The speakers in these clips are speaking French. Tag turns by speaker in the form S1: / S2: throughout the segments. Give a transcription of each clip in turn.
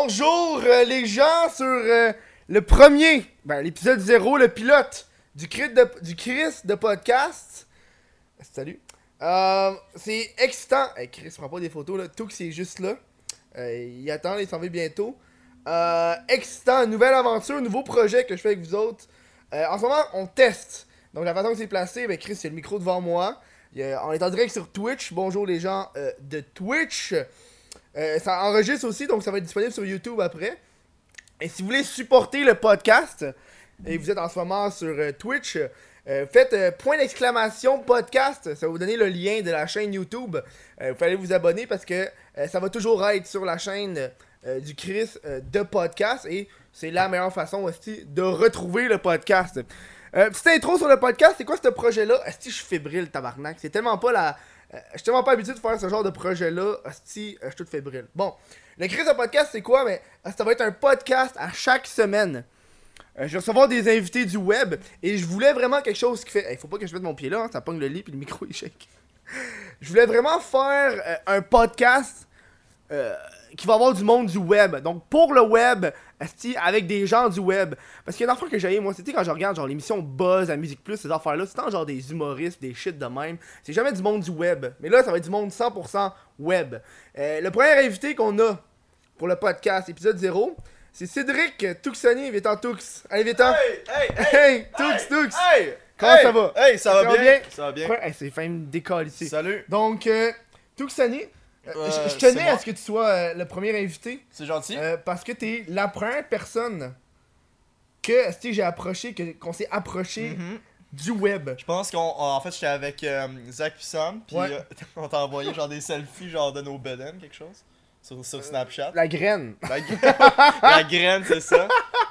S1: Bonjour euh, les gens sur euh, le premier, ben, l'épisode 0, le pilote du Chris de, du Chris de podcast. Salut. Euh, c'est excitant. Hey, Chris prend pas des photos là, tout que c'est juste là. Euh, il attend, il s'en va bientôt. Euh, excitant, nouvelle aventure, nouveau projet que je fais avec vous autres. Euh, en ce moment, on teste. Donc la façon que c'est placé, ben Chris, il y a le micro devant moi. Il y a- on est en direct sur Twitch. Bonjour les gens euh, de Twitch. Euh, ça enregistre aussi, donc ça va être disponible sur YouTube après. Et si vous voulez supporter le podcast, et vous êtes en ce moment sur euh, Twitch, euh, faites euh, point d'exclamation podcast. Ça va vous donner le lien de la chaîne YouTube. Euh, vous allez vous abonner parce que euh, ça va toujours être sur la chaîne euh, du Chris euh, de podcast. Et c'est la meilleure façon aussi de retrouver le podcast. Euh, petite intro sur le podcast, c'est quoi ce projet-là? Esti, je suis fébrile, tabarnak. C'est tellement pas la. euh, je suis tellement pas habitué de faire ce genre de projet-là. Esti, euh, je suis tout fébrile. Bon, le Chris de podcast, c'est quoi? Mais euh, ça va être un podcast à chaque semaine. Euh, je vais recevoir des invités du web et je voulais vraiment quelque chose qui fait. Il faut pas que je mette mon pied là, hein, ça pogne le lit puis le micro il shake. je voulais vraiment faire euh, un podcast euh, qui va avoir du monde du web. Donc pour le web, esti, avec des gens du web. Parce qu'il y a une affaire que j'ai moi, c'était quand je regarde genre l'émission Buzz à Musique Plus, ces affaires-là, c'est tant genre des humoristes, des shit de même. C'est jamais du monde du web. Mais là, ça va être du monde 100% web. Euh, le premier invité qu'on a pour le podcast, épisode 0, c'est Cédric Tuxani, Vétan Tux. Allez, Vétan!
S2: Hey, hey,
S1: Hey,
S2: hey,
S1: Tux,
S2: hey,
S1: Tux!
S2: hey,
S1: Comment
S2: hey,
S1: ça va?
S2: Hey, ça, va, bien? Ça va bien.
S1: Ouais, hey, c'est fin me décolle ici.
S2: Salut.
S1: Donc, euh, Tuxani, euh,
S2: Euh,
S1: je- je
S2: c'est
S1: tenais
S2: moi.
S1: à ce que tu sois euh, le premier invité
S2: C'est gentil.
S1: euh, parce que t'es la première personne que si j'ai approché, que- qu'on s'est approché
S2: Mhm.
S1: du web.
S2: Je pense qu'on. En fait, j'étais avec euh, Zach puis Sam, puis
S1: Ouais.
S2: euh, on t'a envoyé genre des selfies genre de nos bedaines, quelque chose. Sur, sur Snapchat.
S1: La graine.
S2: La, gra- la graine, c'est ça.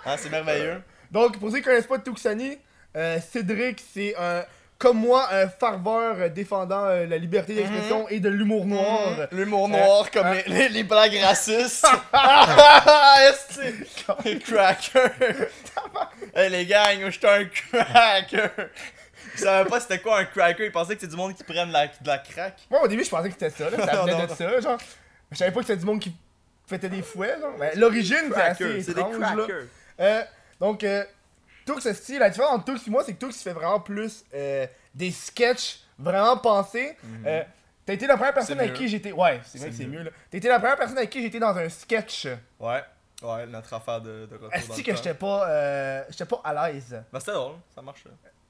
S2: Hein, c'est merveilleux.
S1: Donc, pour ceux qui connaissent pas Tuxani, euh, Cédric, c'est un, comme moi, un farveur euh, défendant euh, la liberté d'expression
S2: Mhm.
S1: et de l'humour noir.
S2: L'humour
S1: Euh,
S2: noir comme
S1: hein.
S2: les, les, les blagues racistes. Ah, Esti. cracker. hey les gars, moi j'étais un cracker. Ils savaient pas c'était quoi un cracker, ils pensaient que c'est du monde qui prenne de la, de la crack.
S1: Moi, au début, je pensais que c'était ça, là. Ça
S2: Non,
S1: venait
S2: non,
S1: de
S2: non.
S1: ça, genre. Je savais pas que c'était du monde qui fêtait des fouets, genre. Ben, l'origine, c'est assez
S2: Cracker, c'est des
S1: étrange, là.
S2: crackers.
S1: Euh, donc, euh, Tux, style, la différence entre Tux et moi, c'est que Tux fait vraiment plus euh, des sketchs vraiment pensés. Euh, T'as été la première personne
S2: Mhm. C'est
S1: à
S2: mieux.
S1: qui j'étais. Ouais, c'est vrai
S2: C'est
S1: que c'est
S2: mieux.
S1: mieux, là. T'as été la première personne à qui j'étais dans un sketch.
S2: Ouais, ouais, notre affaire de, de retour dans
S1: Est-ce
S2: le
S1: que
S2: temps.
S1: j'étais pas, euh, j'étais pas à l'aise?
S2: Ben c'était drôle, ça marche.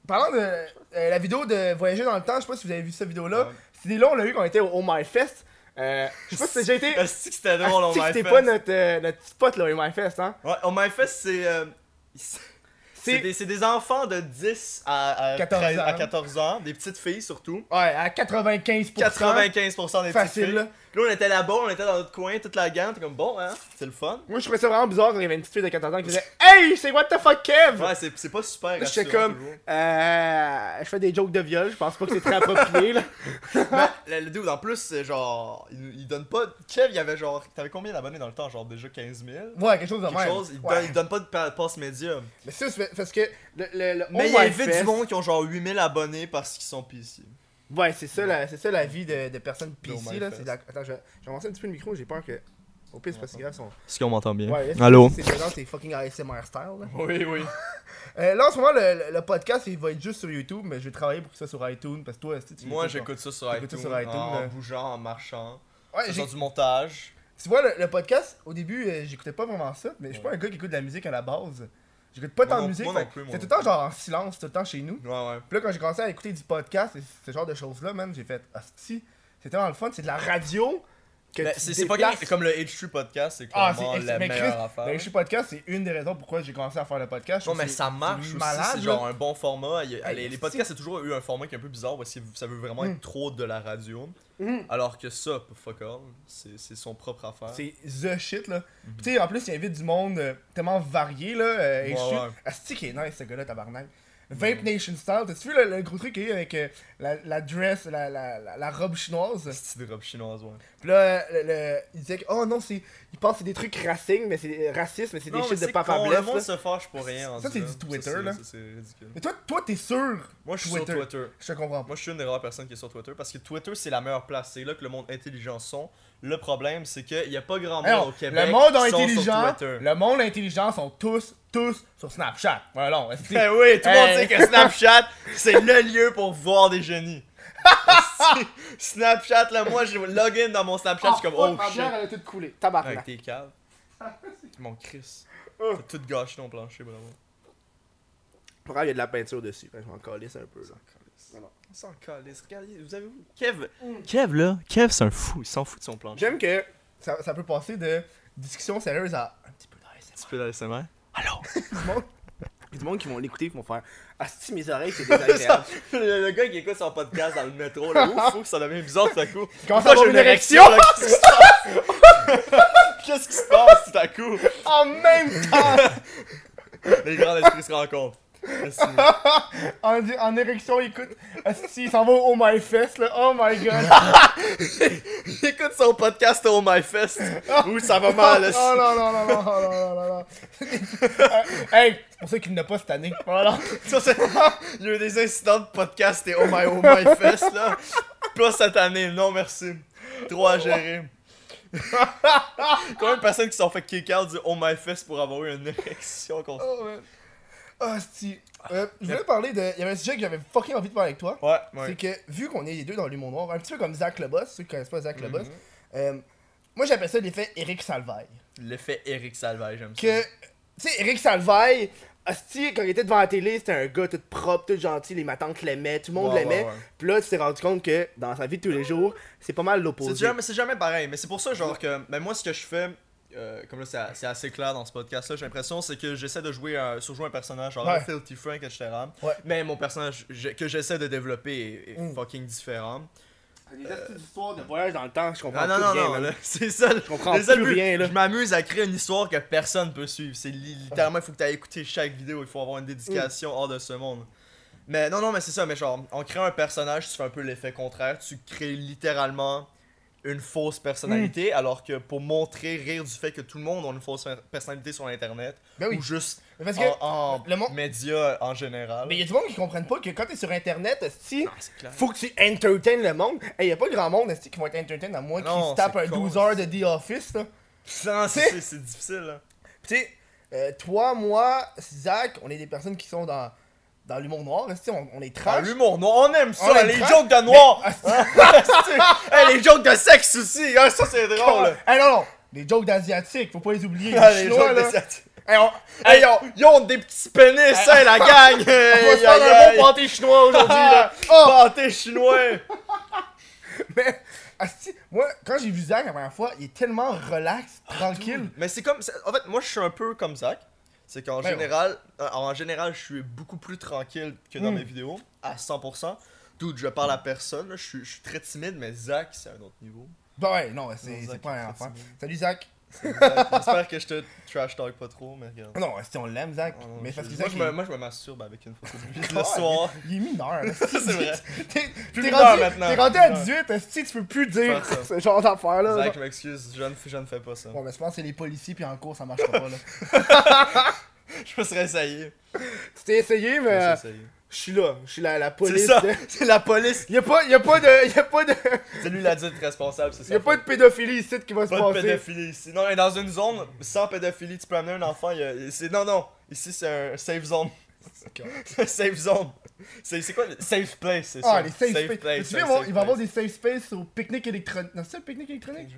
S1: Parlant de euh, la vidéo de Voyager dans le temps, je sais pas si vous avez vu cette vidéo-là.
S2: Ouais.
S1: C'était là, on l'a eu quand on était au Oh My Fest. Euh, je sais pas si j'ai été.
S2: Est-ce que c'était drôle, on
S1: Asti Ah, que
S2: m'a fait.
S1: c'était pas notre, euh, notre petit pote là, au My Fest, hein?
S2: Ouais, on m'a fait, c'est... euh, c'est- C'est des, c'est des enfants de 10 à, à
S1: 14
S2: 13 à
S1: ans.
S2: 14 ans, des petites filles surtout.
S1: Ouais, à 95%.
S2: 95% des petites
S1: Facile,
S2: filles.
S1: là.
S2: Puis Là, on était là-bas, on était dans notre coin, toute la gang, t'es comme bon, hein, c'est le fun.
S1: Moi, je trouvais ça vraiment bizarre quand il y avait une petite fille de 14 ans qui disait Hey, c'est what the fuck, Kev?
S2: Ouais, c'est c'est pas super.
S1: Là, J'étais
S2: rassurant,
S1: comme,
S2: toujours.
S1: euh, je fais des jokes de viol, je pense pas que c'est très approprié là.
S2: Mais le, le dude, en plus, c'est genre. Il, il donne pas. Kev, il y avait genre. T'avais combien d'abonnés dans le temps Genre déjà 15 000
S1: Ouais, quelque chose de
S2: Quelque
S1: même.
S2: chose. Il,
S1: Ouais.
S2: donne, il donne pas de pa- passe médium.
S1: Mais ça, c'est parce que le. le, le Oh
S2: Mais il y a
S1: My
S2: vite
S1: Fest-
S2: du monde qui ont genre 8000 abonnés parce qu'ils sont PC.
S1: Ouais, c'est ça, la, c'est ça la vie de, de personnes
S2: No
S1: PC
S2: Man
S1: là.
S2: Fest.
S1: c'est la- Attends, je, je vais avancer un petit peu le micro, j'ai peur que. Au pire, c'est pas si grave. Son...
S2: Est-ce qu'on m'entend bien
S1: Ouais, là, c'est- C'est violent, c'est fucking ASMR style là.
S2: Oui, oui.
S1: Euh, là, en ce moment, le, le- le podcast il va être juste sur YouTube, mais je vais travailler pour que ça soit sur iTunes parce que toi, si tu.
S2: Moi,
S1: l'écoutes,
S2: j'écoute ça sur
S1: T'écoutes ça
S2: iTunes.
S1: sur iTunes,
S2: en
S1: là.
S2: bougeant, en marchant.
S1: pas. Ouais,
S2: C'est
S1: j'ai-
S2: genre du montage.
S1: Tu vois, le, le podcast, au début, euh, j'écoutais pas vraiment ça, mais je suis pas un gars qui écoute de la musique à la base. J'écoute pas
S2: Moi
S1: tant de
S2: non-
S1: musique.
S2: moi non
S1: fait que
S2: plus, moi
S1: C'était tout
S2: non
S1: le temps genre en silence, tout le temps chez nous.
S2: Ouais, ouais.
S1: Puis là, quand j'ai commencé à écouter du podcast et ce genre de choses-là, man, j'ai fait Asti, c'est tellement le fun, c'est de la radio que
S2: Ben,
S1: tu
S2: c'est c'est pas
S1: déplaces.
S2: grave. Comme le H3 podcast, c'est
S1: Ah,
S2: clairement
S1: c'est
S2: la
S1: la mais
S2: meilleure
S1: Chris,
S2: affaire.
S1: ben, je suis podcast, c'est une des raisons pourquoi j'ai commencé à faire le podcast. Je
S2: Non,
S1: trouve
S2: mais
S1: que
S2: ça
S1: c'est-
S2: marche
S1: c'est
S2: aussi,
S1: malade,
S2: c'est
S1: là.
S2: genre un bon format. Il y a-
S1: Hey,
S2: les, les
S1: c'est-
S2: podcasts, c'est toujours eu un format qui est un peu bizarre, parce que ça veut vraiment
S1: Mm.
S2: être trop de la radio.
S1: Mm.
S2: Alors que ça, pour fuck all, c'est c'est son propre affaire.
S1: C'est the shit, là. Puis tu sais, en plus, il invite du monde euh, tellement varié, là. Euh, et
S2: Ouais,
S1: je suis-
S2: ouais.
S1: Asti qui est nice, ce gars-là, tabarnak. Vape Nation Style, t'as-tu vu le, le gros truc qu'il y a eu avec euh, la, la dress, la, la, la, la robe chinoise?
S2: C'est une robe chinoise, ouais.
S1: Puis là, le, le- il disait que, oh non, c'est Ils pensent que c'est des trucs racing, mais c'est raciste, mais c'est des
S2: Non, mais
S1: shit de
S2: c'est
S1: papa
S2: con,
S1: blesse.
S2: Le monde
S1: là.
S2: se fâche pour rien. rendu
S1: Ça, c'est
S2: là.
S1: du Twitter,
S2: c'est-
S1: là.
S2: ça, C'est ridicule.
S1: Mais toi, toi, t'es sûr
S2: Moi, je suis sur
S1: Twitter.
S2: Twitter.
S1: Je te comprends pas.
S2: Moi, je suis une des rares personnes qui est sur Twitter parce que Twitter, c'est la meilleure place. C'est là que le monde intelligent sont. Le problème, c'est qu'il n'y a pas grand monde
S1: Alors,
S2: au Québec.
S1: le monde
S2: qui sont
S1: intelligent,
S2: Sur Twitter.
S1: le monde intelligent sont tous, tous sur Snapchat. Voilà, non, est-ce que-
S2: Ben oui, tout le
S1: Hey.
S2: monde sait que Snapchat, c'est le lieu pour voir des génies. Esti, Snapchat, là, moi, je log in dans mon Snapchat, je suis comme, oh
S1: Ah, fuck, ma
S2: shit.
S1: bière, elle a toute coulée.
S2: Avec
S1: Tabarnak.
S2: tes caves. Mon Chris.
S1: Oh.
S2: T'as tout gâché ton plancher, bravo.
S1: Pour il y a de la peinture dessus. Je m'en calisse un peu. Là. Voilà.
S2: On s'en calisse. Regardez, vous avez vu? Kev.
S1: Mm.
S2: Kev, là. Kev, c'est un fou. Il s'en fout de son plancher.
S1: J'aime que ça, ça peut passer de discussion sérieuse à un petit peu d'ASMR.
S2: Tu peux dans les mains. Allô?
S1: Du monde- Il y a du monde qui vont l'écouter et qui vont faire Asti, mes oreilles, c'est désagréable.
S2: le, le gars qui écoute son podcast dans le métro, là, ouf, ouf, ça devient bizarre tout à coup.
S1: Comment
S2: Moi,
S1: ça va
S2: j'ai
S1: une érection
S2: là, Qu'est-ce qui se passe? Qu'est-ce qui se passe tout à coup?
S1: En même temps
S2: Les grands esprits se rencontrent. Merci.
S1: En, en érection, il écoute Asti, il s'en va au Oh My Fest, là. Oh my god.
S2: Écoute son podcast au MyFest. Où ça va mal. là.
S1: Oh non, non, non, non, non, non, non, non. Euh, hey, c'est pour ça qu'il n'a pas cette année. Oh, Voilà.
S2: Ça, c'est- Il y a eu des incidents de podcast et oh my oh my fest là. Pas cette année, non merci. Trois à gérer. Combien de personnes qui se sont fait kick out du oh my fest pour avoir eu une érection contre.
S1: Oh, man. Ah, si. Euh, je voulais parler de. Il y avait un sujet que j'avais fucking envie de parler avec toi.
S2: Ouais, ouais.
S1: C'est que, vu qu'on est les deux dans l'humour noir, un petit peu comme Zach Le Boss, ceux qui connaissent pas Zach Le Boss,
S2: Mhm.
S1: euh, moi j'appelle ça l'effet Eric Salvaille.
S2: Mhm. L'effet Eric Salvaille, j'aime
S1: Que,
S2: ça.
S1: tu sais, Eric Salvaille, hostie, quand il était devant la télé, c'était un gars tout propre, tout gentil, les matantes l'aimaient, tout le monde
S2: Ouais,
S1: l'aimait.
S2: ouais, ouais.
S1: Puis là, tu t'es rendu compte que dans sa vie de tous les jours, c'est pas mal
S2: C'est
S1: l'opposé.
S2: jamais, c'est jamais pareil, mais c'est pour ça, genre, que ben, moi, ce que je fais, euh, comme là, c'est a- c'est assez clair dans ce podcast-là, j'ai l'impression, c'est que j'essaie de jouer un, surjouer un personnage, genre
S1: Ouais.
S2: Filthy Frank, etc.
S1: Ouais.
S2: Mais mon personnage je- que j'essaie de développer est, est
S1: Mm.
S2: fucking différent.
S1: Des astuces histoires de voyage dans le hein. temps, je comprends
S2: Ah non,
S1: plus
S2: non,
S1: rien,
S2: non,
S1: man.
S2: là, c'est ça. Je
S1: comprends plus rien, là.
S2: Je m'amuse à créer une histoire que personne peut suivre. C'est li- littéralement, il faut que tu ailles écouter chaque vidéo, il faut avoir une dédication hors de ce monde. Mais non, non, mais c'est ça, mais genre, en créant un personnage, tu fais un peu l'effet contraire. Tu crées littéralement une fausse personnalité,
S1: Hmm.
S2: alors que pour montrer, rire du fait que tout le monde a une fausse per- personnalité sur Internet,
S1: Ben oui.
S2: ou Ah. juste
S1: Mais Parce que,
S2: en, en
S1: le monde-
S2: médias en général.
S1: mais il y a du monde qui comprennent pas que quand t'es sur internet, hostie,
S2: Ah, c'est clair.
S1: faut que tu entertaines le monde. Et y a pas grand monde, hostie, qui vont être entertain à moins qu'ils
S2: Non,
S1: se tapent
S2: c'est
S1: un
S2: con.
S1: 12 heures de The Office, là.
S2: Non, c'est c'est difficile. là.
S1: Tu sais, euh, toi, moi, Zach, on est des personnes qui sont dans, dans l'humour noir, là, tu sais, on, on est
S2: Ah,
S1: trash.
S2: l'humour noir, on aime ça,
S1: On aime
S2: les
S1: ça.
S2: jokes de noir! Ah, Hey, les jokes de sexe aussi, hein, ça c'est drôle!
S1: Ah, hey, non, non, les jokes d'asiatiques, faut pas les oublier.
S2: Ah,
S1: les
S2: les
S1: chinois,
S2: jokes de
S1: là.
S2: sexe.
S1: Hey, on,
S2: Hey, yo, yo, des petits pénis, hein, la gang!
S1: on va
S2: Hey,
S1: se faire
S2: aïe,
S1: un
S2: aïe.
S1: bon pâté chinois aujourd'hui, là. Oh,
S2: Pâté chinois!
S1: mais, asti, moi, quand j'ai vu Zach la première fois, il est tellement relax,
S2: Ah,
S1: tranquille.
S2: Mais c'est comme. c'est- En fait, moi je suis un peu comme Zach. C'est qu'en
S1: Ben ouais.
S2: général, euh, en général, je suis beaucoup plus tranquille que dans
S1: Hmm.
S2: mes vidéos, à 100%. D'où je parle à personne, là, je suis, je suis très timide, mais Zach, c'est un autre niveau.
S1: Bah ouais, non, c'est
S2: Non,
S1: c'est
S2: Zach
S1: pas
S2: est
S1: un
S2: très
S1: enfant.
S2: timide.
S1: Salut Zach.
S2: C'est Zach. J'espère que je te trash talk pas trop, mais regarde.
S1: Non, si on l'aime, Zach.
S2: Oh non,
S1: mais
S2: je-
S1: parce que
S2: moi,
S1: Zach,
S2: je me, moi je me masturbe avec une photo de lui
S1: Ah,
S2: le soir.
S1: il, il est mineur. asti.
S2: c'est vrai.
S1: T'es
S2: Plus
S1: t'es
S2: mineur
S1: rendu,
S2: maintenant.
S1: t'es rendu à
S2: Mineur.
S1: 18, asti, tu peux plus dire
S2: Faire ça.
S1: ce genre d'affaire là.
S2: Zach, je m'excuse, je ne, je ne fais pas ça.
S1: Ouais, mais je pense que c'est les policiers, puis en cours, ça marchera pas, là.
S2: Je me serais essayé.
S1: Tu t'es essayé,
S2: Je me
S1: mais
S2: serais
S1: euh,
S2: essayé.
S1: je suis là. Je suis la, la
S2: C'est
S1: police.
S2: ça, c'est la police.
S1: Y'a pas, y a pas de, y a pas de,
S2: C'est lui l'adulte responsable, c'est ça.
S1: y a pas de pédophilie ici qui va se
S2: Pas de
S1: passer.
S2: pédophilie ici. Non, et dans une zone sans pédophilie, tu peux amener un enfant. il y a- c'est- Non, non, ici c'est un safe zone. C'est un safe zone. C'est c'est quoi le safe place, c'est ça?
S1: Ah, les safe, space.
S2: place,
S1: tu
S2: un
S1: sais, bon,
S2: safe
S1: il va y avoir
S2: place.
S1: des safe space au pique-nique électronique. Non, c'est le pique-nique électronique?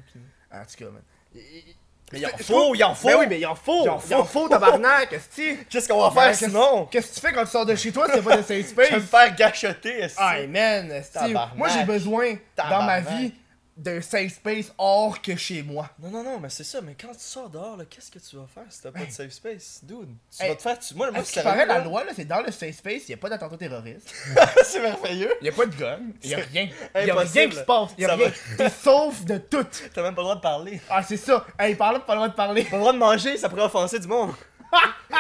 S1: Ah, en tout cas, man. Il- il-
S2: Mais il en
S1: Je
S2: faut,
S1: trouve-
S2: il en
S1: Ben
S2: faut.
S1: oui, mais il en faut!
S2: Il en
S1: Il en faut, tabarnak! esti.
S2: Qu'est-ce qu'on va
S1: Ben,
S2: faire
S1: qu'est-ce-
S2: sinon?
S1: Qu'est-ce que tu fais quand tu sors de chez toi c'est pas de safe
S2: Je vais me
S1: space?
S2: faire gachoter, est-ce
S1: Aïe, man! esti.
S2: Tabarnak.
S1: Moi, j'ai besoin, dans ma
S2: Tabarnak.
S1: vie, d'un safe space hors que chez moi.
S2: Non, non, non, mais c'est ça, mais quand tu sors dehors, là, qu'est-ce que tu vas faire si t'as pas de safe space, dude? Tu
S1: Hey,
S2: vas te faire. Tu... Moi, moi,
S1: Moi, ce qui
S2: Ah, sérieux,
S1: paraît,
S2: là,
S1: la loi, là, c'est dans le safe space, y a pas d'attentat terroriste.
S2: c'est merveilleux.
S1: Y'a pas de gun. Y'a rien. Y'a rien
S2: Impossible.
S1: qui se passe. Y'a
S2: Ça
S1: rien.
S2: va.
S1: T'es sauf de tout.
S2: T'as même pas le droit de parler.
S1: Ah, c'est ça. Hey, parle pas le droit de parler.
S2: Pas le droit de manger, ça pourrait offenser du monde.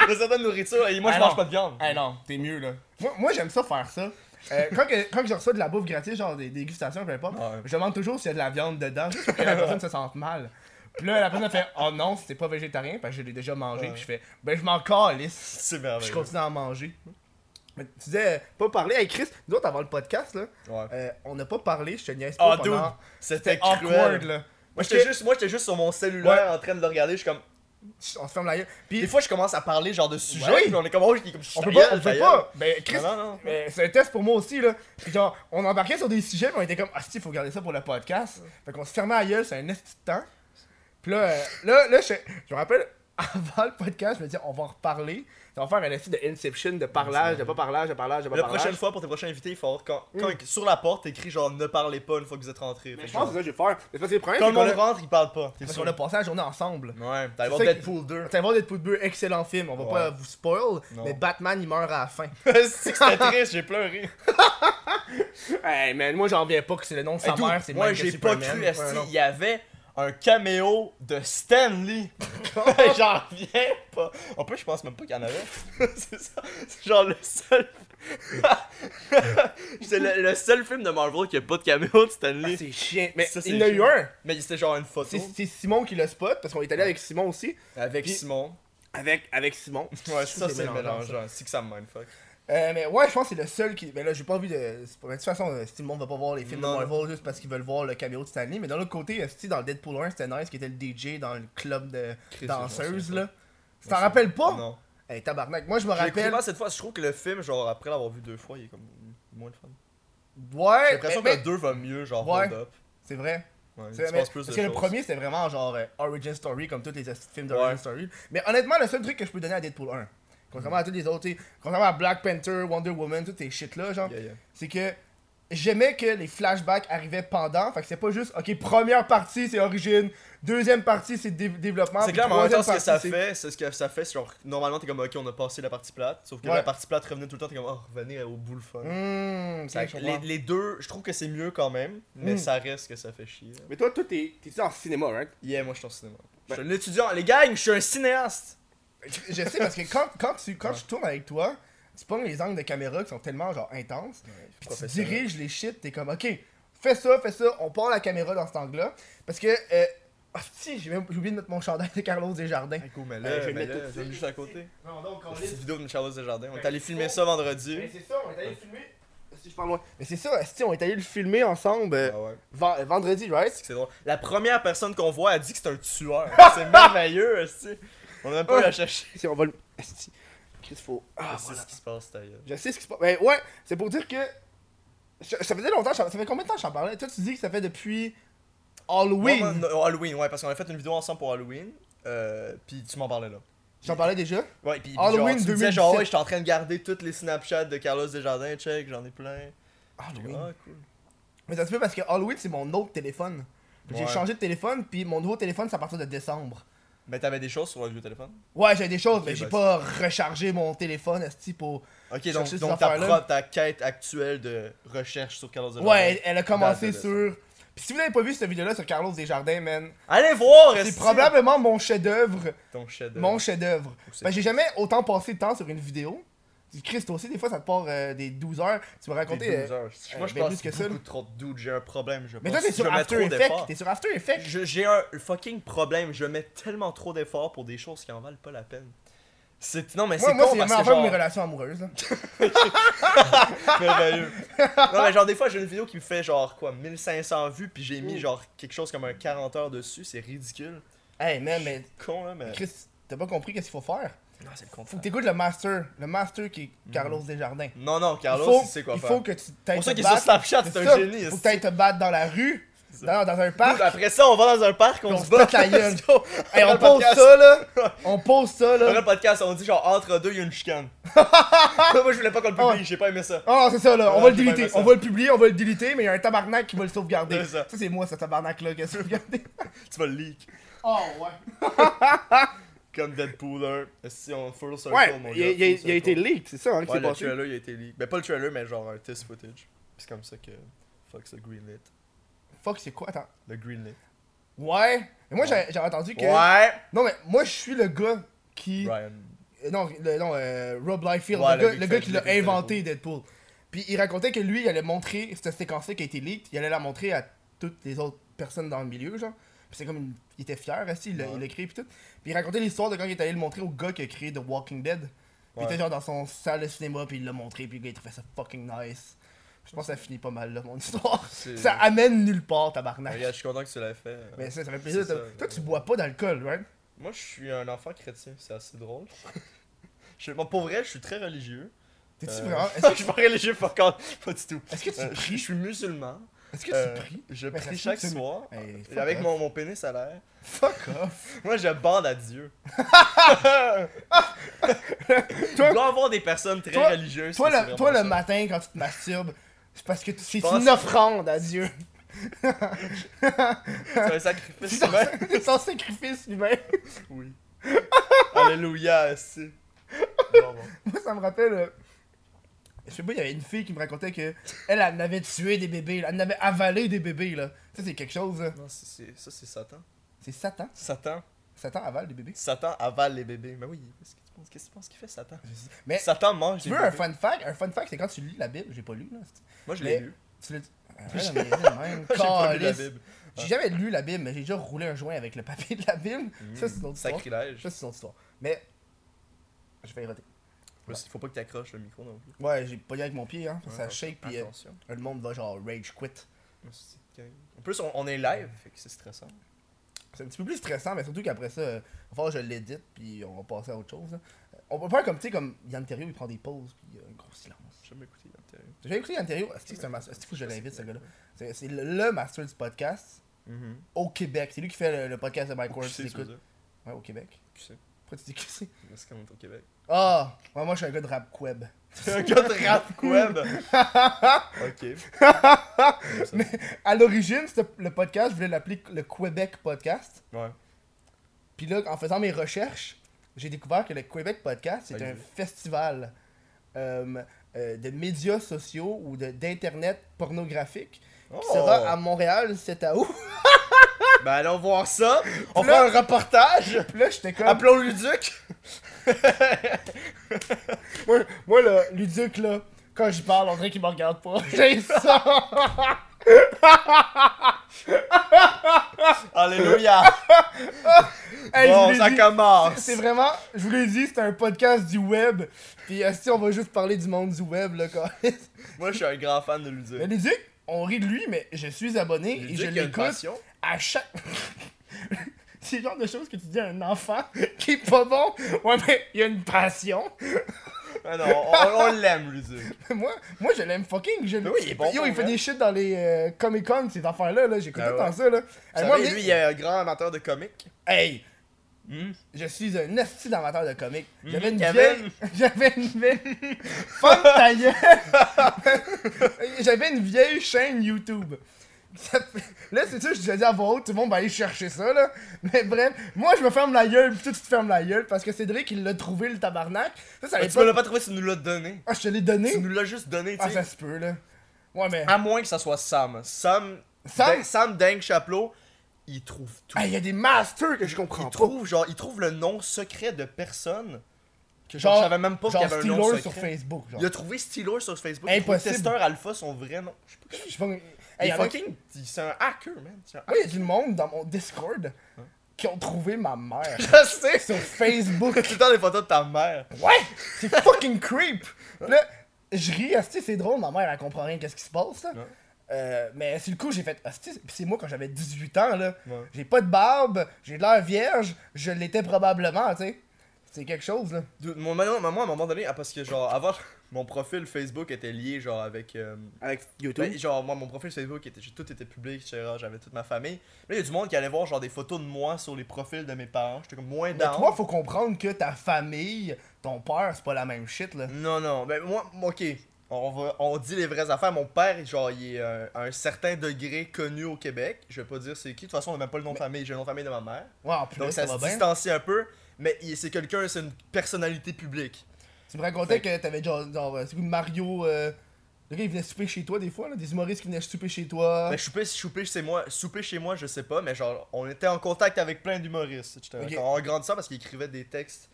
S2: De certaines nourritures, et moi, je
S1: Ah,
S2: mange
S1: non.
S2: pas de viande.
S1: Hey, non, t'es mieux, là. Moi, moi, j'aime ça faire ça. Euh, quand, que, quand que je reçois de la bouffe gratuite, genre des dégustations, peu importe,
S2: Ouais.
S1: je demande toujours s'il y a de la viande dedans, juste pour que la personne se sente mal. Puis là, la personne fait Oh non, c'était pas végétarien parce que je l'ai déjà mangé. Puis je fais Ben, je m'en calisse.
S2: C'est
S1: Puis je
S2: merveilleux.
S1: continue à en manger. Mais tu disais, euh, pas parler. Hey Chris, nous autres, avant le podcast, là,
S2: Ouais.
S1: euh, on n'a pas parlé, je te niaise
S2: Ah,
S1: pas.
S2: dude,
S1: Oh, pendant-
S2: c'était
S1: c'était awkward,
S2: awkward.
S1: là.
S2: Moi,
S1: Ok,
S2: j'étais juste, moi, j'étais juste sur mon cellulaire en train de le regarder. Je suis comme.
S1: On se ferme la gueule. Puis,
S2: Des fois, je commence à parler genre de sujet.
S1: Ouais.
S2: Puis on est comme. Oh, je- comme
S1: on
S2: ta
S1: peut pas,
S2: gueule,
S1: on
S2: ta
S1: peut
S2: gueule.
S1: pas. Ben, Chris,
S2: Non, non, non.
S1: ben, c'est un test pour moi aussi, là. Puis genre, on embarquait sur des sujets, puis on était comme, ah, si, faut garder ça pour le podcast. Fait qu'on se fermait la gueule, c'est un esti de temps. Puis là, euh, là, là, je, je me rappelle, avant le podcast, je me disais, on va en reparler. On va faire un esti de Inception, de parlage, de pas parlage, de parlage, de pas
S2: La
S1: parlage.
S2: prochaine fois, pour tes prochains invités, il faut avoir quand,
S1: Hmm.
S2: quand- sur la porte, écrit genre ne parlez pas une fois que vous êtes rentré.
S1: Mais je pense que c'est ça que je vais faire. Mais c'est parce que le problème, c'est
S2: Comme on
S1: qu'on a-
S2: rentre, il parle pas. T'es
S1: parce
S2: sûr?
S1: qu'on a passé la journée ensemble.
S2: Ouais, t'as voir
S1: C'est ça
S2: Deadpool 2.
S1: T'as voir Deadpool 2, excellent film, on va
S2: Ouais.
S1: pas vous spoil,
S2: Non.
S1: mais Batman il meurt à la fin.
S2: C'est que c'était triste, j'ai pleuré.
S1: hey man, moi j'en reviens pas que c'est le nom de sa
S2: Hey, dude,
S1: mère, c'est le
S2: Moi,
S1: même que
S2: j'ai pas
S1: Superman.
S2: cru,
S1: Ouais,
S2: esti,
S1: non.
S2: il y avait un caméo de Stanley. J'en reviens pas. En plus, je pense même pas qu'il y en avait. c'est ça. C'est genre le seul. c'est le, le seul film de Marvel qui a pas de caméo de
S1: Ah,
S2: Stanley.
S1: c'est chiant. Mais
S2: Ça, c'est
S1: il y en a eu
S2: chiant.
S1: un.
S2: Mais c'était genre une photo
S1: C'est c'est Simon qui le spot, parce qu'on est allé avec Simon aussi.
S2: avec
S1: Puis-
S2: Simon.
S1: Avec, avec Simon.
S2: Ouais, ça
S1: C'est
S2: c'est
S1: mélangeant,
S2: mélangeant. C'est que ça me mindfuck.
S1: Euh, mais ouais, je pense que c'est le seul qui. Mais là, j'ai pas envie de. c'est pas- De toute façon, euh, si le monde va pas voir les films
S2: Non,
S1: de Marvel juste parce qu'ils veulent voir le caméo de Stanley. Mais d'un autre côté, euh, si dans le Deadpool 1, c'était nice qui était le DJ dans le club de
S2: Chris, je m'en
S1: danseuses,
S2: souviens
S1: là. Tu t'en rappelles pas?
S2: Non.
S1: Hey, tabarnak. Moi, je me
S2: J'ai écouté
S1: rappelle.
S2: pas cette fois, je trouve que le film, genre après l'avoir vu deux fois, il est comme moins le fun. J'ai
S1: Ouais, eh,
S2: l'impression que
S1: mais-
S2: le deux va mieux, genre
S1: Eh, Ouais.
S2: hold up.
S1: c'est vrai.
S2: Ouais,
S1: C'est-
S2: tu
S1: mais-
S2: penses plus
S1: parce
S2: de
S1: que le
S2: choses.
S1: premier c'était vraiment genre euh, Origin Story comme tous les astuces de films
S2: Ouais.
S1: d'Origin Story. Mais honnêtement, le seul truc que je peux donner à Deadpool 1,
S2: Mm.
S1: contrairement à tous les autres, tu sais, contrairement à Black Panther, Wonder Woman, toutes ces shit là, genre,
S2: Yeah, yeah.
S1: c'est que j'aimais que les flashbacks arrivaient pendant, fait que c'est pas juste OK, première partie c'est origine, deuxième partie c'est dé- développement,
S2: C'est
S1: puis
S2: clair, mais en même temps, ce
S1: Ah, troisième
S2: que ça
S1: partie, c'est-
S2: fait, c'est ce que ça fait, c'est genre, normalement, t'es comme, ok, on a passé la partie plate, sauf que
S1: Ouais.
S2: la partie plate revenait tout le temps, t'es comme, oh, revenez au bout le fun.
S1: Mmh, ok,
S2: Ça-
S1: je comprends.
S2: les, les deux, je trouve que c'est mieux quand même, mais
S1: Mm.
S2: ça reste que ça fait chier. là.
S3: Mais toi, toi, t'es t'es-tu en cinéma, right?
S2: Yeah, moi, je suis en cinéma. Je suis
S3: Ben-
S2: un étudiant, les gangs, je suis un cinéaste!
S1: Je sais parce que quand, quand, tu, quand
S2: Ouais.
S1: je tourne avec toi, tu pognes les angles de caméra qui sont tellement genre intenses. Puis tu
S2: professionnel.
S1: diriges les shit, t'es comme, ok, fais ça, fais ça, on part la caméra dans cet angle-là. Parce que, euh, ah, si, j'ai même j'ai oublié de mettre mon chandail de Carlos Desjardins.
S2: Écoute, mais là,
S3: Allez, je vais
S2: mais
S3: le mettre
S2: là,
S3: tout de
S2: je vais
S3: suite.
S2: juste à côté.
S1: Non, donc, on
S2: C'est une vidéo de Charles Desjardins. On est
S1: Ben,
S2: allé
S1: c'est
S2: filmer
S1: faux.
S2: ça vendredi.
S1: c'est ça, on est allé le filmer.
S3: Si je parle loin.
S1: Mais c'est ça, si, on est allé le filmer ensemble euh,
S2: Ah ouais.
S1: ven- euh, vendredi, right?
S2: C'est drôle. La première personne qu'on voit, elle dit que c'est un tueur. c'est merveilleux, esti. On a même pas eu à chercher.
S1: Si, on va le. Esti, Chris, faut. Ah,
S2: c'est
S1: voilà.
S2: ce qui se passe, ta gueule.
S1: Je sais ce qui se passe. Mais ouais, c'est pour dire que. je- Ça faisait longtemps, ça ça fait combien de temps que j'en parlais? Toi, tu dis que ça fait depuis. Halloween!
S2: Ouais, non, non, Halloween, ouais, parce qu'on a fait une vidéo ensemble pour Halloween. Euh, puis tu m'en parlais là.
S1: J'en parlais déjà?
S2: Ouais, puis puis
S1: Halloween
S2: genre, tu me disais, genre,
S1: 2017.
S2: ouais, j'étais en train de garder toutes les Snapchats de Carlos Desjardins, check, j'en ai plein. J'étais
S1: Halloween.
S2: comme, Ah, cool.
S1: Mais ça se fait parce que Halloween, c'est mon autre téléphone. Fait que J'ai
S2: Ouais.
S1: changé de téléphone, puis mon nouveau téléphone, c'est à partir de décembre.
S2: Mais t'avais des choses sur le vieux téléphone
S1: Ouais, j'ai des choses, mais
S2: Ok,
S1: j'ai
S2: bah,
S1: pas rechargé mon téléphone, esti, pour...
S2: Ok,
S1: Chercher
S2: donc,
S1: ces
S2: donc ta,
S1: affaires-là.
S2: prod- ta quête actuelle de recherche sur Carlos Desjardins.
S1: Ouais, elle, elle a commencé
S2: Date de
S1: sur... Puis si vous n'avez pas vu cette vidéo-là sur Carlos Desjardins, man,
S2: Allez voir,
S1: c'est
S2: esti.
S1: probablement mon chef-d'œuvre,
S2: Ton chef Oh, de.
S1: mon chef-d'œuvre. Parce
S2: c'est-
S1: que j'ai jamais autant passé de temps sur une vidéo. Du Christ, toi aussi, des fois, ça te part euh, des 12 heures. Tu m'as raconté... euh,
S2: Moi,
S1: euh,
S2: je
S1: ben,
S2: pense
S1: plus que
S2: que
S1: ça,
S2: beaucoup trop de dudes, j'ai un problème, je
S1: Mais toi,
S2: pense.
S1: t'es
S2: Je
S1: sur
S2: mets
S1: After
S2: trop
S1: Effects,
S2: d'efforts.
S1: t'es sur After Effects.
S2: Je- J'ai un fucking problème, je mets tellement trop d'efforts pour des choses qui en valent pas la peine. C'est non mais
S1: Moi,
S2: c'est
S1: moi
S2: con
S1: c'est
S2: parce
S1: ma
S2: que
S1: femme,
S2: genre
S1: mes relations amoureuses. là.
S2: merveilleux. non mais genre des fois j'ai une vidéo qui me fait genre quoi 1500 vues puis j'ai mis genre quelque chose comme un 40 heures dessus, c'est ridicule.
S1: Hey, man, mais...
S2: Con là mais
S1: Chris, t'as pas compris qu'est-ce qu'il faut faire?
S2: non, c'est le
S1: Faut
S2: contraire.
S1: que t'écoutes le master, le master qui est Carlos Desjardins.
S2: Non non,
S1: Il
S2: Mhm. Carlos,
S1: faut,
S2: il sait quoi
S1: il
S2: faire.
S1: faut que tu t'ailles
S2: Pour ça
S1: te
S2: qu'il est sur
S1: battre.
S2: Snapchat,
S1: C'est
S2: c'est
S1: ça,
S2: un génie.
S1: Faut que
S2: esti.
S1: t'ailles te battre dans la rue, dans, dans un
S2: Dude,
S1: parc.
S2: Après ça, on va dans un parc, on,
S1: On
S2: se
S1: se
S2: bat.
S1: pète la gueule.
S2: Let's go.
S1: Hey,
S2: Après
S1: on
S2: le
S1: pose
S2: podcast.
S1: ça là, on pose ça
S2: Après
S1: là.
S2: le podcast, on dit genre entre deux, il y a une chicane. Moi, je voulais pas qu'on le
S1: Ah ouais.
S2: publie, j'ai pas aimé ça.
S1: Oh, c'est ça là, on
S2: Ouais,
S1: va le
S2: j'ai pas
S1: déliter,
S2: aimé ça.
S1: on va le publier, on va le déliter, mais il y a un tabarnak qui va le sauvegarder.
S2: C'est ça.
S1: Ça, c'est moi ce tabarnak là qui a sauvegardé.
S2: Tu vas le leak.
S1: Oh ouais.
S2: Comme Deadpool 1. Si on full circle,
S3: Ouais,
S2: mon
S3: il a,
S2: gars,
S3: il a-
S2: full
S3: il a été
S2: circle.
S3: leaked, c'est ça hein, qui
S2: Ouais,
S3: s'est
S2: le
S3: passé.
S2: trailer, il a été leak. Ben, pas le trailer, mais genre un test footage. C'est comme ça que Fox a greenlit.
S1: Fuck, c'est quoi attends.
S2: Le greenlit.
S1: Ouais. Mais moi j'avais j'avais entendu que
S2: Ouais!
S1: Non mais moi je suis le gars qui
S2: Ryan.
S1: Euh, Non, le- non euh, Rob Liefeld,
S2: Ouais,
S1: le, gars,
S2: le gars qui
S1: le
S2: fait-
S1: gars qui
S2: le
S1: l'a
S2: gars qui fait
S1: inventé Deadpool. Puis il racontait que lui, il allait montrer cette séquence-là qui a été leaked, il allait la montrer à toutes les autres personnes dans le milieu, genre. Puis c'est comme une- il était fier, esti, il l'a il l'a créé puis tout. Puis il racontait l'histoire de quand il est allé le montrer au gars qui a créé The Walking Dead. Puis il
S4: Ouais.
S1: était genre dans son salle de cinéma puis il l'a montré puis le gars il trouvait ça fucking nice. Je pense que ça finit pas mal là mon histoire.
S2: C'est- Ben,
S1: Ça amène nulle part tabarnak.
S2: Euh. Regarde, je suis content que tu l'aies fait. euh.
S1: Mais ça, ça fait plaisir.
S2: C'est
S1: Toi,
S2: ça.
S1: toi, tu bois pas d'alcool, right?
S2: Moi, je suis un enfant chrétien, c'est assez drôle. je sais- bon, pour vrai, je suis très religieux.
S1: T'es-tu
S2: Euh,
S1: vraiment. Est-ce
S2: Je suis pas religieux, pas encore, pas du tout.
S1: est-ce que tu
S2: Euh, je
S1: pries?
S2: suis musulman.
S1: Est-ce que
S2: Euh,
S1: tu pries?
S2: Je
S1: Mais ça
S2: prie
S1: se
S2: chaque
S1: peut que tu-
S2: soir.
S1: Hey,
S2: Et
S1: fuck
S2: avec
S1: off.
S2: mon, mon pénis à l'air.
S1: Fuck off!
S2: Moi, je bande à Dieu. Il doit y avoir des personnes très
S1: Toi-
S2: religieuses.
S1: Toi,
S2: ça, c'est
S1: le,
S2: vraiment
S1: toi, le
S2: ça.
S1: matin, quand tu te masturbes, c'est parce que tu- c'est
S2: pense-
S1: une offrande à Dieu.
S2: C'est un
S1: C'est
S2: sacrifice
S1: son,
S2: humain.
S1: c'est son sacrifice humain.
S2: Oui. Alléluia, c'est. Bon, bon.
S1: Moi, ça me rappelle. euh, Je sais pas, il y avait une fille qui me racontait que elle, elle avait tué des bébés, là, elle en avait avalé des bébés, là. Ça, c'est quelque chose, là.
S2: Non, c'est- c'est- ça, c'est Satan.
S1: C'est Satan.
S2: Satan.
S1: Satan avale des bébés.
S2: Satan avale les bébés. Mais oui, qu'est-ce que tu penses qu'est-ce que tu penses qu'il fait, Satan
S1: Mais
S2: Satan mange
S1: tu
S2: les
S1: veux un
S2: bébés.
S1: fun fact? Un fun fact, c'est quand tu lis la Bible, j'ai pas lu, là.
S2: Moi, je
S1: Mais-
S2: l'ai lu.
S1: Tu l'as dit. Ouais, mais elle, même,
S2: J'ai pas lu la
S1: calice.
S2: Bible. Ah.
S1: J'ai jamais lu la Bible, mais j'ai déjà roulé un joint avec le papier de la Bible. Ça, c'est une autre histoire.
S2: Mm, Sacrilège.
S1: Ça, c'est une autre histoire. Mais. Je vais y roter.
S2: Il faut pas que tu accroches le micro non plus.
S1: Ouais, j'ai pogné avec mon pied, hein. Ça
S2: Ouais,
S1: shake, puis euh,
S2: Attention.
S1: le monde va genre rage quit.
S2: En plus, on, on est live, fait que c'est stressant.
S1: C'est un petit peu plus stressant, mais surtout qu'après ça, euh, il va falloir que je l'édite, puis on va passer à autre chose. hein. Euh, On peut faire comme, tu sais, comme Yann Terrio, il prend des pauses, puis il y a un gros silence.
S2: J'aime écouter l'intérieur.
S1: J'ai écouté Yann Terrio, est-ce que c'est un master Est-ce qu'il faut que je l'invite, ce gars-là C'est c'est le, le master du podcast
S2: Mm-hmm.
S1: au Québec. C'est lui qui fait le, le podcast de Mike Ward, tu l'écoutes. Ouais, au Québec.
S2: Tu sais,
S1: Pourquoi tu dis que c'est
S2: parce qu'on est au Québec.
S1: Ah ouais, Moi, je suis un gars de rap web.
S2: C'est un gars de rap web. ok. Mais...
S1: À l'origine, c'était le podcast, je voulais l'appeler le Québec Podcast.
S2: Ouais.
S1: Puis là, en faisant mes recherches, j'ai découvert que le Québec Podcast, c'est
S2: Ah,
S1: un
S2: oui.
S1: festival euh, euh, de médias sociaux ou de- d'Internet pornographique.
S2: Oh.
S1: Qui sera à Montréal le 7 août.
S2: Ben allons voir ça. On
S1: Là-
S2: fait un reportage.
S1: Puis là, j'étais comme.
S2: Appelons Luduc.
S1: Moi, moi là, Luduc, là, quand je parle, on dirait qu'il me regarde pas. J'ai ça.
S2: Alléluia.
S1: Hey, je
S2: bon,
S1: l'ai
S2: ça
S1: dit.
S2: commence.
S1: C'est vraiment, je vous l'ai dit, c'est un podcast du web. Puis euh, si on va juste parler du monde du web, là, quand
S2: Moi, je suis un grand fan de Luduc.
S1: Mais Luduc, on rit de lui, mais je suis abonné et
S2: Luduc,
S1: je
S2: il a une
S1: l'écoute
S2: passion.
S1: à chaque. C'est le genre de choses que tu dis à un enfant qui est pas bon. Ouais, mais il a une passion.
S2: Ah non, on, on l'aime, Luduc.
S1: Moi, moi je l'aime fucking. Je...
S2: Mais oui, il est bon
S1: Yo,
S2: pour
S1: il fait
S2: vrai.
S1: des shit dans les Comic Con, ces affaires-là. Là. J'écoute
S2: Ah
S1: tout
S2: ouais.
S1: dans ça. Là.
S2: Vous
S1: Hey, moi,
S2: savez,
S1: mais-
S2: lui, il est un grand amateur de comique.
S1: Hey,
S2: Hmm.
S1: je suis un esti d'amateur de comics. J'avais une
S2: Kevin.
S1: vieille. J'avais une vieille. Fuck ta gueule. J'avais une vieille chaîne YouTube. Ça fait- Là, c'est ça, je disais à voix haute, tout le monde va aller chercher ça, là. Mais bref, moi, je me ferme la gueule, puis toi, tu te fermes la gueule, parce que Cédric, il l'a trouvé, le tabarnak. Ça, ça
S2: Ah,
S1: allait
S2: tu me
S1: pas.
S2: l'as pas trouvé, tu nous l'as donné.
S1: Ah, je te l'ai
S2: Tu
S1: donné.
S2: nous l'as Ah, juste donné,
S1: Ah,
S2: tu
S1: ça
S2: sais.
S1: se peut, là. Ouais, mais.
S2: À moins que ça soit Sam. Sam.
S1: Sam-
S2: Sam, Ben, Sam Deng Chapelot, il trouve tout.
S1: Ah, il y a des masters que je comprends pas.
S2: il trouve, genre, il trouve le nom secret de personne. Que genre,
S1: Genre-
S2: je savais même pas qu'il y
S1: Genre,
S2: avait un nom
S1: Steelers sur
S2: secret.
S1: Facebook, genre.
S2: Il a trouvé Steelers sur Facebook.
S1: Impossible.
S2: Il a trouvé Tester Alpha, son vrai nom. Je sais pas.
S1: Je sais pas. Hey, y
S2: Il est
S1: en a-
S2: fucking. il- C'est un hacker, man. C'est un
S1: Moi, Ah, il y a du monde dans mon Discord qui ont trouvé ma mère
S2: hacker. Je sais!
S1: sur Facebook.
S2: tout le temps des photos de ta mère.
S1: Ouais! C'est fucking creep! Là, je ris, asti, c'est drôle, ma mère, elle comprend rien qu'est-ce qui se passe, là.
S2: Ouais.
S1: Euh, mais sur le coup, j'ai fait, asti, pis c'est moi quand j'avais 18 ans, là.
S2: Ouais.
S1: J'ai pas de barbe, j'ai de l'air vierge, je l'étais probablement, tu sais. C'est quelque chose, là.
S2: Dude, mon maman, maman, à un moment donné, ah, parce que genre avant, mon profil Facebook était lié genre avec. euh,
S3: Avec YouTube.
S2: ben, genre moi, mon profil Facebook était, j'ai- tout était public, genre, j'avais toute ma famille. Là, il y a du monde qui allait voir genre des photos de moi sur les profils de mes parents. J'étais comme moins
S1: Mais
S2: down.
S1: toi, faut comprendre que ta famille, ton père, c'est pas la même shit, là.
S2: Non, non, ben moi, moi, ok. On, va, on dit les vraies affaires. Mon père, genre, il est euh, à un certain degré connu au Québec. Je vais pas dire c'est qui. De toute façon, on a même pas le nom de famille. J'ai le nom de famille de ma mère.
S1: Ouais, en plus,
S2: Donc ça,
S1: ça, va
S2: se
S1: bien.
S2: distancie un peu. Mais il- c'est quelqu'un, c'est une personnalité publique.
S1: Tu me racontais que t'avais genre, genre euh, c'est quoi, Mario. euh, le gars, il venait souper chez toi des fois, là, des humoristes qui venaient souper chez toi.
S2: Ben, souper, souper, chez moi, souper chez moi, je sais pas, mais genre, on était en contact avec plein d'humoristes. J'étais
S1: Ok.
S2: En grandissant, parce qu'ils écrivaient des textes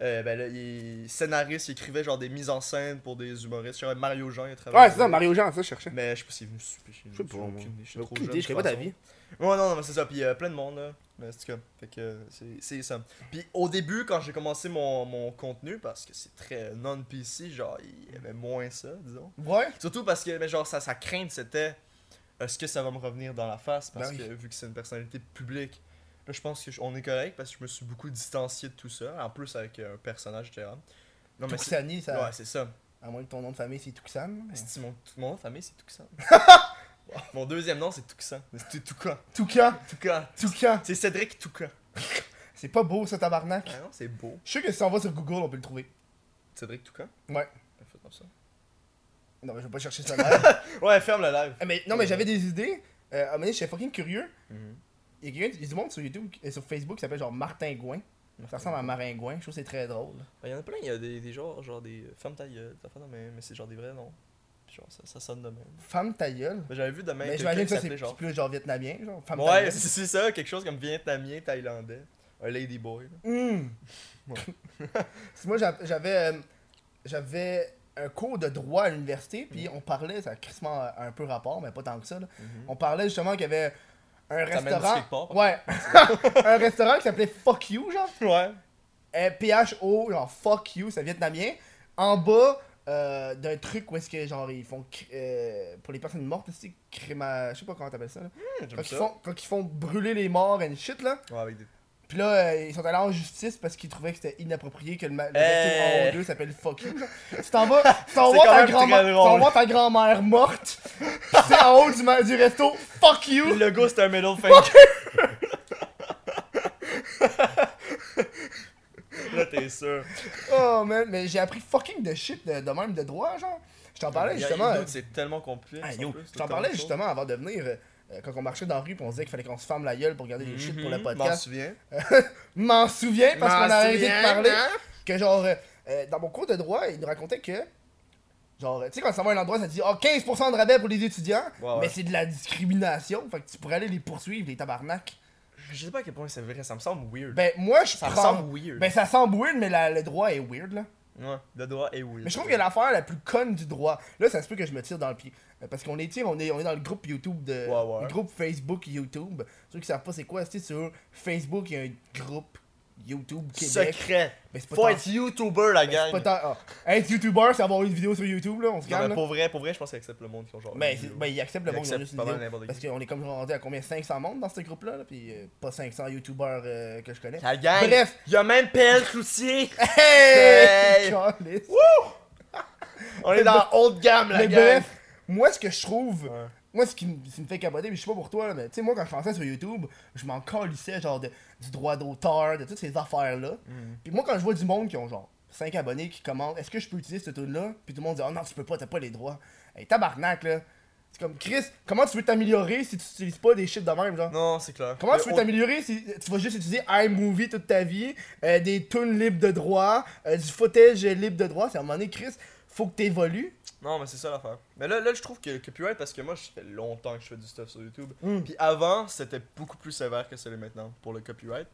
S2: Euh, ben là, il est scénariste, il écrivait genre des mises en scène pour des humoristes. Genre Mario Jean, il a travaillé.
S1: Ouais, c'est ça, Mario Jean, ça, je cherchais.
S2: Mais je sais pas s'il est venu souper chez nous.
S1: Je sais pas,
S2: j'ai
S1: moi.
S2: aucune idée, je suis
S1: J'ai
S2: trop
S1: aucune
S2: jeune,
S1: idée, je
S2: de
S1: connais pas
S2: toute
S1: ta
S2: façon.
S1: vie.
S2: Ouais, non, non, mais c'est ça. Puis euh, plein de monde, là. Mais c'est comme. Fait que euh, c'est- c'est ça. Puis au début, quand j'ai commencé mon, mon contenu, parce que c'est très non-PC, genre, il y avait moins ça, disons.
S1: Ouais.
S2: Surtout parce que, mais genre, sa, sa crainte, c'était est-ce que ça va me revenir dans la face Parce
S1: Ben oui.
S2: que vu que c'est une personnalité publique, là, je pense qu'on est correct parce que je me suis beaucoup distancié de tout ça. En plus, avec euh, un personnage, etc. Non, mais c'est.
S1: Tuxani, ça.
S2: Ouais, c'est ça.
S1: À moins que ton nom de famille, c'est Tuxan.
S2: C'est mon, mon nom de famille, c'est Tuxan. mon deuxième nom, c'est Tuxan. C'est Toucan.
S1: Toucan,
S2: Toucan.
S1: Toucan.
S2: C'est Cédric Toucan.
S1: C'est pas beau, ça, tabarnak.
S2: Ah non, c'est beau.
S1: Je suis sûr que si on va sur Google, on peut le trouver.
S2: Cédric Toucan
S1: Ouais.
S2: Ben, fais comme ça.
S1: Non, mais je vais pas chercher ça là.
S2: Ouais, ferme le live.
S1: Ah, mais, non, mais j'avais des idées. Euh, à un moment donné, j'étais fucking curieux.
S2: Mhm.
S1: Il y a quelqu'un- il y a du monde sur YouTube et sur Facebook qui s'appelle genre Martin Gouin. Ça ressemble à Maringouin. Je trouve que c'est très drôle.
S2: Il y en a plein, il y a des, des genres, genre des euh, ferme ta gueule, des affaires de même, mais c'est genre des vrais noms. Puis genre, ça, ça sonne de même.
S1: Femme ta gueule.
S2: Mais J'avais vu de même
S1: Mais
S2: quelqu'un
S1: j'imagine
S2: qui
S1: que ça, c'est
S2: s'appelait genre.
S1: plus genre vietnamien. Genre, femme ta
S2: Ouais,
S1: gueule.
S2: c'est c'est ça, quelque chose comme vietnamien, thaïlandais. Un ladyboy. là.
S1: Hum.
S2: Ouais.
S1: Si moi j'a- j'avais euh, j'avais un cours de droit à l'université puis on parlait ça a crissement euh, un peu rapport mais pas tant que ça là. On parlait justement qu'il y avait Mhm. un
S2: Ça mène
S1: restaurant
S2: quelque part, par
S1: ouais un restaurant qui s'appelait Fuck You genre
S2: Ouais. Hmm,
S1: Euh, PHO genre Fuck You c'est vietnamien en bas euh, d'un truc où est-ce que genre ils font cr- euh, pour les personnes mortes c'est créma je sais pas comment t'appelles ça là.
S2: Hmm, j'aime
S1: Quand, ils
S2: ça.
S1: font, quand ils font brûler les morts and shit là
S2: Ouais, avec des.
S1: puis là, euh, ils sont allés en justice parce qu'ils trouvaient que c'était inapproprié que le, ma- le
S2: Euh. Hey.
S1: resto en deux s'appelle Fuck You. Tu t'en vas, tu t'en vas
S2: quand
S1: ta
S2: même
S1: grand-mère,
S2: très
S1: tu
S2: drôle.
S1: t'en vas ta grand-mère morte, pis c'est en haut du, ma- du resto, Fuck
S2: Puis
S1: You.
S2: le gars, c'est un middle finger. Là, t'es sûr.
S1: Oh man, mais j'ai appris fucking de shit de, de même de droit, genre. Je t'en parlais
S2: Il y a-
S1: justement. euh,
S2: d'autres, C'est tellement compliqué.
S1: Ah, yo, je t'en parlais justement avant de venir. euh, euh, Quand on marchait dans la rue, pis on disait qu'il fallait qu'on se ferme la gueule pour garder
S2: Mhm.
S1: les shit pour le
S2: Je m'en
S1: podcast.
S2: souviens.
S1: M'en souviens parce qu'on a arrêté de parler.
S3: hein?
S1: Que genre, euh, euh, dans mon cours de droit, il nous racontait que. Genre, euh, tu sais, quand ça va à un endroit, ça dit oh, 15% de rabais pour les étudiants,
S2: Ouais, ouais.
S1: mais c'est de la discrimination. Fait que tu pourrais aller les poursuivre, les tabarnak.
S2: Je sais pas à quel point c'est vrai, ça me semble weird.
S1: Ben, moi, je
S2: ça me
S1: prends-
S2: semble weird.
S1: Ben, ça semble weird, mais la- le droit est weird, là.
S2: Ouais, le droit est weird.
S1: Mais je trouve que l'affaire la plus conne du droit, là, ça se peut que je me tire dans le pied. Euh, Parce qu'on est, tu sais, on est, on est dans le groupe YouTube de.
S2: Ouais, ouais.
S1: Le groupe Facebook YouTube. Ceux qui savent pas c'est quoi, c'est sur Facebook, il y a un groupe YouTube Québec.
S2: secret.
S1: Mais c'est pas
S2: Faut
S1: tant-
S2: être YouTuber, la gang.
S1: C'est pas tant. ah. Être YouTuber, c'est avoir une vidéo sur YouTube, là, on se
S2: Non,
S1: calme.
S2: mais
S1: là.
S2: pour vrai, pour vrai, je pense qu'ils acceptent le monde qui ont genre.
S1: Mais,
S2: une
S1: c'est-
S2: vidéo.
S1: ben, ils acceptent le monde,
S2: Ils
S1: ils ont
S2: acceptent
S1: juste une
S2: pas mal
S1: vidéo.
S2: n'importe qui.
S1: Parce qu'on est comme rendu à combien 500 membres dans ce groupe-là, là, puis euh, pas 500 youtubeurs euh, que je connais.
S2: La gang.
S1: Bref.
S2: Il y a même PL Cloutier. Hey!
S1: Hey! Calisse.
S2: On est dans haute gamme, la
S1: Mais
S2: gang.
S1: bref, moi ce que je trouve,
S2: Ouais.
S1: moi ce qui, me- ce qui me fait capoter, mais je sais pas pour toi, là, mais tu sais, moi quand je pensais sur YouTube, je m'en calissais genre de- du droit d'auteur, de toutes ces affaires-là.
S2: Mm.
S1: Puis moi quand je vois du monde qui ont genre 5 abonnés qui commandent, est-ce que je peux utiliser ce truc-là Puis tout le monde dit, oh non, tu peux pas, t'as pas les droits. Hey, tabarnak là. C'est comme, Chris, comment tu veux t'améliorer si tu utilises pas des shit de même, genre
S2: Non, c'est clair.
S1: Comment
S2: Mais
S1: tu veux
S2: on-
S1: t'améliorer si tu vas juste utiliser iMovie toute ta vie, euh, des tunes libres de droit, euh, du footage libre de droit C'est à un moment donné, Chris, faut que t'évolues.
S2: Non, mais c'est ça l'affaire. Mais là, là je trouve que le copyright, parce que moi, je fais longtemps que je fais du stuff sur YouTube.
S1: Mm.
S2: Puis avant, c'était beaucoup plus sévère que c'est maintenant pour le copyright.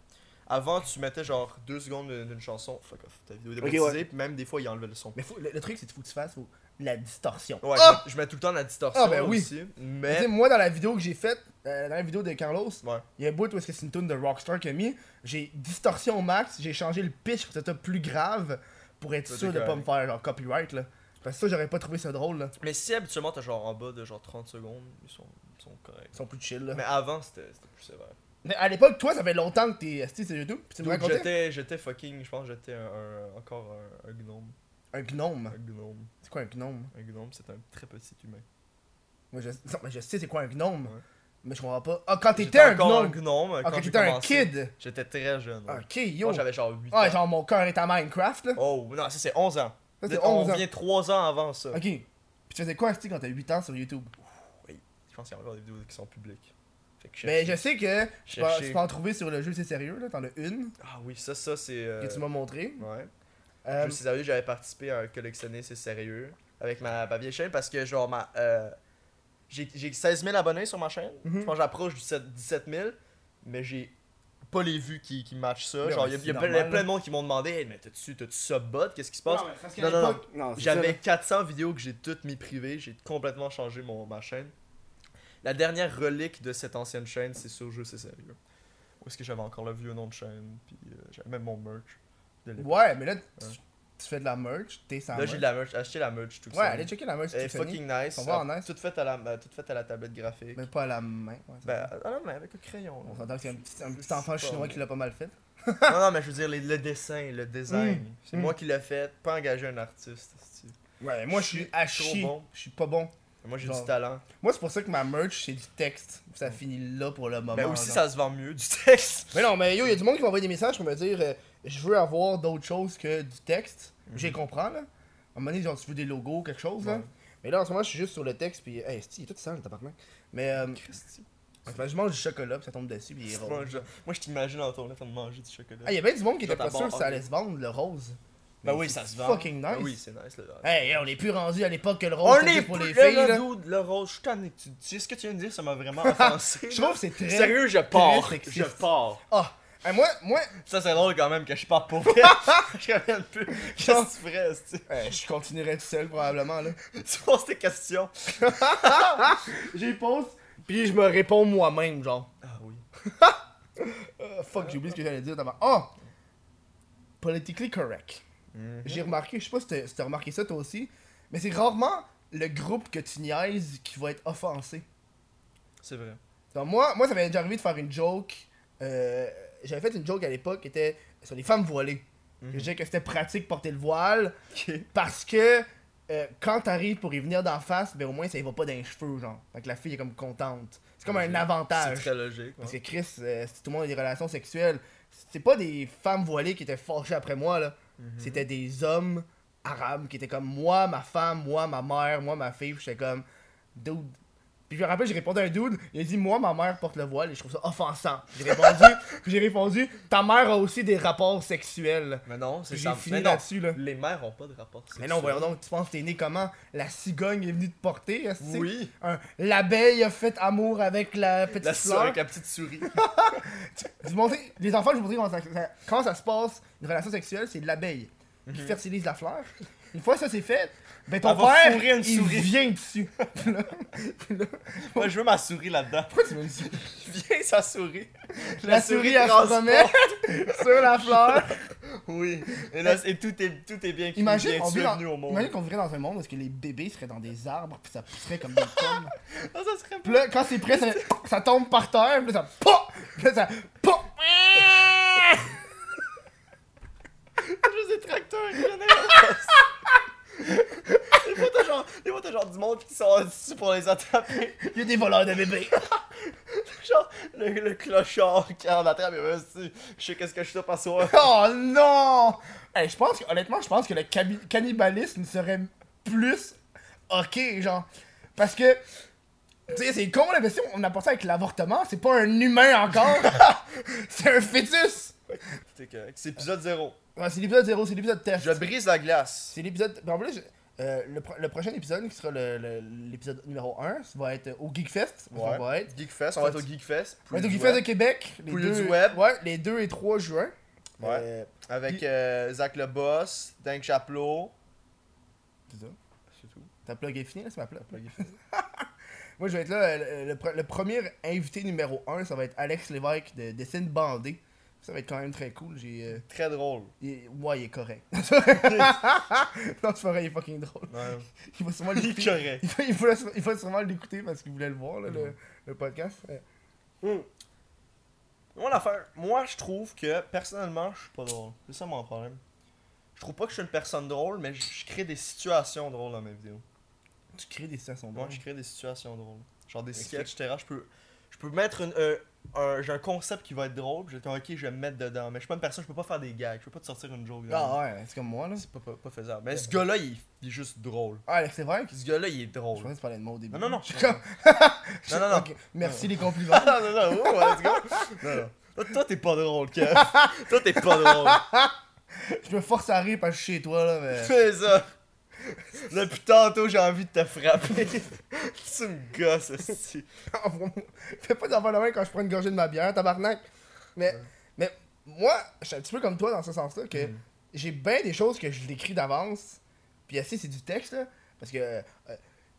S2: Avant, tu mettais genre deux secondes d'une chanson, fuck off, ta vidéo était
S1: Ok,
S2: monétisée, puis même des fois, ils enlevaient le son.
S1: Mais faut- le, le truc, c'est qu'il faut que tu fasses faut- la distorsion.
S2: Ouais,
S1: Ah!
S2: je, mets, je mets tout le temps la distorsion
S1: Ah, ben oui.
S2: aussi,
S1: Tu sais,
S2: mais...
S1: moi, dans la vidéo que j'ai faite, euh, la dernière vidéo de Carlos,
S2: Ouais.
S1: il y a un bout où est-ce que c'est une tune de Rockstar qu'il a mis. J'ai distorsion au max, j'ai changé le pitch pour que ça soit plus grave pour être
S2: Ça,
S1: sûr de
S2: t'es
S1: pas me
S2: correct.
S1: faire genre copyright là. Parce que ça, j'aurais pas trouvé ça drôle là.
S2: Mais si habituellement, t'as genre en bas de genre 30 secondes, ils sont, ils sont corrects.
S1: Ils sont plus chill là.
S2: Mais
S1: Mais,
S2: avant, c'était c'était plus sévère.
S1: à l'époque, toi, ça fait longtemps que t'es assis sur YouTube. Puis tu me
S2: Donc
S1: racontais
S2: j'étais, j'étais fucking, je pense que j'étais un, un- encore un, un gnome.
S1: un gnome.
S2: Un gnome.
S1: C'est quoi un gnome
S2: Un gnome, c'est un très petit humain.
S1: Moi, je, non, mais je sais c'est quoi un gnome.
S2: Ouais.
S1: Mais je comprends pas. Ah, quand t'étais
S2: J'étais
S1: un
S2: encore
S1: gnome.
S2: un gnome
S1: Ah,
S2: quand
S1: quand
S2: j'ai
S1: t'étais un
S2: commencé.
S1: kid.
S2: J'étais très jeune. ouais.
S1: Ok, yo.
S2: Moi j'avais genre 8
S1: Ah,
S2: ans.
S1: genre mon cœur est à Minecraft là.
S2: Oh, non, ça c'est 11 ans.
S1: Ça, c'est
S2: on
S1: 11 ans.
S2: vient 3 ans avant ça.
S1: Ok. Puis tu faisais quoi, Asti, quand t'as 8 ans sur YouTube?
S2: Je pense qu'il y a encore des vidéos qui sont publiques. Fait que
S1: Mais Ben,
S2: chercher-
S1: je sais que tu peux,
S2: Chercher.
S1: Bah, tu peux en trouver sur le jeu, c'est sérieux, là. T'en as une
S2: Ah oui, ça, ça c'est. euh,
S1: que tu m'as montré.
S2: Ouais.
S1: Euh,
S2: Je suis sérieux, j'avais participé à un collectionner, c'est sérieux. Avec ma, ma vieille chaîne parce que genre ma. euh, j'ai j'ai 16 000 abonnés sur ma chaîne.
S1: Mhm.
S2: Je pense que j'approche du 7 17 000. Mais j'ai pas les vues qui, qui matchent ça.
S1: Non,
S2: Genre,
S1: mais
S2: il y a,
S1: c'est
S2: il y a plein-
S1: normal,
S2: plein de monde qui m'ont demandé Hey, mais t'as-tu t'as-tu subbot Qu'est-ce qui se passe
S3: Non, mais parce qu'à
S2: Non, non, non.
S3: l'époque- non, c'est ça,
S2: J'avais
S3: là.
S2: 400 vidéos que j'ai toutes mis privées, j'ai complètement changé mon, ma chaîne. La dernière relique de cette ancienne chaîne, c'est sur Je sais sérieux. Où est-ce que j'avais encore le vieux nom de chaîne, puis euh, j'avais même mon merch. de l'époque.
S1: Ouais, mais là, tu, tu fais de la merch, t'es sans
S2: Là, j'ai de
S1: merch.
S2: la merch, acheté la merch tout
S1: Ouais,
S2: ça.
S1: allez checker la merch,
S2: Elle est
S1: Tiffany.
S2: fucking nice.
S1: Ils sont vraiment
S2: Ah,
S1: nice.
S2: Toute faite à la, euh, toute faite à la tablette graphique.
S1: Mais pas à la main. ouais, c'est
S2: Ben,
S1: ça.
S2: ah non, mais avec le crayon.
S1: On
S2: là.
S1: s'entend que c'est un petit, un petit enfant
S2: sais pas,
S1: chinois
S2: mais-
S1: qui l'a pas mal fait.
S2: non, non, mais je veux dire, les- le dessin, le design.
S1: Mm,
S2: C'est
S1: mm.
S2: moi qui l'ai fait, pas engagé un artiste. c'est-tu.
S1: Ouais, moi je suis à chier.
S2: bon.
S1: Je suis pas bon.
S2: Mais Moi, j'ai
S1: Genre.
S2: du talent.
S1: Moi, c'est pour ça que ma merch, c'est du texte. Ça finit là pour le moment.
S2: Mais Ben aussi,
S1: genre.
S2: ça se vend mieux du texte.
S1: Mais non, mais yo, y a du monde qui m'envoie des messages pour me dire euh, je veux avoir d'autres choses que du texte. J'ai comprends, là. À un moment donné, genre, tu veux des logos, quelque chose, là.
S2: Mhm. Ouais.
S1: Mais là, en ce moment, je suis juste sur le texte, puis. Hey, esti, il est tout sale, le tabarnak. Mais. euh, enfin, je mange du chocolat, puis ça tombe dessus, puis il est
S2: C'est pas un
S1: rose.
S2: jeu. Moi, je t'imagine en train de manger du chocolat.
S1: Ah, y avait du monde qui était
S2: Genre
S1: pas
S2: ta
S1: sûr que
S2: barre,
S1: ça
S2: ok.
S1: allait se vendre, le rose.
S2: Ben
S1: Mais
S2: oui,
S1: c'est
S2: ça se vend.
S1: fucking nice.
S2: Ben oui, c'est nice. Là.
S1: Hey, hey, on est plus rendu à l'époque que le rose,
S2: On
S1: c'était
S2: est
S1: pour les
S2: plus-
S1: filles,
S2: le,
S1: là.
S2: le, dude, le rose, je suis tanné que tu tu sais ce que tu viens de dire, ça m'a vraiment offensé.
S1: Je trouve que c'est très.
S2: Sérieux, je pars.
S1: sexiste.
S2: Je pars.
S1: Ah! Hey, moi, moi,
S2: Ça, c'est drôle quand même que je pars pour vrai. je reviens plus. Qu'est-ce que tu ferais, tu sais?
S1: Hey, je continuerai tout seul probablement là.
S2: Tu poses tes questions.
S1: J'y pose, puis je me réponds moi-même, genre.
S2: Ah oui.
S1: Euh, fuck, j'ai oublié ce que j'allais dire d'abord. Ah! Politically correct.
S2: Mm-hmm.
S1: J'ai remarqué, je sais pas si t'as si t'as remarqué ça toi aussi, mais c'est rarement le groupe que tu niaises qui va être offensé.
S2: C'est vrai.
S1: Donc moi, moi ça m'avait déjà arrivé de faire une joke. euh, J'avais fait une joke à l'époque qui était sur les femmes voilées. Je disais que c'était pratique porter le voile
S2: Mm-hmm. Ok.
S1: parce que euh, quand t'arrives pour y venir d'en face, ben au moins ça y va pas dans les cheveux, genre. Fait que la fille est comme contente. C'est comme un
S2: Ouais.
S1: avantage.
S2: C'est très logique.
S1: Parce que
S2: ouais.
S1: Chris, euh, si tout le monde a des relations sexuelles, c'est pas des femmes voilées qui étaient fâchées après moi, là.
S2: Mhm.
S1: C'était des hommes arabes qui étaient comme moi, ma femme, moi, ma mère, moi, ma fille. Puis J'étais comme, dude. Puis je me rappelle, j'ai répondu à un dude, il a dit, moi, ma mère porte le voile et je trouve ça offensant. J'ai répondu, puis j'ai répondu, ta mère a aussi des rapports sexuels.
S2: Mais non, c'est
S1: J'ai
S2: ça.
S1: fini
S2: Mais non,
S1: là-dessus, là.
S2: Les mères ont pas de rapport.
S1: Mais non,
S2: sexuel.
S1: voyons donc, tu penses que t'es né comment La cigogne est venue te porter, est-ce que-
S2: Oui.
S1: Un- L'abeille a fait amour avec la petite
S2: La souris
S1: fleur.
S2: avec la petite souris.
S1: Vous montrez- les enfants, je vous montrer comment ça, ça- comment ça se passe, une relation sexuelle, c'est de l'abeille qui fertilise la fleur. Une fois ça c'est fait, ben ton
S2: Elle va
S1: père,
S2: fourrer une
S1: il
S2: souris.
S1: vient dessus. Puis là- puis là-
S2: Moi, je veux ma souris là-dedans.
S1: pourquoi tu me dis
S2: Viens, sa souris.
S1: La, souris, elle se remet sur la fleur.
S2: Oui. Et, là, et tout, est, tout est bien qui
S1: Imagine
S2: bien
S1: on
S2: tu
S1: vit
S2: es
S1: dans-
S2: venu au monde.
S1: imagine qu'on vivrait dans un monde où est-ce que les bébés seraient dans des arbres puis ça pousserait comme des pommes.
S2: Ah, ça serait
S1: Puis là, quand c'est prêt, ça, ça tombe par terre, puis là, ça pop! Puis là, ça pop!
S2: plus des tracteurs qui viennent avec la- Des fois, t'as genre, des fois, t'as genre du monde qui sont dessus pour les attraper.
S1: Il y a des voleurs de bébés.
S2: Genre, le, le clochard qui en attrape, et ben, si, je sais qu'est-ce que je suis à soir.
S1: Oh non! Hey, je pense que, honnêtement, je pense que le cabi- cannibalisme serait plus ok, genre. Parce que, tu sais, c'est con la question, on apporte ça avec l'avortement, c'est pas un humain encore, c'est un fœtus!
S2: T'es correct. C'est épisode 0.
S1: Ouais, c'est l'épisode 0, c'est l'épisode test.
S2: Je brise la glace.
S1: C'est l'épisode. En plus, je- euh, le, pro- le prochain épisode, qui sera le- le- l'épisode numéro 1, ça va être au Geekfest. où On va être.
S2: Geekfest, on va être au Geekfest.
S1: On va être au Geekfest de Québec. Les
S2: Pour le
S1: deux,
S2: du web.
S1: Ouais, les 2 et 3 juin.
S2: Ouais.
S1: Euh,
S2: Avec euh, Zach le boss, Dink Chaplot.
S1: c'est ça.
S2: C'est tout.
S1: Ta plug est finie, là, c'est ma plug. Moi, je vais être là. euh, Le, le- le premier invité numéro 1, ça va être Alex Lévesque de Dessine Bandé. Ça va être quand même très cool. J'ai, euh,
S2: Très drôle.
S1: il- ouais, il est correct. non, c'est pas vrai, il est fucking drôle. Il va sûrement
S2: Il est
S1: l'écouter.
S2: correct. Mm.
S1: Il va, il va- il va sûrement l'écouter parce qu'il voulait le voir, là, le, le podcast. Euh,
S2: Moi, l'affaire, moi, je trouve que personnellement, je suis pas drôle. C'est ça mon problème. Je trouve pas que je suis une personne drôle, mais je, je crée des situations drôles dans mes vidéos.
S1: Tu crées des situations
S2: Moi,
S1: drôles.
S2: je crée des situations drôles. Genre des
S1: Explique.
S2: sketchs, etc. Je peux, je peux mettre une, euh, un. J'ai un concept qui va être drôle, puis je vais être comme, ok, je vais me mettre dedans. Mais je suis pas une personne, je peux pas faire des gags, je peux pas te sortir une joke.
S1: Ah ouais, c'est comme moi, là.
S2: C'est pas, pas, pas faisable. Mais ce gars-là, il, il est juste drôle.
S1: Ah, Alex Lévesque?
S2: Ce gars-là, il est
S1: Je pensais
S2: drôle.
S1: que tu parlais de moi au début.
S2: Non, non, non.
S1: Je suis comme-
S2: Non, non, non.
S1: Ok, Merci les compliments.
S2: Ah, non, non, oh, let's go. Non, non. Toi, toi, t'es pas drôle, Kev. toi, t'es pas drôle.
S1: je me force à rire parce que je suis chez toi, là, mais...
S2: Fais ça! Depuis tantôt, j'ai envie de te frapper. tu me gosses, aussi.
S1: Fais pas d'envoi la main quand je prends une gorgée de ma bière, tabarnak. Mais moi, je suis un petit peu comme toi dans ce sens-là, que
S2: Mm.
S1: j'ai bien des choses que je l'écris d'avance, puis assez, c'est du texte, là, parce que... euh,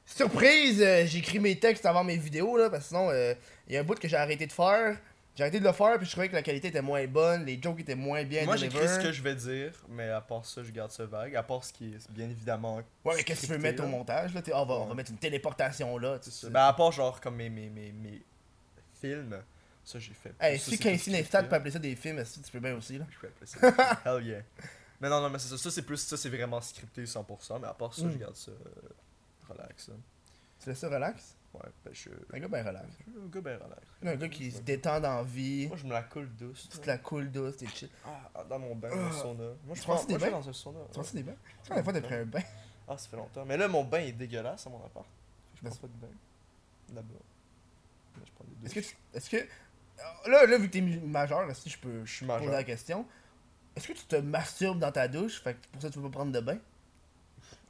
S1: surprise, euh, j'écris mes textes avant mes vidéos, là, parce que sinon, euh, il y a un bout que j'ai arrêté de faire, j'ai arrêté de le faire, puis je trouvais que la qualité était moins bonne, les jokes étaient moins bien
S2: Moi, j'écris
S1: delivered.
S2: ce que je vais dire, mais à part ça, je garde ça vague. À part ce qui est bien évidemment.
S1: Ouais, mais qu'est-ce que tu veux mettre
S2: scripté,
S1: au
S2: là.
S1: montage, là? T'es- Ah, on, va, on va
S2: Ouais.
S1: mettre une téléportation, là, tu sais.
S2: Ben, à part genre comme mes, mes, mes, mes films, ça j'ai fait.
S1: Hey,
S2: ça,
S1: si
S2: c'est
S1: Quincy
S2: tout
S1: Neistat
S2: scripté. hein.
S1: peut appeler ça des films, est-ce que tu peux bien aussi, là?
S2: Je peux appeler ça. Hell yeah. Mais non, non, mais c'est ça. Ça, c'est plus. Ça, c'est vraiment scripté 100%. Mais à part ça,
S1: Mm.
S2: je garde ça euh, relax. là.
S1: Tu laisses ça relax?
S2: Ouais, ben je.
S1: Un gars bien relax.
S2: je suis Un gars ben relax.
S1: Un gars qui se détend dans la vie,
S2: Moi, je me la coule douce.
S1: tu te
S2: là.
S1: la coules douce, t'es chill.
S2: Ah, dans mon bain,
S1: Ah.
S2: dans le sauna. Moi, je
S1: Tu penses
S2: pense
S1: des
S2: moi, je vais
S1: bains?
S2: dans un sauna. ouais.
S1: Tu penses que c'est des bains? La fois, t'as pris un bain.
S2: Ah, ça fait longtemps. Mais là, mon bain est dégueulasse à mon appart. Je
S1: Mais
S2: prends pas de bain. Là-bas. Là, je prends des douches.
S1: Est-ce que tu- Est-ce que. Là, là, vu que t'es mi- majeur, si je peux
S2: Je suis
S1: poser
S2: majeur.
S1: la question, est-ce que tu te masturbes dans ta douche? Fait que pour ça, tu peux pas prendre de bain?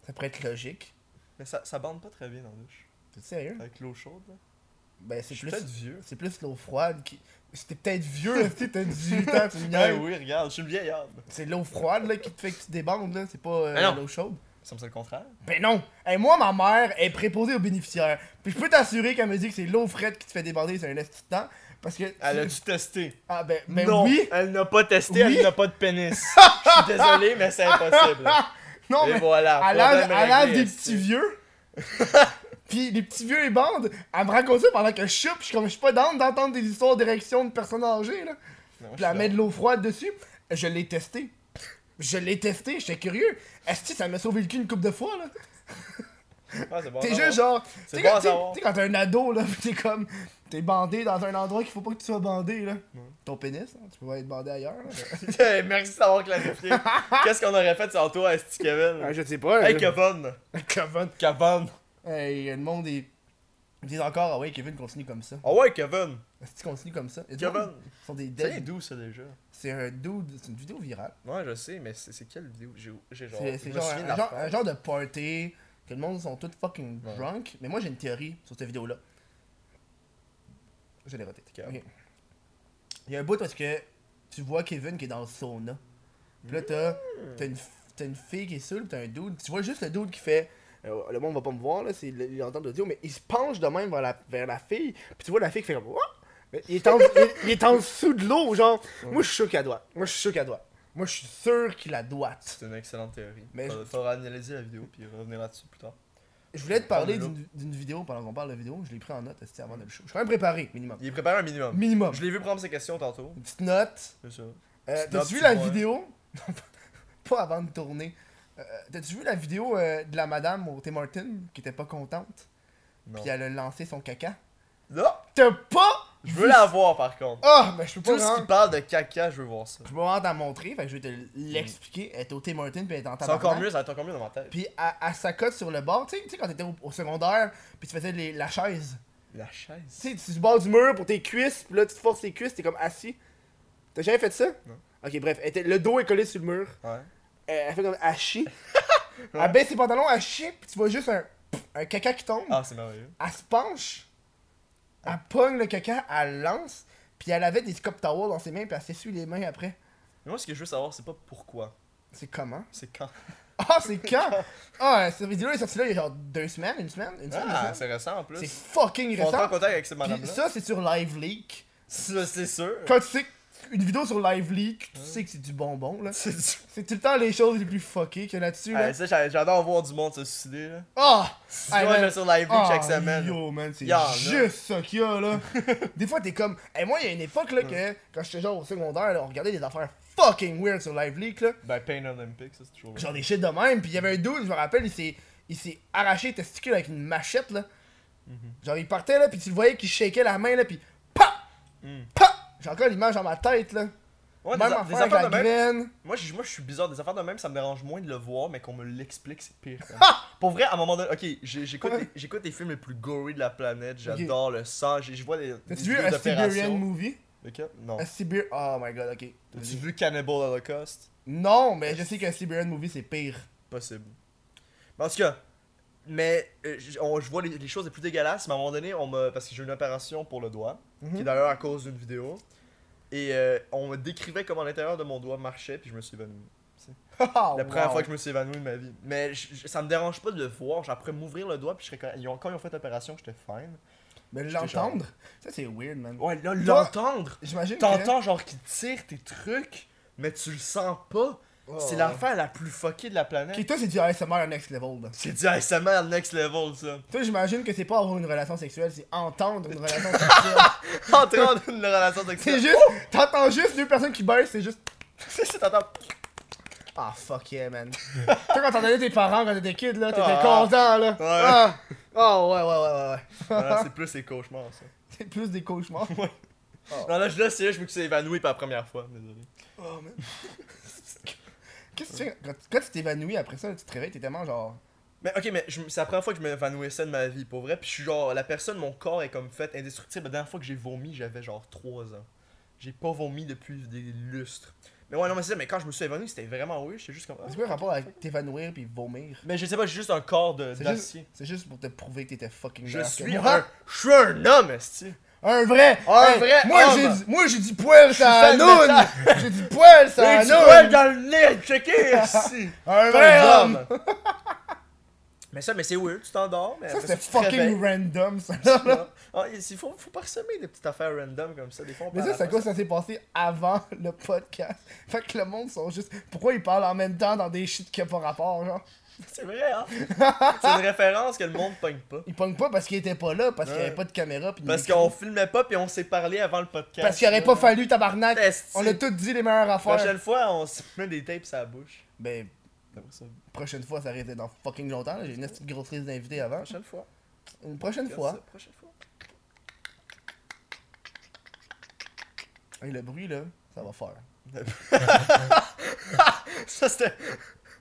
S1: Ça pourrait être logique.
S2: Mais ça, ça bande pas très bien dans la douche.
S1: T'es sérieux?
S2: Avec l'eau chaude, là.
S1: Ben,
S2: Je
S1: c'est
S2: suis
S1: plus.
S2: peut-être vieux.
S1: C'est plus l'eau froide qui. C'était peut-être vieux, tu sais, t'as 18 ans, tu me
S2: Ah
S1: niaises.
S2: oui, regarde, je suis une vieillarde.
S1: C'est l'eau froide là, qui te fait que tu débandes, là. c'est pas euh,
S2: Ah non.
S1: l'eau chaude.
S2: Ça me semble le contraire.
S1: Ben non! Hey, moi, ma mère est préposée aux bénéficiaires. Puis je peux t'assurer qu'elle me dit que c'est l'eau frette qui te fait débander, c'est un esti de temps. Parce que.
S2: Elle a dû tester.
S1: Ah ben, ben
S2: non,
S1: oui!
S2: elle n'a pas testé,
S1: Oui.
S2: elle n'a pas de pénis. Je suis désolé, mais c'est impossible.
S1: non,
S2: Et
S1: mais.
S2: voilà.
S1: Elle lave,
S2: problème
S1: elle lave
S2: réglé,
S1: des
S2: esti.
S1: petits vieux. Puis les petits vieux et bandes, elle me raconte ça pendant que je chupe. Je suis comme, je suis pas down d'entendre des histoires d'érection de personnes âgées, là.
S2: Non, je
S1: Puis
S2: suis
S1: la
S2: là.
S1: mets de l'eau froide dessus. Je l'ai testé. Je l'ai testé, j'étais curieux. Est-ce que ça m'a sauvé le cul une couple de fois, là?
S2: Ah, c'est bon,
S1: T'es
S2: non,
S1: juste
S2: non.
S1: genre.
S2: C'est
S1: T'es
S2: bon à
S1: quand, t'sais-
S2: savoir.
S1: t'sais quand t'es un ado, là, pis t'es comme. T'es bandé dans un endroit qu'il faut pas que tu sois bandé, là. Ton pénis, hein, tu peux pas être bandé ailleurs. là.
S2: Hey, Merci d'avoir clarifié. Qu'est-ce qu'on aurait fait sans toi, Esti
S3: Ah,
S2: Kevin
S3: je sais pas.
S2: Hey,
S3: je-
S2: Kevin
S1: Kevin.
S2: Kevin
S1: Hey, le monde est. Ils disent encore, ah ouais, Kevin continue comme ça.
S2: Ah ouais, Kevin
S1: Est-ce qu'il continue comme ça? Il y a du
S2: Kevin
S1: monde- Ils sont des
S2: Ça vient
S1: dead.
S2: d'où ça déjà
S1: C'est un dude, c'est une vidéo virale.
S2: Ouais, je sais, mais c'est c'est quelle vidéo J'ai- J'ai genre.
S1: C'est
S2: je
S1: c'est
S2: me
S1: genre,
S2: souviens de
S1: un,
S2: la
S1: genre,
S2: phrase.
S1: un genre de party que le monde sont tous fucking
S2: Ouais.
S1: drunk. Mais moi j'ai une théorie sur cette vidéo là. Je l'ai raté.
S2: Calme.
S1: Ok. Il y a un bout parce que tu vois Kevin qui est dans le sauna. Puis là
S2: Hmm.
S1: t'as t'as une, t'as une fille qui est seule, puis t'as un dude. Tu vois juste le dude qui fait.
S3: Euh, le monde va pas me voir, là, c'est le- l'entente d'audio, mais il se penche de même vers la, vers la fille, puis tu vois la fille qui fait comme. What? Mais Il est, en, il, il est en dessous de l'eau, genre. Moi, je suis sûr qu'elle doit.
S1: Moi je suis sûr qu'elle doit. Moi je suis sûr qu'il la doite.
S2: C'est une excellente théorie.
S1: Mais
S2: Faudra-
S1: je-
S2: Faudra analyser la vidéo puis revenir là-dessus plus tard.
S1: Je voulais te parler
S2: Prends-le
S1: d'une d'une vidéo pendant qu'on parle de vidéo. Je l'ai pris en note esti, avant de le show. Je suis quand même préparé, minimum.
S2: Il est préparé un minimum.
S1: Minimum.
S2: Je l'ai vu prendre ses questions tantôt.
S1: Une petite note.
S2: C'est ça.
S1: Euh,
S2: Stop,
S1: T'as-tu vu
S2: tu
S1: la
S2: vois.
S1: vidéo? pas avant de tourner. Euh, T'as-tu vu la vidéo euh, de la madame au Tim Martin qui était pas contente?
S2: Non.
S1: Puis elle a lancé son caca.
S2: Là,
S1: T'as pas?
S2: je veux la voir par contre.
S1: Ah, mais je peux pas.
S2: Tout ce
S1: vraiment-
S2: qui parle de caca, je veux voir ça.
S1: Je peux vraiment t'en montrer, fait que je vais te l'expliquer. Elle est au Tim Martin puis elle est en
S2: C'est encore
S1: tabarnak.
S2: mieux, ça va être encore mieux dans ma tête.
S1: Puis elle, elle s'accote sur le bord. Tu sais- tu sais, quand t'étais au, au secondaire, puis tu faisais les- la chaise.
S2: La chaise.
S1: Tu sais, tu-
S3: Du bord du mur pour tes cuisses, puis là, tu te forces tes cuisses, t'es comme assis. T'as jamais fait ça?
S2: Non.
S3: Ok, bref, elle était- le dos est collé sur le mur.
S2: Ouais.
S3: Elle, elle fait comme elle chie.
S1: elle baisse ses pantalons, elle chie, puis tu vois juste un, un caca qui tombe.
S2: Ah, c'est merveilleux.
S1: elle se penche, elle pogne le caca, elle lance, puis elle avait des scop towels dans ses mains, puis elle s'essuie les mains après.
S2: Mais moi, ce que je veux savoir, c'est pas pourquoi,
S1: C'est comment?
S2: c'est quand.
S1: Ah, c'est quand? Ah, cette vidéo-là est sortie là il y a genre deux semaines, une semaine, une semaine,
S2: Ah,
S1: deux semaines.
S2: c'est récent en plus.
S1: C'est
S2: Ils
S1: fucking
S2: sont en
S1: récent.
S2: contact avec cette
S1: Puis
S2: madame-là.
S1: ça, c'est sur Live Leak.
S2: Ça, c'est sûr. Ah,
S1: Quand tu sais une vidéo sur Live Leak, tu sais que c'est du bonbon, là.
S2: C'est sûr.
S1: C'est tout le temps les choses les plus fuckées qu'il y a là-dessus, là.
S2: Ah, ça, j'a- j'adore voir du monde se suicider. Là.
S1: Ah!
S2: Moi,
S1: man.
S2: je vais sur live
S1: Ah,
S2: chaque semaine.
S1: Yo, man, c'est
S2: Y'en a.
S1: juste ça qu'il y a, là. des fois, t'es comme. et moi, il y a une époque, là, que quand j'étais genre au secondaire, là, on regardait des affaires fucking weird sur Live Leak, là.
S2: Ben, Pain Olympic, ça, c'est toujours.
S1: Genre des shit de même. Puis il y avait un dude, je me rappelle, il s'est, il s'est arraché les testicules avec une machette, là.
S2: Mm-hmm.
S1: Genre, il partait, là, puis tu le voyais qu'il shakeait la main, là, puis. PAP!
S2: Mm.
S1: PAP! J'ai encore l'image dans ma tête, là.
S2: Ouais, des,
S1: même
S2: a- des
S1: affaire avec la
S2: affaires de même.
S1: graine.
S2: Moi je, moi, je suis bizarre. Des affaires de même, ça me dérange moins de le voir, mais qu'on me l'explique, c'est pire. quand même. Pour vrai, à un moment donné, ok, j'ai- j'écoute les, j'écoute les films les plus gory de la planète. J'adore le sang. j'ai- Je vois les.
S1: T'as-tu vu
S2: les vidéos
S1: un Siberian
S2: d'opération.
S1: movie?
S2: Lequel? Non.
S1: Un Siberian. Oh my god, ok.
S2: T'as-tu vu Cannibal Holocaust
S1: Non, mais je sais qu'un Siberian movie, c'est pire.
S2: Possible. Mais en tout cas, mais euh, j- on- je vois les, les choses les plus Mhm. dégueulasses, mais à un moment donné, on m'a parce que j'ai eu une opération pour le doigt, qui est d'ailleurs à cause d'une vidéo. Et euh, on me décrivait comment l'intérieur de mon doigt marchait, puis je me suis évanoui.
S3: Ah,
S1: Oh,
S2: La première
S3: wow.
S2: fois que je me suis évanoui de ma vie. Mais je- je- ça me dérange pas de le voir. J'apprends m'ouvrir le doigt, puis je serais quand, ils ont, quand ils ont fait l'opération, j'étais fine.
S1: Mais
S2: J'étais
S1: l'entendre, ça c'est weird, man.
S2: Ouais, là, l'entendre.
S1: J'imagine que-
S2: T'entends genre qu'ils tirent tes trucs, mais tu le sens pas.
S1: Oh,
S2: C'est
S1: ouais.
S2: l'affaire la plus fuckée de la
S1: Qui
S2: planète.
S1: toi c'est du ASMR next level. là.
S2: C'est du ASMR next level, ça.
S1: Toi j'imagine que c'est pas avoir une relation sexuelle, c'est entendre une relation sexuelle.
S2: Entrer dans une relation
S1: c'est
S2: sexuelle.
S1: juste, t'entends juste deux personnes qui baissent, c'est juste
S2: C'est t'entends.
S1: ah fuck yeah man. toi quand t'entendais tes parents quand t'étais kid là, t'étais
S2: Ah.
S1: content là.
S2: Ouais.
S1: Ah. Oh ouais ouais ouais ouais ouais.
S2: Voilà, c'est plus les cauchemars, ça.
S1: C'est plus des cauchemars.
S2: Non, là, je- là, c'est là, je me suis évanoui pour la première fois, désolé.
S1: Oh man. Qu'est-ce que tu fais quand, quand tu t'évanouis après ça, tu te réveilles, t'es tellement genre.
S2: Mais ok, mais je- c'est la première fois que je m'évanouissais de ma vie, pour vrai. Puis je suis genre, la personne, mon corps est comme fait indestructible. La dernière fois que j'ai vomi, j'avais genre 3 ans. J'ai pas vomi depuis des lustres. Mais ouais, non, mais c'est ça, mais quand je me suis évanoui, c'était vraiment weird. J'étais juste comme. ah.
S1: C'est quoi le rapport avec t'évanouir puis vomir
S2: Mais je sais pas, j'ai juste un corps de-
S1: C'est
S2: d'acier.
S1: juste, c'est juste pour te prouver que t'étais fucking
S2: Je
S1: meilleur que
S2: suis
S1: moi. Ah,
S2: un. Je suis un homme, esti.
S1: Un vrai!
S2: Un vrai
S1: Moi
S2: homme.
S1: j'ai dit, moi j'ai dit poil ça
S2: suis fait de
S1: noun! J'ai dit poil ça
S2: Hey, tu
S1: noun!
S2: vois dans le nez, checker, esti.
S1: Un vrai
S2: Un
S1: homme!
S2: homme. mais ça, mais c'est weird, tu t'endors. mais
S1: Ça
S2: après
S1: c'était
S2: tu te réveilles.
S1: fucking random ça!
S2: Ah, il faut, faut parsemer des petites affaires random comme ça. Des fois, on
S1: Mais ça
S2: parle
S1: c'est à
S2: après
S1: cause que ça s'est passé avant le podcast. Fait que le monde sont juste. Pourquoi ils parlent en même temps dans des shit qui a pas rapport genre?
S2: C'est vrai, hein? C'est une référence que le monde pogne pas.
S1: Ils pognent pas parce qu'ils étaient pas là, parce qu'il y
S2: Ouais.
S1: avait pas de caméra pis de
S2: Parce
S1: micro.
S2: qu'on filmait pas puis on s'est parlé avant le podcast.
S1: Parce qu'il aurait pas fallu tabarnak!
S2: Esti.
S1: On a tous dit les meilleures
S2: La
S1: affaires!
S2: prochaine fois, on se met des tapes à la bouche.
S1: Ben,
S2: Après ça, la
S1: prochaine fois ça risque d'être dans fucking longtemps, là. j'ai une petite grosse crise d'invités avant.
S2: prochaine fois.
S1: Une prochaine
S2: Regarde
S1: fois.
S2: ça, prochaine fois.
S1: Hey, le bruit là, ça va faire.
S2: Ça, c'était.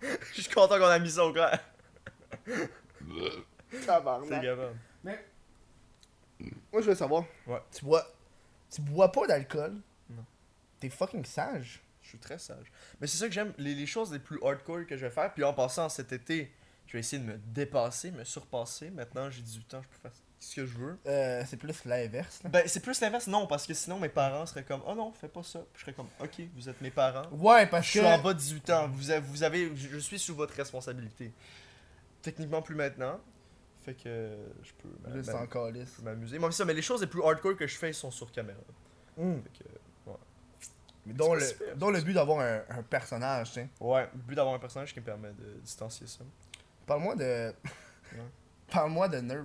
S2: Je suis content qu'on a mis ça au clair. C'est
S1: Tabarnak.
S2: capable.
S3: Moi, je veux savoir.
S1: Tu bois. Tu bois pas d'alcool.
S2: Non.
S1: T'es fucking sage.
S2: Je suis très sage. Mais c'est ça que j'aime, les, les choses les plus hardcore que je vais faire. Puis en passant, cet été, je vais essayer de me dépasser, me surpasser. Maintenant, j'ai 18 ans, je peux faire ce que je veux.
S1: Euh, c'est plus l'inverse. là.
S2: Ben, c'est plus l'inverse, non, parce que sinon mes parents seraient comme, oh non, fais pas ça. Puis je serais comme, ok, vous êtes mes parents.
S1: Ouais, parce
S2: Je
S1: que.
S2: suis en bas de 18 ans, vous avez, vous avez, je je suis sous votre responsabilité. Techniquement, plus maintenant. Fait que je peux m'a-
S1: Là, c'est
S2: m'a-
S1: en calice.
S2: je peux m'amuser. Moi, mais ça, mais les choses les plus hardcore que je fais, ils sont sur caméra. Fait que,
S1: Dont,
S2: pas
S1: le,
S2: super,
S1: dont le but d'avoir un, un personnage, tiens.
S2: ouais, le but d'avoir un personnage qui me permet de distancier ça.
S1: Parle-moi de.
S2: Ouais.
S1: Parle-moi de Nerf.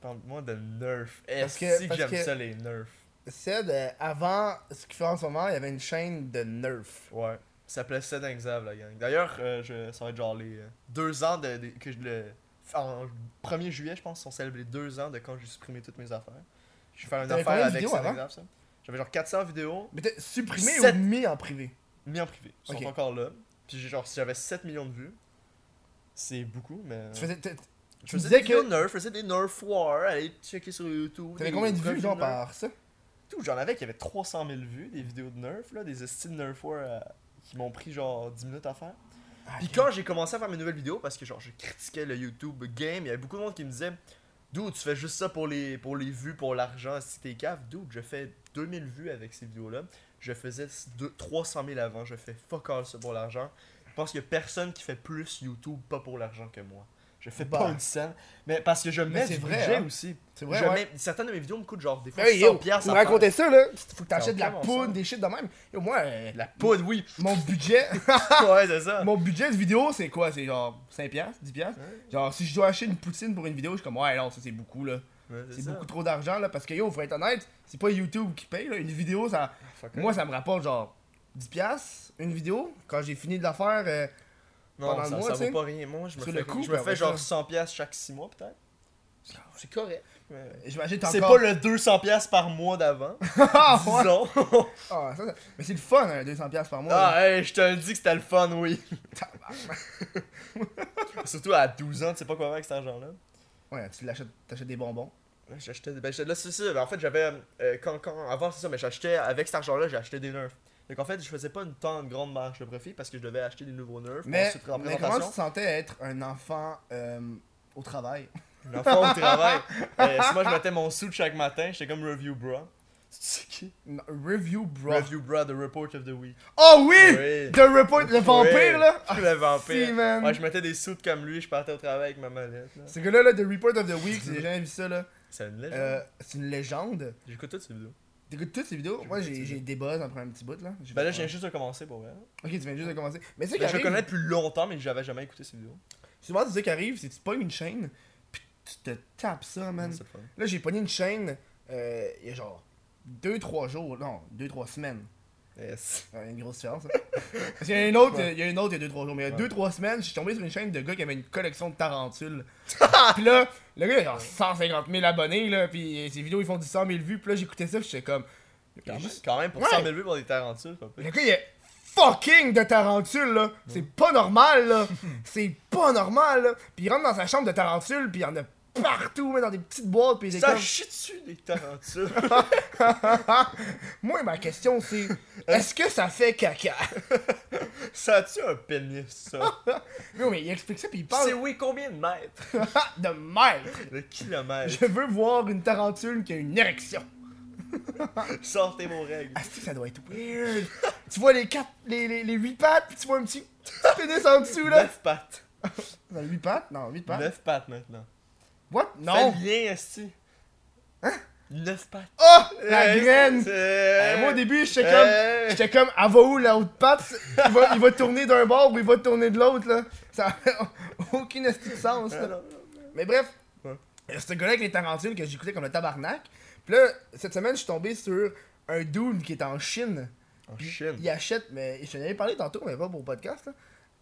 S2: Parle-moi de nerf.
S1: Parce
S2: Est-ce
S1: que-
S2: que,
S1: parce
S2: j'aime
S1: que-
S2: ça, les nerfs?
S1: C'est de- euh, avant ce qu'il fait en ce moment, il y avait une chaîne de Nerf.
S2: Ouais. Ça s'appelait Sed Exav, la gang. D'ailleurs, euh, je- ça va être genre les euh, deux ans de, de- que je le. En 1er juillet, je pense, sont célébrés deux ans de quand j'ai supprimé toutes mes affaires. Je vais faire une
S1: T'avais
S2: affaire
S1: combien de
S2: avec
S1: vidéos
S2: Sed
S1: avant?
S2: Exav, ça. J'avais genre 400 vidéos
S1: Mais t'as supprimé
S2: Sept.
S1: ou mis en privé
S2: mis en privé. Ils sont
S1: Ok.
S2: encore là. Puis j'ai genre, si j'avais 7 millions de vues, c'est beaucoup, mais. euh,
S1: Tu faisais. t'a-
S2: je faisais
S1: disais
S2: des vidéos
S1: que-
S2: Nerf, je faisais des Nerf War, allez checker sur YouTube.
S1: T'avais
S2: des
S1: combien de
S2: reviews
S1: vues, genre,
S2: Nerf.
S1: par ça
S2: Tout, j'en avais qui avaient 300 000 vues, des vidéos de Nerf, là, des styles Nerf War euh, qui m'ont pris genre 10 minutes à faire.
S1: Ah,
S2: Puis quand j'ai commencé à faire mes nouvelles vidéos, parce que genre je critiquais le YouTube game, il y avait beaucoup de monde qui me disait Dude, tu fais juste ça pour les, pour les vues, pour l'argent, si t'es cave. Dude, je fais 2000 vues avec ces vidéos-là. Je faisais deux- 300 000 avant, je fais fuck all ça pour l'argent. Je pense qu'il y a personne qui fait plus YouTube pas pour l'argent que moi. Je fais
S1: Bah.
S2: pas une scène. Mais parce que je mets
S1: c'est
S2: du
S1: vrai,
S2: budget
S1: hein.
S2: aussi.
S1: C'est vrai,
S2: Je
S1: ouais.
S2: mets- certaines de mes vidéos me coûtent genre des fois
S1: Hey,
S2: 100
S1: Bah yo,
S2: piastres
S1: tu me
S2: à faire.
S1: racontais ça, là. Faut que
S2: Ça
S1: t'achètes
S2: n'a
S1: de la
S2: aucun bon
S1: poudre,
S2: sens.
S1: des shit de même. Yo, moi, euh,
S2: La poudre, oui.
S1: mon budget,
S2: ouais, c'est ça.
S1: mon budget de vidéo, c'est quoi C'est genre 5$, 10$. Genre, si je dois acheter une poutine pour une vidéo, je suis comme, ouais, non, ça c'est beaucoup, là.
S2: Ouais,
S1: C'est
S2: ça.
S1: beaucoup trop d'argent, là. Parce que, yo, faut être honnête, c'est pas YouTube qui paye, là. Une vidéo, ça.
S2: Fuck off.
S1: Moi, ça me rapporte genre 10$, une vidéo. Quand j'ai fini de la faire, euh,
S2: Non,
S1: pendant le
S2: ça,
S1: mois,
S2: ça
S1: tu sais.
S2: vaut pas rien. Moi, je me
S1: Sur
S2: fais,
S1: le coup,
S2: je me
S1: ben
S2: fais
S1: ouais,
S2: genre
S1: ça.
S2: 100$ piastres chaque 6 mois, peut-être. C'est correct. mais-
S1: j'imagine t'as
S2: C'est
S1: encore.
S2: pas le 200$ piastres par mois d'avant.
S1: Ah, ouais.
S2: disons.
S1: Ah, ça, ça- Mais c'est le fun, hein, 200$ par mois. là.
S2: ah, hey, je te le dis que c'était le fun, oui. Surtout à 12 ans, tu sais pas quoi faire avec cet argent-là.
S1: Ouais, tu l'achètes, t'achètes des bonbons.
S2: Ouais, J'achetais des. Ben, j'étais- là, c'est ça. Ben, en fait, j'avais. euh, quand, quand, avant, c'est ça, mais j'achetais. Avec cet argent-là, j'ai acheté des nerfs. Donc, en fait, je faisais pas une tant de grande marge de profit parce que je devais acheter des nouveaux nerfs. pour
S1: Mais,
S2: ensuite faire la
S1: mais comment tu
S2: présentation.
S1: te sentais être un enfant euh, au travail
S2: L'enfant au travail. Euh, si moi je mettais mon sou de chaque matin, j'étais comme Review Bra. C'est qui
S1: Non, Review Bro.
S2: Review Bro, The Report of the Week.
S1: Oh oui!
S2: Oui.
S1: The Report, le vampire
S2: Ouais,
S1: là! Ah,
S2: Le
S1: Si,
S2: vampire.
S1: man.
S2: Ouais, je mettais des soutes comme lui, je partais au travail avec ma mallette. là.
S1: Ce gars-là, là, The Report of the Week, si j'ai jamais vu ça là,
S2: C'est une légende.
S1: euh, c'est une légende.
S2: J'écoute toutes ces vidéos.
S1: T'écoutes toutes ces vidéos? Moi, j'ai j'ai des buzz après un petit bout là. J'ai
S2: Ben là,
S1: fait,
S2: j'ai juste de commencer pour vrai.
S1: Ok, tu viens juste de commencer. Mais c'est
S2: Ben, je le
S1: ça
S2: connais depuis longtemps, mais j'avais jamais écouté ces vidéos.
S1: Souvent, c'est ça qui arrive, c'est que tu pognes une chaîne, pis tu te tapes ça, man.
S2: C'est le fun.
S1: Là, j'ai pogné une chaîne, euh, il y a genre 2-3 jours, non, 2-3 semaines.
S2: Yes.
S1: Il y a une grosse différence. hein. Parce qu'il y a une autre, il y a une autre, il y a 2-3 jours, mais il y
S2: Ouais.
S1: a 2-3 semaines, je suis tombé sur une chaîne de gars qui avait une collection de tarentules. puis là, le gars, il a genre 150 000 abonnés, là, pis ses vidéos, ils font du 100 000 vues, puis là, j'écoutais ça, pis j'étais comme.
S2: Quand même,
S1: Juste-
S2: quand même, pour
S1: Ouais.
S2: 100 000 vues pour des tarentules, c'est pas pire.
S1: Le gars, il est fucking de tarentule, là. C'est pas normal, là. C'est pas normal, là. Puis il rentre dans sa chambre de tarentule, puis il y en a partout, mais dans des petites boîtes, puis il est
S2: Ça
S1: comme...
S2: chie dessus des tarentules.
S1: Moi, ma question, c'est...
S2: Euh,
S1: Est-ce que ça fait caca?
S2: ça a-tu un pénis, ça?
S1: Non, mais il explique ça, puis il
S2: C'est
S1: Ah, parle
S2: oui, combien de mètres?
S1: de merde.
S2: Le kilomètre.
S1: Je veux voir une tarentule qui a une érection.
S2: Sortez vos règles.
S1: Ah, c'est que ça doit être weird. tu vois les quatre... Les, les, les huit pattes, puis tu vois un petit... petit pénis en dessous, là.
S2: 9 pattes.
S1: Non, huit pattes? Non, huit pattes.
S2: 9 pattes maintenant.
S1: What?
S2: Non.
S1: Non.
S2: Fais bien, Esti. Hein? 9 pattes.
S1: Oh! La graine! Euh, moi au
S2: début,
S1: début j'étais comme
S2: Euh, Eh.
S1: j'étais comme elle va où la haute patte il va, il va tourner d'un bord ou il va tourner de l'autre là ça n'a aucune esti de sens là. mais bref
S2: Ouais.
S1: il y a ce gars-là avec les tarentules que j'écoutais comme le tabarnak puis là cette semaine je suis tombé sur un dude qui est en Chine
S2: En
S1: Puis
S2: Chine.
S1: il achète mais je t'en avais parlé tantôt mais pas pour le podcast là.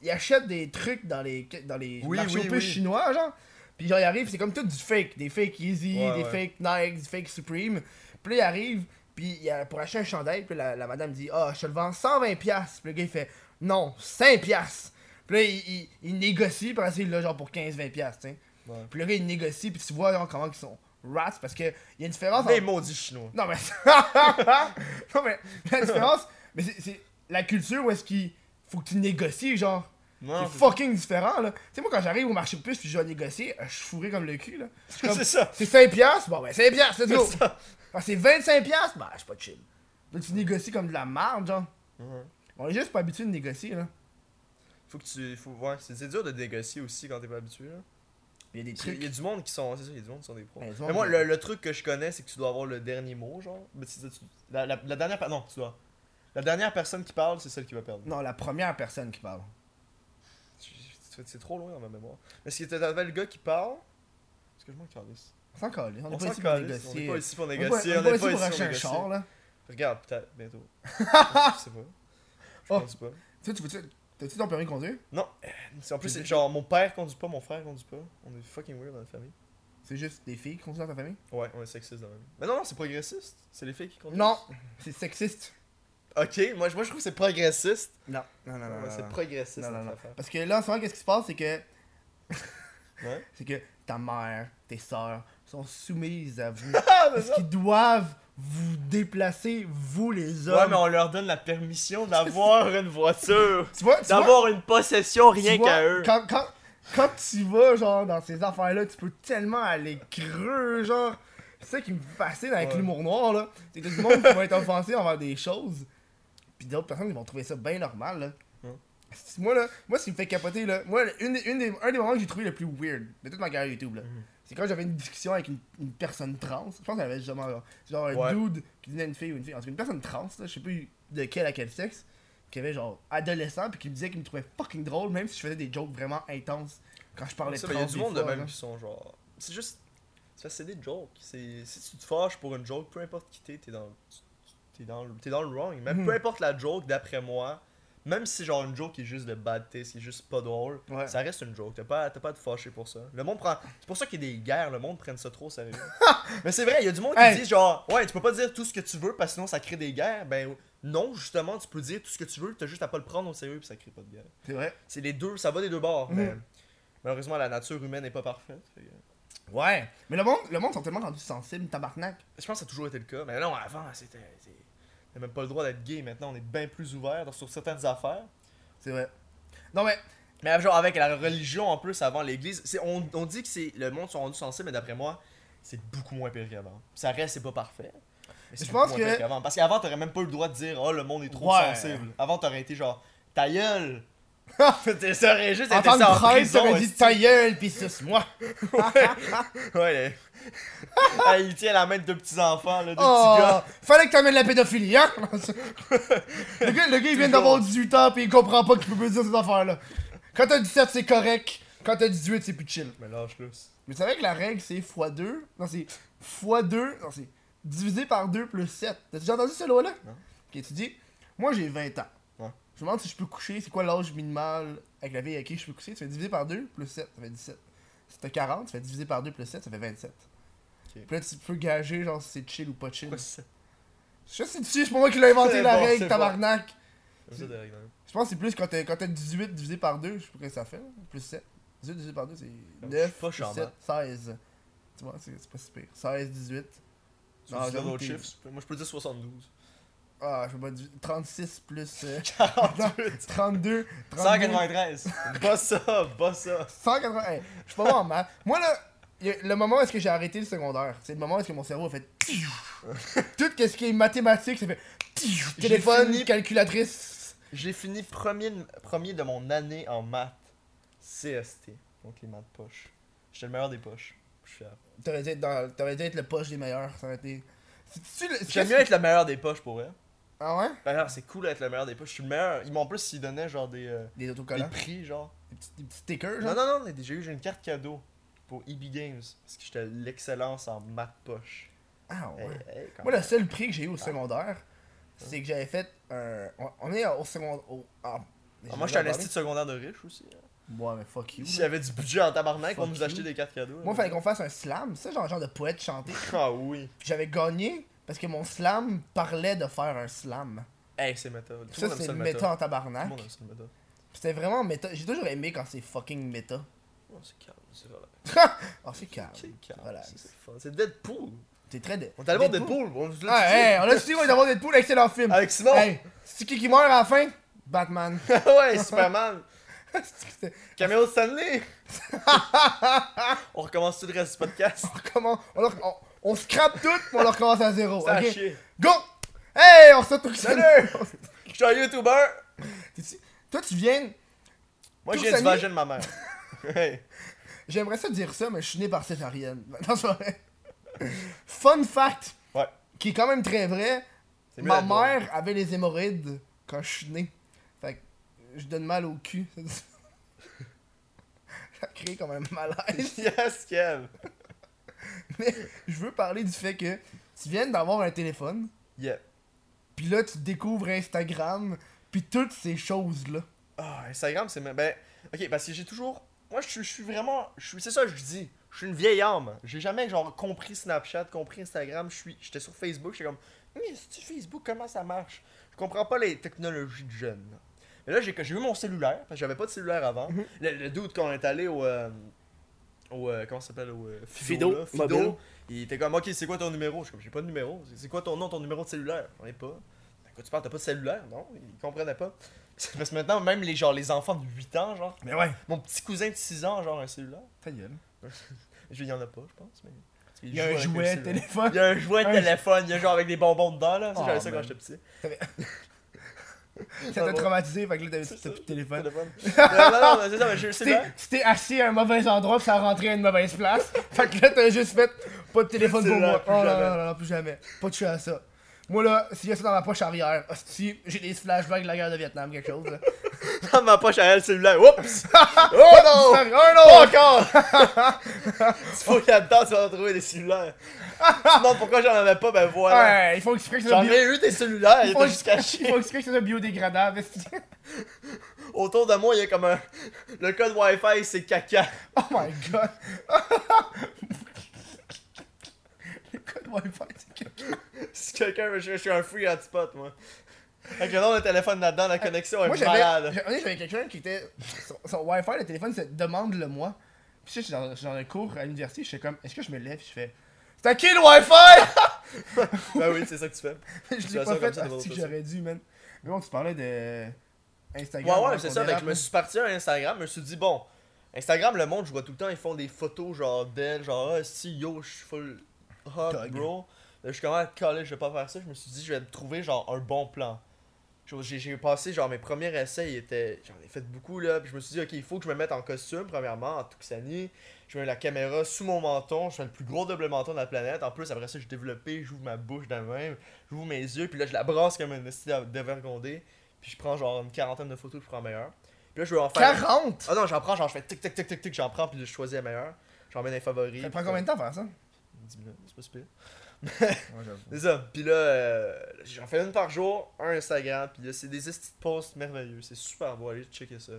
S1: il achète des trucs dans les dans les
S2: Oui,
S1: marchés
S2: oui,
S1: aux puces
S2: oui.
S1: chinois genre puis genre il arrive c'est comme tout du fake des fake Easy
S2: Ouais,
S1: des
S2: ouais.
S1: fake Nike des fake Supreme puis là, il arrive puis il a- pour acheter un chandail puis la, la madame dit ah je te le vends 120 pièces puis le gars il fait non 5 pièces puis là il, il, il négocie parce qu'il l'a genre pour 15 20 pièces tu sais.
S2: Ouais.
S1: puis le gars il négocie puis tu vois genre comment ils sont rats parce que il y a une différence
S2: Des
S1: entre-
S2: maudits chinois.
S1: non mais... non mais la différence, mais c'est- c'est la culture où est-ce qu'il faut que tu négocies genre.
S2: Non,
S1: C'est fucking différent là. Tu sais moi quand j'arrive au marché aux puces puis je dois négocier, euh, je suis fourré comme le cul là. Je suis comme,
S2: C'est ça.
S1: C'est 5 piastres, bon ben 5 piastres, let's
S2: C'est
S1: go.
S2: ça.
S1: Quand c'est 25 piastres, ben je suis pas chill. Là tu négocies comme de la merde genre.
S2: Ouais.
S1: On est juste pas habitué de négocier là.
S2: Faut que tu. Faut voir. C'est c'est dur de négocier aussi quand t'es pas habitué. Là.
S1: Il y a des
S2: Il y a
S1: trucs.
S2: du monde qui sont. C'est ça, il y a du monde qui sont des pros.
S1: Ben, du
S2: Mais
S1: monde
S2: moi,
S1: qui-
S2: le, le truc que je connais, c'est que tu dois avoir le dernier mot, genre. Mais tu- tu- la, la- la dernière. per- Non, tu dois. La dernière personne qui parle, c'est celle qui va perdre.
S1: Non, la première personne qui parle.
S2: C'est c'est trop loin dans ma mémoire. Mais si t'avais le gars qui parle. Parce que je m'en calisse.
S1: On s'en colle, on est pas
S2: On s'en
S1: ici pour
S2: calisse. On est
S1: négocier.
S2: pas ici pour
S1: On est
S2: négocier.
S1: on est pas ici pour
S2: pour
S1: acheter un
S2: négocier.
S1: char là.
S2: Regarde, peut-être, bientôt. je sais pas. Je
S1: Oh.
S2: pense pas.
S1: Tu sais, tu veux-tu- T'as-tu ton permis de conduire?
S2: C'est- En plus, c'est genre mon père conduit pas, mon frère conduit pas. On est fucking weird dans la famille.
S1: C'est juste des filles qui conduisent dans ta famille?
S2: Ouais, on est sexiste dans la famille. Mais non, non, c'est progressiste. C'est les filles qui conduisent.
S1: Non, c'est sexiste.
S2: Ok, moi, je- moi je trouve que c'est progressiste.
S1: Non, non, non,
S2: Ouais,
S1: non. non,
S2: c'est
S1: non.
S2: progressiste
S1: Non, non,
S2: cette
S1: non.
S2: affaire.
S1: Parce que là, en ce moment, qu'est-ce qui se passe, c'est que,
S2: Ouais.
S1: c'est que ta mère, tes sœurs sont soumises à vous.
S2: Ah, mais
S1: parce
S2: ça-
S1: qu'ils doivent vous déplacer, vous les hommes.
S2: Ouais, mais on leur donne la permission d'avoir une voiture,
S1: Tu vois, tu vois,
S2: d'avoir une possession
S1: tu
S2: rien
S1: vois,
S2: qu'à eux.
S1: Quand, quand, quand tu vas, genre, dans ces affaires-là, tu peux tellement aller creux, genre. C'est ça qui me fascine avec
S2: Ouais.
S1: l'humour noir, là. C'est que tout le monde qui va être offensé envers des choses. Puis d'autres personnes, ils vont trouver ça bien normal, là.
S2: Ouais.
S1: C'est- Moi, là, moi, ce qui me fait capoter, là, moi, une, des- une des, un des moments que j'ai trouvé le plus weird de toute ma carrière YouTube, là,
S2: Mhm.
S1: c'est quand j'avais une discussion avec une, une personne trans. Je pense qu'elle avait justement, genre, genre un
S2: Ouais.
S1: dude qui disait à une fille ou une fille. En tout cas, une personne trans, là, je sais plus de quel à quel sexe, qui avait genre adolescent, puis qui me disait qu'il me trouvait fucking drôle, même si je faisais des jokes vraiment intenses quand je parlais
S2: Ça,
S1: trans.
S2: mais y a du
S1: des
S2: monde de
S1: fois,
S2: même
S1: là.
S2: qui sont genre. C'est juste. Tu fais c'est des jokes. C'est- Si tu te fâches pour une joke, peu importe qui t'es, t'es dans, tu- t'es dans, le- t'es dans le wrong. Même
S1: Mhm.
S2: peu importe la joke, d'après moi, même si genre une joke qui est juste de bad taste, qui est juste pas drôle,
S1: Ouais.
S2: ça reste une joke. T'as pas, t'as pas à te fâcher pour ça. Le monde prend. C'est pour ça qu'il y a des guerres, le monde prenne ça trop au sérieux. mais c'est vrai, il y a du monde qui
S1: Hey.
S2: dit genre, ouais, tu peux pas dire tout ce que tu veux parce que sinon ça crée des guerres. Ben non, justement, tu peux dire tout ce que tu veux, t'as juste à pas le prendre au sérieux puis ça crée pas de guerre.
S1: C'est vrai.
S2: C'est les deux, ça va des deux bords,
S1: Mhm.
S2: mais malheureusement la nature humaine n'est pas parfaite. fait que-
S1: Ouais. Mais le monde, le monde sont tellement rendus sensibles, tabarnak.
S2: Je pense que ça a toujours été le cas, mais non, avant c'était. c'est- On n'a même pas le droit d'être gay, maintenant on est bien plus ouvert dans- sur certaines affaires.
S1: C'est vrai. Non, mais.
S2: Mais genre avec la religion en plus, avant l'église, c'est- on, on dit que c'est le monde sont rendus sensibles, mais d'après moi, c'est beaucoup moins pire qu'avant. Ça reste, c'est pas parfait. Mais c'est
S1: Je
S2: beaucoup
S1: pense
S2: moins
S1: que-
S2: pire qu'avant. Parce qu'avant, t'aurais même pas eu le droit de dire, oh, le monde est trop
S4: Ouais.
S2: sensible. Avant, t'aurais été genre, ta gueule. ça aurait juste
S1: En
S2: été
S1: tant
S2: ça en
S1: que prêtre,
S2: prison,
S1: t'aurais dit ta gueule, pis suce moi.
S2: Ouais. Ah, il tient la main de deux petits enfants, là, deux
S1: Oh,
S2: petits gars.
S1: fallait que t'amènes la pédophilie, hein? le gars, le gars, il vient d'avoir 18 ans pis il comprend pas qu'il peut pas dire ces affaires-là. Quand t'as 17, c'est correct. Quand t'as 18, c'est plus chill.
S2: Mais lâche-le.
S1: Mais tu savais que la règle, c'est x2? Non, c'est x2. Non, c'est divisé par 2 plus 7. T'as déjà entendu ce loi-là?
S2: Non.
S1: Ok, tu dis, moi j'ai 20 ans.
S2: Ouais.
S1: Je me demande si je peux coucher, c'est quoi l'âge minimal avec la vie avec qui je peux coucher? Tu fais diviser par 2 plus 7, ça fait 17. Si t'as 40, tu fais diviser par 2 plus 7, ça fait 27.
S2: Ok.
S1: Puis là, tu peux gager genre si c'est chill ou pas chill.
S2: Pourquoi c'est ça?
S1: Je sais dessus, c'est pas moi qui l'ai inventé
S2: C'est
S1: la
S2: bon,
S1: règle,
S2: c'est
S1: tabarnak.
S2: Comme ça, des règles, hein.
S1: Je pense que c'est plus quand t'as quand t'as 18 divisé par 2, je sais pas que ça fait, là, plus 7. 18 divisé par 2, c'est
S2: suis
S1: 9,
S2: pas
S1: plus 7,
S2: charmant.
S1: 16. Tu vois, c'est c'est pas si pire. 16, 18.
S2: Tu
S1: Ah,
S2: dis
S1: j'avoue,
S2: d'autres
S1: t'es-
S2: chiffres. tu peux- Moi, je peux dire 72.
S1: Ah, je sais pas, du- 36 plus euh,
S2: Ah, 48.
S1: 32. 32
S2: 193. Bas ça, bas ça.
S1: 180. Hey, je suis pas bon en maths. Moi, là, y a- le moment où est-ce que j'ai arrêté le secondaire, c'est le moment où est-ce que mon cerveau a fait. tiou. Tout ce qui est mathématiques, ça fait. tiou.
S2: J'ai
S1: Téléphone,
S2: fini-
S1: calculatrice.
S2: J'ai fini premier de, premier de mon année en maths. CST. Donc les maths poche. J'étais le meilleur des poches. Je suis fier.
S1: T'aurais dû, être dans- t'aurais dû être le poche des meilleurs. Ça aurait été. C'est-tu le-
S2: J'aime mieux être le meilleur des poches pour vrai.
S1: Ah ouais?
S2: D'ailleurs, c'est cool d'être le meilleur des poches. Je suis le meilleur. Ils m'ont en plus, ils donnaient genre des, euh,
S1: Des
S2: des
S1: autocollants.
S2: prix, genre.
S1: Des petits, des petits stickers, genre.
S2: Non, non, non, j'ai eu j'ai une carte cadeau pour EB Games. Parce que j'étais l'excellence en maths poche.
S1: Ah ouais.
S2: Hey, hey, quand
S1: Moi, le seul prix que j'ai eu
S2: Ah.
S1: au secondaire, c'est que j'avais fait un. on- On est au secondaire. Au... Ah,
S2: Ah, moi, j'étais un esti de secondaire de riche aussi. hein.
S1: Ouais, mais fuck you.
S2: S'il y avait du budget en tabarnak,
S1: Fuck
S2: on nous
S1: you.
S2: achetait des cartes cadeaux.
S1: Moi,
S2: hein.
S1: fallait qu'on fasse un slam, ça, genre, genre de poète chanté.
S2: Ah oui.
S1: Puis J'avais gagné parce que mon slam parlait de faire un slam.
S2: Hey, c'est méta. Tout le
S1: Ça,
S2: monde aime
S1: c'est
S2: ça,
S1: le
S2: le
S1: méta
S2: méta.
S1: en
S2: Tout le
S1: tabarnak.
S2: monde aime ça, le méta.
S1: C'était vraiment méta. J'ai toujours aimé quand c'est fucking méta.
S2: Oh, c'est calme, c'est
S1: Oh, c'est calme.
S2: C'est calme.
S1: Relax.
S2: c'est- c'est fun. C'est Deadpool.
S1: T'es très. dé-
S2: On est allé voir
S1: Deadpool.
S2: Deadpool. On l'a
S1: Ah,
S2: dit.
S1: hey, on a su, on est d'avoir Deadpool, excellent film.
S2: Avec Simon.
S1: Hey, c'est qui qui meurt à la fin Batman.
S2: ouais, Superman.
S1: C'était-
S2: Caméo de Stanley. on recommence tout le reste du podcast.
S1: Comment On, leur- on, on scrape tout, puis on leur commence à zéro.
S2: Ça a
S1: ok?
S2: chier.
S1: Go! Hey, on se retrouve
S2: Salut! Je suis un YouTuber.
S1: T'es-tu- Toi, tu viens.
S2: Moi,
S1: Tout
S2: j'ai du
S1: Stanley.
S2: vagin de ma mère. Hey.
S1: J'aimerais ça dire ça, mais je suis né par césarienne. Non, c'est vrai. Fun fact,
S2: Ouais.
S1: qui est quand même très vrai
S2: C'est mieux
S1: ma
S2: d'être drôle.
S1: mère avait les hémorroïdes quand je suis né. Fait que je donne mal au cul. Ça crée quand même malaise.
S2: Yes, Kev.
S1: Mais je veux parler du fait que tu viens d'avoir un téléphone,
S2: Yeah.
S1: puis là, tu découvres Instagram, puis toutes ces choses-là.
S2: Ah, Instagram, c'est même. Ben, ok, parce que j'ai toujours. Moi, je suis- je suis vraiment. je suis- C'est ça que je dis. Je suis une vieille âme. J'ai jamais, genre, compris Snapchat, compris Instagram. Je suis- J'étais sur Facebook, j'étais comme. Mais c'est-tu Facebook, comment ça marche Je comprends pas les technologies de jeunes. là. Mais là, j'ai j'ai eu mon cellulaire, parce que j'avais pas de cellulaire avant. Le, le dude, quand on est allé au. euh, au euh, comment ça s'appelle au, euh, Fido, là,
S3: Fido, mobile.
S2: il était comme ok c'est quoi ton numéro je suis comme j'ai pas de numéro C'est- c'est quoi ton nom ton numéro de cellulaire j'en ai pas à quoi tu parles t'as pas de cellulaire non ils comprenaient pas c'est parce que maintenant, même les, genre, les enfants de 8 ans, genre,
S1: Mais ouais,
S2: mon petit cousin de 6 ans, genre, un cellulaire.
S1: ta gueule.
S2: Je- Il y en a pas, je pense, mais.
S1: Il y a un
S2: joue avec
S1: jouet,
S2: le cellulaire.
S1: téléphone.
S2: Il y a un jouet de
S1: Un-
S2: téléphone, il y a genre avec des bonbons dedans, là. Ça,
S1: Oh,
S2: j'avais ça
S1: man.
S2: quand j'étais petit.
S1: Ça t'a traumatisé, fait que là, t'avais-
S2: C'est
S1: t'as
S2: ça.
S1: plus de téléphone.
S2: Téléphone. Euh, non, non, c'est ça, mais j'ai eu le
S1: Si t'es-
S2: cellulaire.
S1: si t'es assis à un mauvais endroit, pis ça a rentré à une mauvaise place. fait que là, t'as juste fait pas de téléphone
S2: Plus
S1: pour
S2: de
S1: moi.
S2: cellulaire,
S1: Oh non,
S2: plus jamais.
S1: non, non, non, plus jamais. Pas de chance à ça. Moi là, s'il y a ça dans ma poche arrière, si j'ai des flashbacks de la guerre de Vietnam, quelque chose. Là.
S2: Dans ma poche, j'avais le cellulaire. Oups! Oh non!
S1: Ça- un
S2: Pas
S1: autre!
S2: encore! Il faut qu'il y a dedans, tu vas en trouver des cellulaires. Non, pourquoi j'en avais pas? Ben voilà.
S1: Ouais, il faut exprès que ça soit
S2: J'en
S1: bio-
S2: ai eu des cellulaires, ils
S1: faut-
S2: étaient juste cachés.
S1: il faut exprès que ça soit biodégradable. esti.
S2: Autour de moi, il y a comme un. Le code Wi-Fi, c'est caca.
S1: oh my god! Le code Wi-Fi, c'est que-
S2: Si quelqu'un veut, je, je suis un free hotspot, moi. Avec le nom de téléphone là-dedans, la connexion
S1: Moi
S2: est
S1: j'avais
S2: Oh, malade.
S1: j'ai- honnêtement, j'avais quelqu'un qui était son, son Wi-Fi le téléphone c'est demande-le moi. Puis je suis dans, j'étais dans un cours à l'université, je suis comme est-ce que je me lève, je fais c'est à qui le Wi-Fi
S2: Ben oui, c'est ça que tu fais.
S1: Je
S2: Tu
S1: l'ai pas
S2: fais ça comme
S1: fait,
S2: ça,
S1: ah,
S2: tu
S1: si
S2: vas voir
S1: j'aurais dû man. Mais bon, tu parlais de Instagram.
S2: Ouais, ouais,
S1: avant
S2: c'est
S1: qu'on
S2: ça. Fait que
S1: dérape,
S2: je me suis parti à Instagram, je me suis dit, bon, Instagram, le monde, je vois tout le temps, ils font des photos genre d'elle, genre, ah, si yo, je suis full hot,
S1: Thug.
S2: bro. Euh, je suis comme à collège, je vais pas faire ça. Je me suis dit, je vais me trouver genre un bon plan. Je- J'ai j'ai passé genre mes premiers essais, ils étaient- j'en ai fait beaucoup là. Puis je me suis dit, ok, il faut que je me mette en costume, premièrement, en tuxani. Je mets la caméra sous mon menton, je fais le plus gros double menton de la planète. En plus, après ça, j'ai développé, j'ouvre ma bouche de même, j'ouvre mes yeux, puis là, je la brasse comme une esti de dévergondée. Puis je prends genre une quarantaine de photos, je prends la meilleure. Puis là, je vais en faire.
S1: 40!
S2: Ah non, j'en prends, genre je fais tic tic tic tic tic, j'en prends, puis je choisis la meilleure. J'en mets dans les favoris.
S1: Ça prend combien de temps à faire ça?
S2: 10 minutes, c'est pas si pire. C'est ça. Puis là, euh, j'en fais une par jour, un Instagram. Puis là, c'est des esti de posts merveilleux. C'est super beau. Allez checker ça.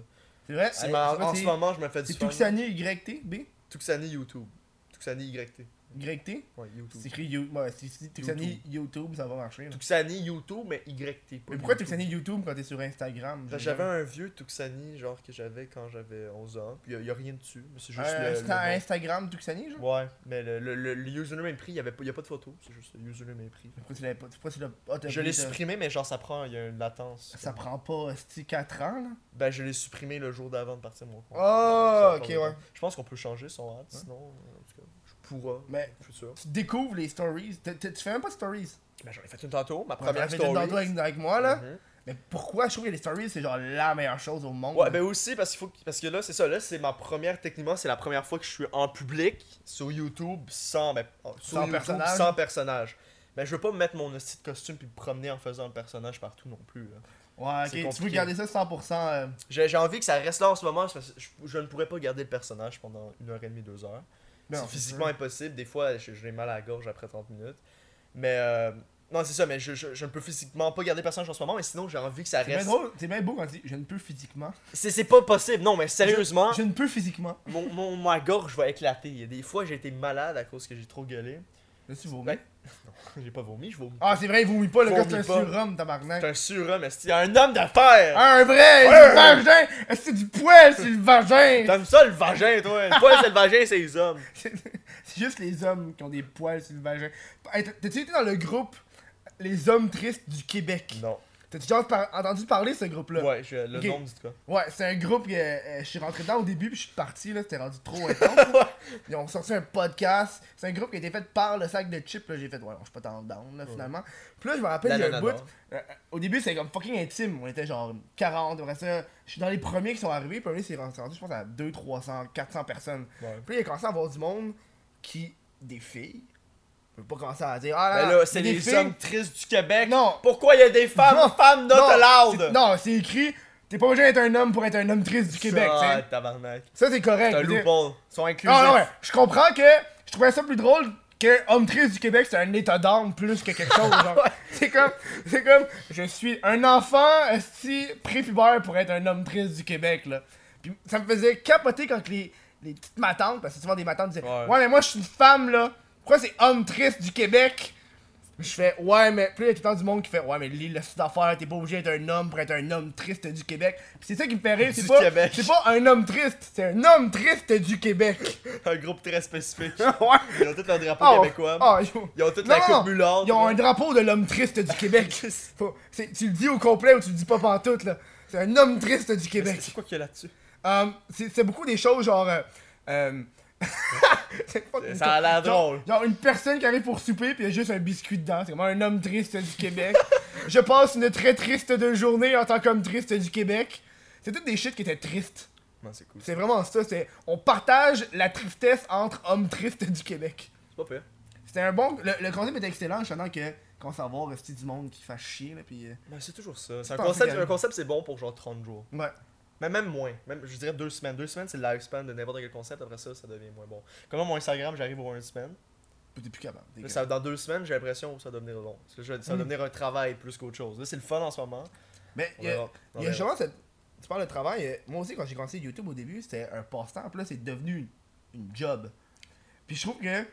S1: C'est vrai?
S2: C'est
S1: Allez,
S2: ma-
S1: c'est quoi,
S2: en
S1: c'est-
S2: ce moment, je me fais du
S1: C'est
S2: fun.
S1: Tuxani YT, B?
S2: Tuxani YouTube. Tuxani YT.
S1: YT?
S2: Ouais, YouTube.
S1: C'est écrit You- ouais, si- si Tuxani YouTube, ça va marcher. là.
S2: Tuxani YouTube, mais YT. pas
S1: Mais pourquoi
S2: YouTube.
S1: Tuxani YouTube quand t'es sur Instagram?
S2: Parce que J'avais un vieux Tuxani, genre, que j'avais quand j'avais 11 ans. Puis il a rien dessus. mais C'est juste
S1: Euh,
S2: le-
S1: c'est
S2: le
S1: un
S2: nom.
S1: Instagram Tuxani, genre?
S2: Ouais, mais le, le, le, le username est pris. Il n'y a pas de photo. C'est juste le username est pris.
S1: Pourquoi tu l'avais pas? Pourquoi tu l'as ah, t'as
S2: Je
S1: pris
S2: l'ai
S1: de-
S2: supprimé, mais genre, ça prend. Il y a une latence.
S1: Ça prend pas, cest 4 ans, là?
S2: Ben, je l'ai supprimé le jour d'avant de partir de mon compte.
S1: Ah,
S2: Ça,
S1: ok,
S2: ça va.
S1: ouais. Hein?
S2: Je pense qu'on peut changer son hâte, sinon, en tout cas, je pourrais.
S1: Mais
S2: Je suis sûr.
S1: tu découvres les stories. T'as- t'as- Tu fais même pas de stories.
S2: Ben, j'en ai fait une tantôt, ma
S1: Première
S2: première
S1: ouais,
S2: story.
S1: tantôt avec, avec moi, là.
S2: Mhm.
S1: Mais pourquoi je trouve que les stories, c'est genre la meilleure chose au monde?
S2: Ouais, ben aussi, parce, qu'il faut, que- parce que là, c'est ça, là, c'est ma première, techniquement, c'est la première fois que je suis en public, sur YouTube, sans, ben, oh, sur
S1: Sans
S2: YouTube,
S1: personnage.
S2: sans personnage. Mais je veux pas me mettre mon hostie de costume puis me promener en faisant le personnage partout non plus. là.
S1: Ouais,
S2: c'est
S1: ok, tu veux
S2: compliqué.
S1: garder ça 100%. euh,
S2: J'ai j'ai envie que ça reste là en ce moment, parce que je, je ne pourrais pas garder le personnage pendant une heure et demie, deux heures.
S1: non,
S2: c'est physiquement
S1: sûr.
S2: impossible. Des fois, je- j'ai mal à la gorge après 30 minutes. Mais euh, non, c'est ça, mais je, je, je ne peux physiquement pas garder le personnage en ce moment, mais sinon, j'ai envie que ça
S1: C'est bien
S2: reste.
S1: drôle, c'est bien beau quand tu dis je ne peux physiquement.
S2: C'est c'est pas possible, non, mais sérieusement,
S1: Je ne peux physiquement.
S2: mon, mon, ma gorge va éclater. Il y a des fois, j'ai été malade à cause que j'ai trop gueulé.
S1: Là, tu vomis.
S2: Ouais. J'ai pas vomi, je vomis.
S1: Ah, c'est vrai, il vomit pas, le gars,
S2: Vomit
S1: c'est un
S2: pas.
S1: surhomme,
S2: T'es
S1: tabarnak.
S2: un surhomme, esti, un homme d'affaires!
S1: Ah, un vrai,
S2: Ouais.
S1: du vagin! Ah, C'est du poil sur le vagin!
S2: T'aimes ça le vagin, toi? Une fois, c'est le vagin, c'est les hommes.
S1: C'est c'est juste les hommes qui ont des poils sur le vagin. Hey, t'as- T'as-tu été dans le groupe Les hommes tristes du Québec?
S2: Non.
S1: T'as-tu déjà par- entendu parler de ce groupe-là?
S2: Ouais, je- le
S1: Ok.
S2: nom dit quoi.
S1: Ouais, c'est un groupe que euh, je suis rentré dedans au début puis je suis parti là, c'était rendu trop intense. là. Ils ont sorti un podcast. C'est un groupe qui a été fait par le sac de chips là, j'ai fait ouais, non, je suis pas tant down là, finalement. Puis là, je me rappelle
S2: La
S1: il y a un
S2: nana,
S1: bout.
S2: non.
S1: euh, euh, au début, c'était comme fucking intime, on était genre 40 après ça. Je suis dans les premiers qui sont arrivés, puis là c'est rendu je pense à 2 300 400 personnes.
S2: Ouais.
S1: Puis là, il a commencé à avoir du monde qui des filles. Je veux pas commencer à dire ah là,
S2: Ben
S1: là,
S2: là, c'est
S1: des
S2: les
S1: filles.
S2: hommes tristes du Québec.
S1: Non.
S2: Pourquoi il y a des femmes,
S1: Non.
S2: femmes not
S1: c'est-
S2: allowed?
S1: Non, c'est écrit T'es pas obligé d'être un homme pour être un homme triste du Québec, tu
S2: Ah,
S1: sais.
S2: tabarnak.
S1: Ça, c'est correct.
S2: C'est un
S1: je veux dire.
S2: loophole. Ils sont inclusifs.
S1: Ah ouais, je comprends que je trouvais ça plus drôle que Homme triste du Québec, c'est un état d'âme plus que quelque chose. genre. C'est comme, c'est comme, je suis un enfant esti prépubère pour être un homme triste du Québec là. Puis ça me faisait capoter quand que les, les petites matantes, parce que souvent des matantes disaient, ouais,
S2: Ouais.
S1: mais moi je suis une femme là. Pourquoi c'est homme triste du Québec? Je fais ouais mais plus il y a tout le temps du monde qui fait ouais mais Lille le site d'affaires t'es pas obligé d'être un homme pour être un homme triste du Québec Puis c'est ça qui me fait rire
S2: Du
S1: c'est pas
S2: Québec.
S1: c'est pas un homme triste c'est un homme triste du Québec
S2: Un groupe très spécifique.
S1: ouais.
S2: Ils ont tous leur drapeau
S1: Ah,
S2: québécois.
S1: ah, ils ont-
S2: Ils ont toute
S1: Non,
S2: la
S1: non,
S2: coupe bullard.
S1: Ils ont un drapeau de l'homme triste du Québec. Faut- c'est- tu le dis au complet ou tu le dis pas pantoute, là. C'est un homme triste du
S2: C'est
S1: Québec.
S2: c'est quoi qu'il y a là-dessus?
S1: Hum, c'est c'est beaucoup des choses genre. euh, euh, c'est fucking
S2: Ça a l'air
S1: con. Genre-
S2: drôle.
S1: Genre une personne qui arrive pour souper puis il y a juste un biscuit dedans. C'est comme un homme triste du Québec. Je passe une très triste de journée en tant qu'homme triste du Québec. C'est toutes des shit qui étaient tristes.
S2: Non, c'est cool. C'est
S1: C'est vraiment ça. c'est On partage la tristesse entre hommes tristes du Québec.
S2: pas pire.
S1: C'était un bon. Le, le concept était excellent, je suis que qu'on s'en va rester du monde qui fasse chier là puis. euh,
S2: Ben, c'est toujours ça. C'est un
S1: pas
S2: concept,
S1: africain.
S2: un concept c'est bon pour genre 30 jours.
S1: Ouais.
S2: Mais même moins. Même, je dirais deux semaines. Deux semaines, c'est le lifespan de n'importe quel concept. Après ça, ça devient moins bon. Comme mon Instagram, j'arrive aux une semaine.
S1: Puis T'es plus capable. t'es
S2: Là,
S1: comme-
S2: ça- dans deux semaines, j'ai l'impression que ça va devenir long. Parce que je- ça va
S1: Mm.
S2: devenir un travail plus qu'autre chose. Là, c'est le fun en ce moment.
S1: Mais
S2: On
S1: il y a,
S2: verra. On
S1: il y a
S2: verra.
S1: justement cette. Tu parles de travail. euh, Moi aussi, quand j'ai commencé YouTube au début, c'était un passe-temps. Puis là, c'est devenu une, une job. Puis je trouve que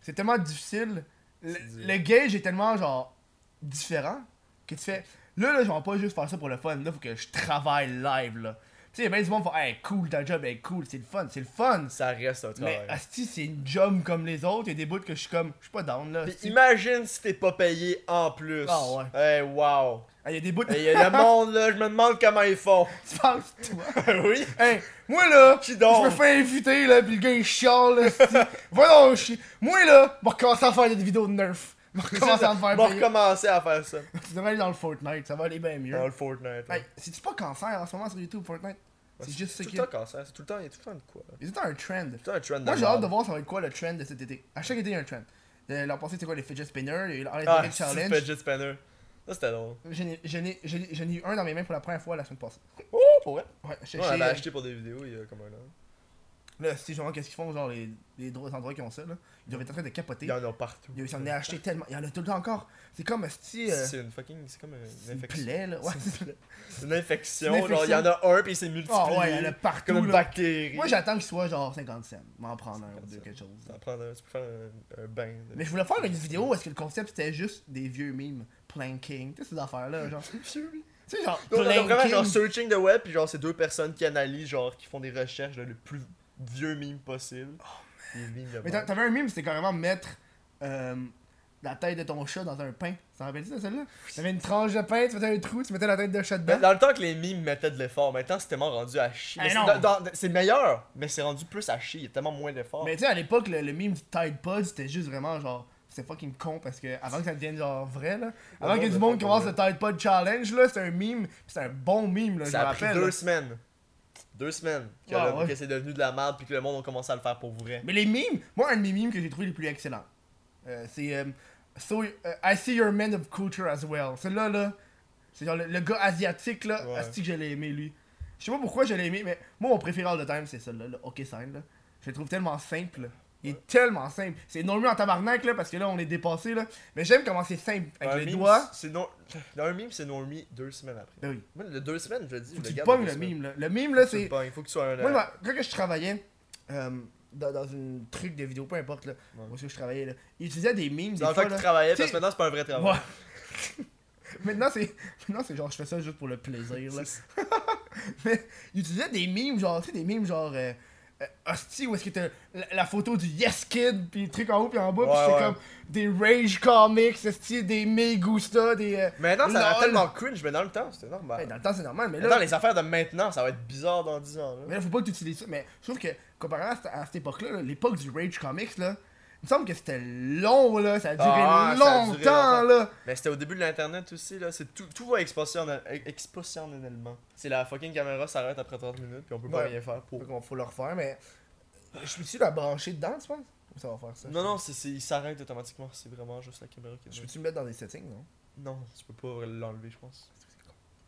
S1: c'est tellement difficile. Le,
S2: C'est dur.
S1: le gauge est tellement genre différent que tu fais. Là, là, je vais pas juste faire ça pour le fun. Là, faut que je travaille live là. Tu sais, il y a bien du monde qui font Hey, cool, ta job est cool, c'est le fun, c'est le fun.
S2: Ça reste un
S1: Mais
S2: travail.
S1: Asti, c'est une job comme les autres. Il y a des bouts que je suis comme. Je suis pas down là.
S2: Puis
S1: asti.
S2: imagine si t'es pas payé en plus.
S1: Ah ouais.
S2: Hey, wow.
S1: Ah, y a des bouts.
S2: Hey, y a le monde là, je me demande comment ils font.
S1: Tu penses, toi?
S2: oui.
S1: Hey, moi là,
S2: Qui
S1: je
S2: dort?
S1: me fais inviter là, pis le gars il chiale là, c'ti. Va donc chier. Moi là, je vais recommencer à faire des vidéos de nerf. On va recommencer à me faire
S2: On va
S1: payer.
S2: recommencer à faire ça.
S1: Tu devrais aller dans le Fortnite, ça va aller bien mieux.
S2: Dans le Fortnite.
S1: Hey, c'est-tu pas cancer en ce moment sur YouTube, Fortnite? C'est juste ce
S2: tout
S1: qu'il
S2: le
S1: y a.
S2: temps cancer. C'est tout le temps, il y a tout le temps de quoi.
S1: C'est tout le temps un trend.
S2: Tout le temps un trend
S1: Moi,
S2: de
S1: j'ai hâte de
S2: merde.
S1: voir ça va être quoi le trend de cet été. À chaque été, il y a un trend. Euh, L'an passé, c'était quoi les fidget spinners, les All
S2: Ah,
S1: Athletic
S2: c'est
S1: Challenge.
S2: Fidget Spinner. Ça, c'était drôle.
S1: J'en ai, j'en ai- j'en ai- j'en ai eu un dans mes mains pour la première fois la semaine passée.
S2: Oh, pour vrai?
S1: Ouais, j'ai hein.
S2: On l'avait acheté pour des vidéos il y a comme un an.
S1: euh, Là, c'est genre, qu'est-ce qu'ils font, genre, les, les dro- les endroits qui ont ça, là. Ils doivent être en train de capoter.
S2: Il y en a partout.
S1: Ils s'en est acheté tellement. Il y en a tout le temps encore. C'est comme si. Euh,
S2: C'est une fucking. C'est comme une
S1: une
S2: infection.
S1: plaie, là. Ouais, c'est une plaie.
S2: C'est une infection.
S1: C'est une
S2: Genre, il y en a un, puis il s'est
S1: Ah
S2: multiplié.
S1: ouais, il y en a partout.
S2: Comme une
S1: là.
S2: bactérie.
S1: Moi, j'attends qu'il soit genre 50 cents. M'en prendre un ou
S2: 50
S1: deux,
S2: cents.
S1: quelque chose.
S2: T'en prends un- Tu peux faire un- un bain. de-
S1: Mais je voulais faire une vidéo où est-ce que le concept c'était juste des vieux memes. Planking, tu sais, ces
S2: Hmm.
S1: affaires-là, genre. tu sais, genre.
S2: Donc, on a vraiment
S1: planking.
S2: genre searching the web, puis genre c'est deux personnes qui analysent, genre qui font des recherches, là, le plus vieux mime possible. Des mimes de
S1: Oh, Mais t'a-
S2: merde.
S1: t'avais un meme, c'était carrément mettre euh, la tête de ton chat dans un pain. Tu t'en rappelles-tu de celle-là T'avais une tranche de pain, tu faisais un trou, tu mettais la tête de chat
S2: Mais
S1: dedans.
S2: dans le temps que les mimes mettaient de l'effort, maintenant c'est tellement rendu à chier.
S1: Eh
S2: Mais
S1: non.
S2: c'est- dans- dans- C'est meilleur, mais c'est rendu plus à chier, il y a tellement moins d'effort.
S1: Mais tu sais, à l'époque, le, le meme du Tide Pod, c'était juste vraiment genre. C'était fucking con parce que avant que ça devienne genre vrai, là. Avant
S2: Ouais,
S1: que du
S2: ouais,
S1: monde
S2: ouais.
S1: commence le Tide Pod Challenge, là, c'était un meme. pis C'était un bon meme, là, je me
S2: Ça a pris
S1: rappelle.
S2: deux
S1: là.
S2: semaines. Deux semaines que,
S1: Ah,
S2: le-
S1: ouais.
S2: que c'est devenu de la merde, puis que le monde a commencé à le faire pour vrai.
S1: Mais les memes, moi, un de mes memes que j'ai trouvé les plus excellents, euh, c'est euh, so, euh, I see your man of culture as well. Celui-là, là, c'est genre le, le gars asiatique, là,
S2: Ouais.
S1: asti que je l'ai aimé, lui. Je sais pas pourquoi je l'ai aimé, mais moi, mon préféré all the time, c'est celui-là, le hockey sign, là. Je le trouve tellement simple. Il est tellement simple. C'est énorme en tabarnak, là, parce que là, on est dépassé, là. Mais j'aime comment c'est simple, avec
S2: Un
S1: les
S2: mime,
S1: doigts.
S2: c'est no- Dans un mime, c'est normie deux semaines après.
S1: Ben oui.
S2: Moi, le deux semaines, je le dis.
S1: Faut
S2: je
S1: que tu
S2: garde
S1: pognes
S2: deux
S1: le
S2: semaines.
S1: meme, là. Le meme, là,
S2: Tu le
S1: c'est...
S2: pognes, faut que tu sois un.
S1: Moi, ma- quand que je travaillais euh, dans, dans une truc de vidéo, peu importe, là,
S2: Ouais.
S1: où est-ce que je travaillais, là, ils utilisaient des memes, des
S2: Dans le temps
S1: fois,
S2: que tu
S1: là.
S2: travaillais, parce
S1: T'sais-
S2: que maintenant c'est pas un vrai travail.
S1: Ouais. maintenant, c'est maintenant, c'est genre, je fais ça juste pour le plaisir, là. Mais ils utilisaient des memes, genre, tu sais, des memes, genre, euh, euh, hostie, où est-ce que t'as la, la photo du Yes Kid, puis le truc en haut, puis en bas, puis
S2: Ouais,
S1: c'est
S2: ouais.
S1: comme des Rage Comics, hostie, des Megusta, des. euh,
S2: Maintenant, ça
S1: lol.
S2: a tellement cringe, mais dans le temps, c'était normal.
S1: Ouais, dans le temps, c'est normal, mais
S2: Mais
S1: là.
S2: dans les affaires de maintenant, ça va être bizarre dans 10 ans. Là.
S1: Mais là, faut pas que tu utilises ça. Mais je trouve que, comparé à, cette- à cette époque-là, là, l'époque du Rage Comics, là, il me semble que c'était long, là. Ça a duré
S2: Ah, ça a
S1: longtemps,
S2: duré longtemps.
S1: là.
S2: Mais Ben, c'était au début de l'internet aussi, là. C'est tout, tout va expansionnel- expansionnellement. C'est la fucking caméra s'arrête après 30 minutes, puis on peut pas
S1: Ouais.
S2: rien faire pour.
S1: Faut qu'on- faut le refaire, mais. euh, Je peux-tu la brancher dedans, tu penses Ou ça va faire ça
S2: Non, non, c'est, c'est- il s'arrête automatiquement, c'est vraiment juste la caméra qui est
S1: Je
S2: dedans.
S1: peux-tu le mettre dans des settings, non
S2: Non, tu peux pas l'enlever, je pense.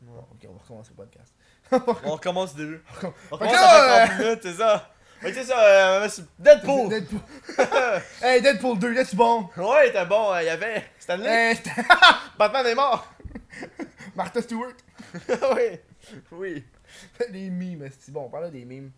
S1: Bon,
S2: Non.
S1: ok, on va recommencer le podcast.
S2: On recommence du début.
S1: Recom-
S2: On
S1: Fait que
S2: recommence
S1: là,
S2: après 30 minutes, c'est ça. Fait que c'est ça, euh, on va sur Deadpool!
S1: Deadpool. hey, Deadpool 2, là, tu bon
S2: Ouais, il était bon, euh, il y avait Stanley.
S1: Hey, c'était-
S2: Batman est mort!
S1: Martha Stewart
S2: oui! Oui!
S1: Les mimes, c'est bon, on parle des mimes.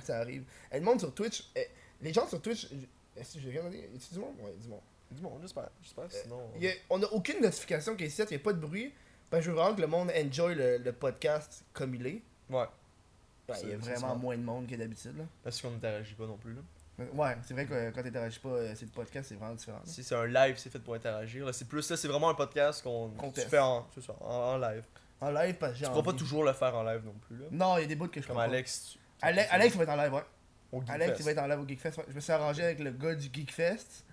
S1: Ça arrive. Et le monde sur Twitch. eh, les gens sur Twitch. je- Est-ce que j'ai rien à dire Est-ce du monde Ouais, du monde.
S2: Du monde, j'espère. J'espère, sinon. euh,
S1: Y a- on n'a aucune notification qui est ici, il n'y a pas de bruit. Ben, je veux vraiment que le monde enjoy le, le podcast comme il est.
S2: Ouais.
S1: Ben, il y a
S2: C'est- c'est
S1: vraiment
S2: ça.
S1: moins de monde que d'habitude. là.
S2: Parce qu'on n'interagit pas non plus, là.
S1: Ouais, c'est vrai que euh, quand tu n'interagis pas, euh, c'est le podcast, c'est vraiment différent. là.
S2: Si c'est un live, c'est fait pour interagir. Là, c'est plus ça, c'est vraiment un podcast qu'on
S1: Qu'on
S2: tu
S1: teste.
S2: fait en, c'est ça, en, en live.
S1: En live, parce que j'ai
S2: Tu pourras pas
S1: envie.
S2: toujours le faire en live non plus là.
S1: Non, il y a des bouts que je
S2: Comme
S1: comprends pas.
S2: Alex. tu-
S1: Ale-
S2: tu-
S1: Alex va être en live, ouais.
S2: au Geek
S1: Alex,
S2: Fest.
S1: il va être en live au Geekfest. ouais. Je me suis arrangé avec le gars du Geekfest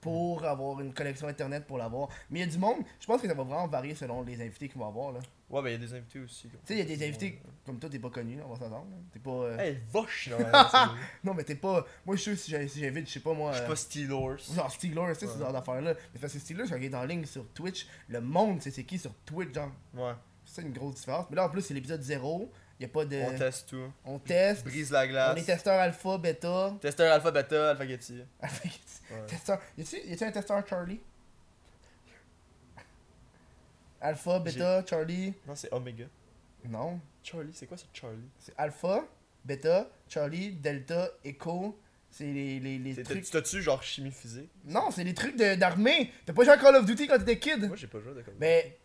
S1: pour avoir une connexion internet pour l'avoir. Mais il y a du monde, je pense que ça va vraiment varier selon les invités qu'ils vont avoir. là.
S2: Ouais, mais il y a des invités aussi. Tu
S1: Tu sais, il y a des invités comme toi, t'es pas connu, là, on va s'entendre. là. T'es pas. euh,
S2: Hey, va chier. dans la salle.
S1: Non, mais t'es pas. Moi, je suis sûr, si j'ai- si j'invite, je sais pas moi.
S2: Je suis
S1: euh,
S2: pas Steelers.
S1: Genre Steelers, tu sais, ce
S2: Ouais.
S1: genre d'affaires-là. Mais parce que Steelers, quand il est en ligne sur Twitch, le monde, c'est c'est qui sur Twitch, genre.
S2: Ouais,
S1: C'est une grosse différence. Mais là, en plus, c'est l'épisode 0. Il a pas de.
S2: on teste tout.
S1: Euh, On teste.
S2: Brise la
S1: On est
S2: glace.
S1: testeur alpha, bêta.
S2: Testeur alpha, beta, alpha Getty.
S1: Avec-
S2: Ouais.
S1: testeur. Y a-tu y a-tu un testeur Charlie Alpha, bêta, Charlie.
S2: Non, c'est Omega.
S1: Non.
S2: Charlie, c'est quoi ça, Charlie
S1: C'est alpha, bêta, Charlie, delta, echo. C'est les, les, les
S2: T'es- t'es-
S1: trucs.
S2: T'as-tu genre chimie physique
S1: Non, c'est les trucs de- d'armée. T'as pas joué à Call of Duty quand t'étais kid.
S2: Moi, j'ai pas joué de comme
S1: Mais.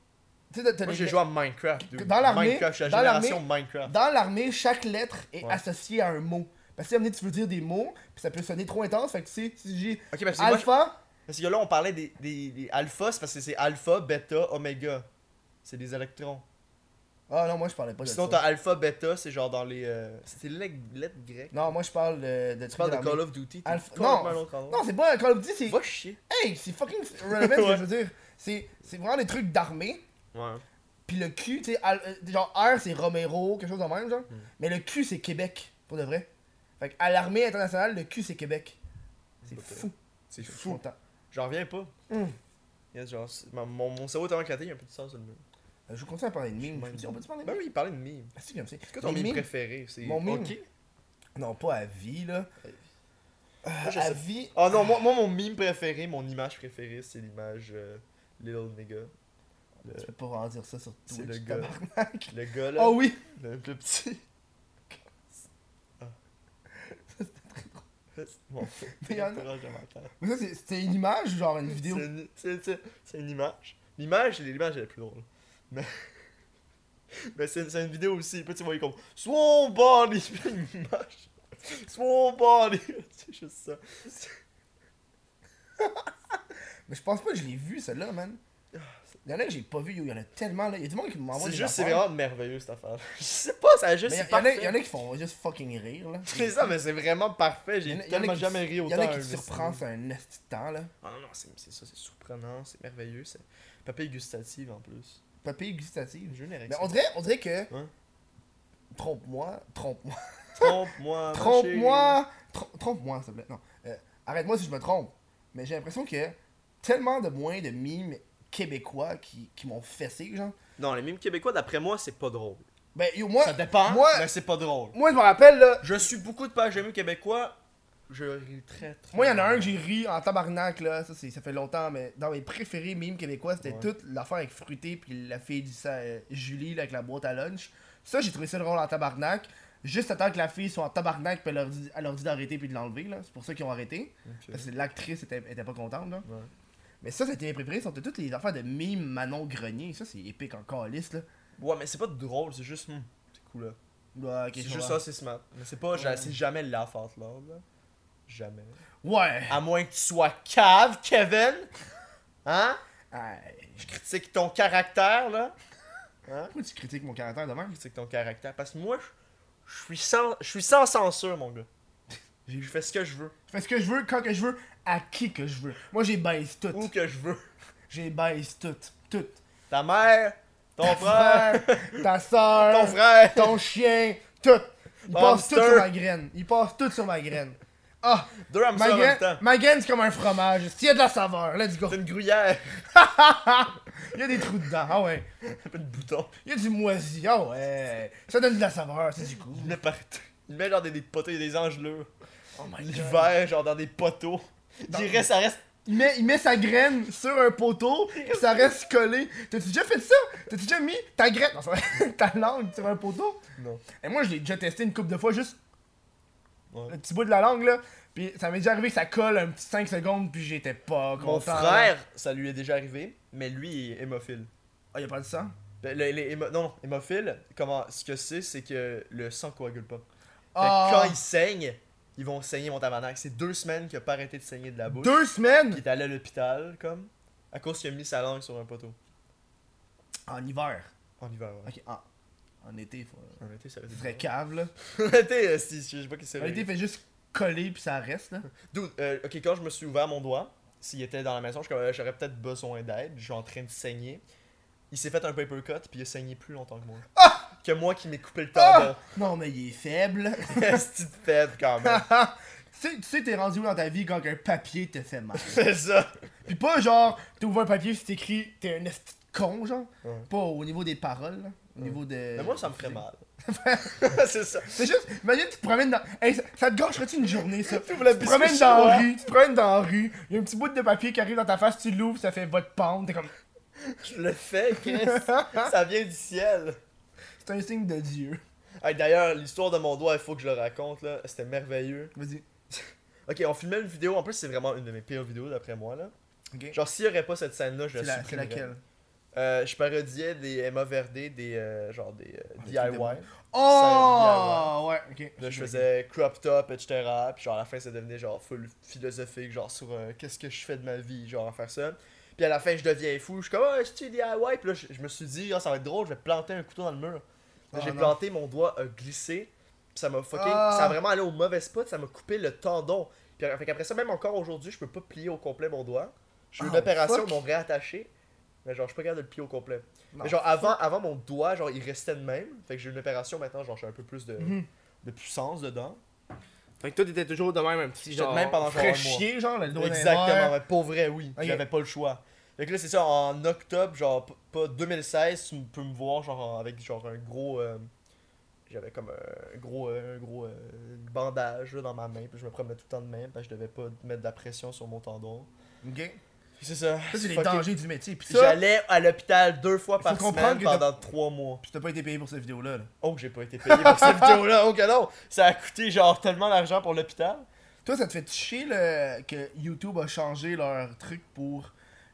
S1: Tu sais, t'as- t'as
S2: Moi,
S1: les-
S2: j'ai joué à Minecraft. dude.
S1: Dans l'armée-
S2: Minecraft, je suis
S1: dans
S2: la
S1: l'armée-
S2: génération Minecraft.
S1: Dans l'armée, chaque lettre est
S2: Ouais.
S1: associée à un mot. Parce que si à un moment donné, tu veux dire des mots, puis ça peut sonner trop intense, fait que tu sais, si j'ai
S2: Ok, parce que moi,
S1: alpha,
S2: Parce que là, on parlait des, des, des alphas, c'est parce que c'est alpha, bêta, oméga. C'est des électrons.
S1: Ah non, moi je parlais pas de
S2: Sinon, t'as
S1: ça.
S2: Alpha, Beta, c'est genre dans les. euh, C'était les lettres grecques.
S1: Non, moi je parle de, de
S2: Tu parles de
S1: trucs
S2: Call
S1: l'armée.
S2: of Duty. t'es
S1: Alpha-
S2: complètement
S1: non.
S2: à l'autre endroit.
S1: Non, c'est pas un Call of Duty, c'est.
S2: Va chier.
S1: Hey, c'est fucking relevant ce que je veux dire. C'est c'est vraiment des trucs d'armée.
S2: Ouais.
S1: Puis le Q, tu sais, Al- euh, genre R c'est Romero, quelque chose de même, genre.
S2: Hmm.
S1: Mais le Q c'est Québec, pour de vrai. Fait que à l'armée internationale, le Q c'est Québec. C'est
S2: Ok.
S1: fou. Hmm.
S2: C'est
S1: Je suis
S2: fou.
S1: content.
S2: J'en reviens pas. Yes, genre, c'est- ma- mon, mon cerveau est tellement éclaté, il y a un peu de sang sur le mur.
S1: Euh, Je vous continue à parler de mimes. Je me dis, on peut-tu parler de
S2: Ben
S1: mimes?
S2: oui, il parlait de mime.
S1: Ah, si, j'aime ça.
S2: C'est quoi ton
S1: Les
S2: mime
S1: mimes,
S2: préféré C'est
S1: Mon mime.
S2: Ok.
S1: Non, pas à vie, là. Euh,
S2: Moi, je
S1: à
S2: sais.
S1: vie.
S2: Oh non, moi, moi, mon mime préféré, mon image préférée, c'est l'image euh, Little Nigga. Le,
S1: Tu peux pas vraiment dire ça sur
S2: c'est
S1: Twitch.
S2: le gars.
S1: tabarnak.
S2: le gars là,
S1: Oh oui!
S2: le plus petit. Ah. Bon,
S1: Mais y en a-
S2: j'encourage à ma tête.
S1: Mais ça, c'est- c'était une image ou genre une
S2: C'est
S1: vidéo?
S2: une, c'est- c'est- c'est une image. L'image, l'image elle est la plus drôle. Mais, mais c'est c'est une vidéo aussi. Puis tu vois, il est comme Swan Body. Puis il y a une image. Swan Body. C'est juste ça.
S1: Mais je pense pas que je l'ai vu, celle-là, man. Il y en a que j'ai pas vu, yo. Il y en a tellement, là. Il y a du monde qui m'envoie
S2: Ah, C'est
S1: des
S2: juste, c'est
S1: affaires.
S2: vraiment merveilleux cette affaire. Je sais pas, ça a juste.
S1: Mais il y,
S2: c'est
S1: en a-
S2: parfait.
S1: il y en a qui font juste fucking rire, là.
S2: C'est ça, mais c'est vraiment parfait.
S1: Il y
S2: J'ai
S1: en a- il y en a
S2: tellement
S1: qui-
S2: jamais ri
S1: Il
S2: autant.
S1: y en a
S2: à un
S1: qui te surprennent
S2: dessin.
S1: sur un esti de temps, là.
S2: Ah non, c'est c'est ça, c'est surprenant, c'est merveilleux. C'est papier gustative en plus.
S1: Papier gustative.
S2: J'ai une
S1: Mais
S2: érection.
S1: on dirait, on dirait que.
S2: Hein?
S1: Trompe-moi, trompe-moi.
S2: Trompe-moi. ma
S1: Trompe-moi! trom- Trompe-moi, s'il te plaît. Non. Euh, Arrête-moi si je me trompe. Mais j'ai l'impression que tellement de moins de mimes québécois qui, qui m'ont fessé, genre.
S2: chérie. Non, les mimes québécois, d'après moi, c'est pas drôle.
S1: Ben, yo, moi,
S2: Ça dépend,
S1: moi-
S2: mais c'est pas drôle.
S1: moi, je me rappelle, là.
S2: Je suis beaucoup de pages de mimes québécois. Je ris très très.
S1: Moi, il y en a un que j'ai ri en tabarnak, là. Ça, c'est- ça fait longtemps, mais dans mes préférés mimes québécois, c'était
S2: Ouais.
S1: toute l'affaire avec Fruité, puis la fille du sa- euh, Julie, là, avec la boîte à lunch. Ça, j'ai trouvé ça drôle en tabarnak. Juste à temps que la fille soit en tabarnak, puis elle leur dit, elle leur dit d'arrêter, puis de l'enlever, là. C'est pour ça qu'ils ont arrêté.
S2: Ok.
S1: Parce que l'actrice était, était pas contente, là.
S2: Ouais.
S1: Mais ça, c'était mes préférés. C'était toutes les affaires de mimes Manon Grenier. Ça, c'est épique en calice, là.
S2: Ouais, mais c'est pas drôle, c'est juste. hmm, c'est cool là.
S1: Ouais, ok,
S2: C'est
S1: je
S2: juste
S1: comprends.
S2: ça, c'est smart. Mais c'est pas.
S1: Ouais.
S2: C'est jamais la fente là. là. Jamais.
S1: Ouais!
S2: À moins que tu sois cave, Kevin. Hein?
S1: Hey,
S2: Je critique ton caractère, là. Hein?
S1: Pourquoi tu critiques mon caractère de même?
S2: Je critique ton caractère. Parce que moi, je- je suis sans, je suis sans censure, mon gars. Je fais ce que je veux.
S1: Je fais ce que je veux, quand que je veux, à qui que je veux. Moi, j'ai baise tout.
S2: Où que je veux.
S1: J'ai baise tout. Tout.
S2: Ta mère, ton frère,
S1: ta soeur,
S2: ton frère.
S1: ton chien, tout. Ils
S2: Ton
S1: passent tout
S2: hamster.
S1: sur ma graine. Ils passent tout sur ma graine. Ah,
S2: Deux
S1: ma
S2: hamsters en même
S1: graine,
S2: temps.
S1: ma graine c'est comme un fromage. S'il y a de la saveur, let's go.
S2: T'as une gruyère.
S1: Il y a des trous dedans, ah ouais.
S2: Un peu de bouton.
S1: Il y a du moisi, ah ouais. Ça donne de la saveur, c'est du coup.
S2: Il met partout. Il met genre des, des poteaux, il y a des angelures.
S1: Oh my god.
S2: L'hiver, genre dans des poteaux.
S1: Dans-
S2: Il reste, ça reste.
S1: Il met, il met sa graine sur un poteau, pis ça reste collé. T'as-tu déjà fait ça? T'as-tu déjà mis ta graine, non, c'est vrai, ta langue sur un poteau?
S2: Non.
S1: Et moi, je l'ai déjà testé une couple de fois, juste
S2: Ouais.
S1: le petit bout de la langue, là. Puis ça m'est déjà arrivé que ça colle un petit 5 secondes, puis j'étais pas content.
S2: Mon
S1: là.
S2: frère, ça lui est déjà arrivé, mais lui, il est hémophile.
S1: Ah, y'a pas de sang?
S2: Ben, le- les hémo- Non, non, hémophile, comment, ce que c'est, c'est que le sang coagule pas. Fait que
S1: Ah.
S2: quand ils saignent, ils vont saigner mon tabarnak. C'est deux semaines qu'il a pas arrêté de saigner de la bouche.
S1: Deux
S2: Puis
S1: semaines?
S2: il est allé à l'hôpital, comme, à cause qu'il a mis sa langue sur un poteau.
S1: En hiver.
S2: En hiver, ouais.
S1: Ok, en, en été, faut...
S2: En été, ça va
S1: ce
S2: être...
S1: serait cave, là.
S2: En été, euh, si, je sais pas qui c'est.
S1: En été, il fait juste coller, puis ça reste, là.
S2: Dude, euh, ok, quand je me suis ouvert mon doigt, s'il était dans la maison, je- euh, j'aurais peut-être besoin d'aide. Je suis en train de saigner. Il s'est fait un paper cut, puis il a saigné plus longtemps que moi.
S1: Ah!
S2: Que moi qui m'ai coupé le tendon.
S1: Non, mais il est faible.
S2: C'est une faible quand même.
S1: tu sais, tu sais, t'es rendu où dans ta vie quand un papier te fait mal?
S2: C'est ça.
S1: Puis pas genre, t'as ouvert un papier, pis c'est écrit, t'es un esti de con, genre.
S2: Ouais.
S1: Pas au niveau des paroles, là. Au niveau de.
S2: Mais moi, ça me ferait mal. C'est ça.
S1: C'est juste, imagine, tu te promènes dans. Hey, ça, ça te gâcherait-tu une journée, ça? tu
S2: le
S1: te promènes
S2: biscuit
S1: dans la
S2: chinois.
S1: rue, tu te promènes dans la rue, il y a un petit bout de papier qui arrive dans ta face, tu l'ouvres, ça fait votre pente, t'es comme.
S2: Je le fais, Chris. ça vient du ciel.
S1: C'est un signe de Dieu.
S2: Hey, D'ailleurs, l'histoire de mon doigt, il faut que je le raconte, là. C'était merveilleux.
S1: Vas-y.
S2: Ok, on filmait une vidéo. En plus, c'est vraiment une de mes pires vidéos, d'après moi, là.
S1: Ok.
S2: Genre, s'il y aurait pas cette scène-là, je
S1: C'est la-
S2: la
S1: c'est
S2: supprimerais.
S1: laquelle?
S2: Euh, je parodiais des Emma Verdé, des euh, genre des euh,
S1: Ah, des trucs de
S2: DIY.
S1: moi. Oh! Ouais, ok.
S2: Là, je faisais crop top, etc. Puis genre à la fin, ça devenait genre full philosophique, genre sur euh, qu'est-ce que je fais de ma vie, genre à faire ça. Puis à la fin, je deviens fou. Je suis comme, ah, c'est-tu DIY? Puis là, je, je me suis dit, ah, ça va être drôle, je vais planter un couteau dans le mur. Là,
S1: Ah,
S2: j'ai
S1: non.
S2: planté, mon doigt a glissé. Puis ça m'a fucké.
S1: Ah.
S2: Ça a vraiment allé au mauvais spot, ça m'a coupé le tendon. Puis fait qu'après ça, même encore aujourd'hui, je peux pas plier au complet mon doigt. J'ai eu une
S1: Oh,
S2: opération,
S1: fuck. Ah,
S2: ils m'ont réattaché. Mais genre, je suis pas capable de le plier au complet.
S1: Non,
S2: Mais genre, avant, avant, mon doigt, genre, il restait le même. Fait que j'ai eu une opération maintenant, genre, j'ai un peu plus de,
S1: Mhm.
S2: de puissance dedans.
S3: Fait que toi, t'étais toujours de même un petit
S2: J'étais de
S3: genre. Euh,
S2: même pendant genre un
S1: Ferait
S2: mois.
S1: chier, genre, le dos dans les
S2: Exactement,
S1: airs.
S2: mais pour vrai, oui.
S1: Ok.
S2: J'avais pas le choix. Fait que là, c'est ça, en octobre, genre, p- pas 2016, tu m- peux me voir, genre, en- avec, genre, un gros. euh, J'avais comme euh, un gros, euh, un gros euh, bandage là, dans ma main, puis je me promenais tout le temps de main, parce que je devais pas mettre de la pression sur mon tendon.
S1: Ok.
S2: Puis C'est ça.
S1: Ça, c'est les
S2: Fucking-
S1: dangers du métier. Puis ça,
S2: J'allais à l'hôpital deux fois
S1: Faut
S2: par
S1: comprendre
S2: semaine
S1: que t'as-
S2: pendant trois mois.
S1: pis t'as pas été payé pour cette vidéo-là. là.
S2: Oh, que j'ai pas été payé pour cette vidéo-là. Oh, que non! Ça a coûté genre tellement d'argent pour l'hôpital.
S1: Toi, ça te fait chier le... que YouTube a changé leur truc pour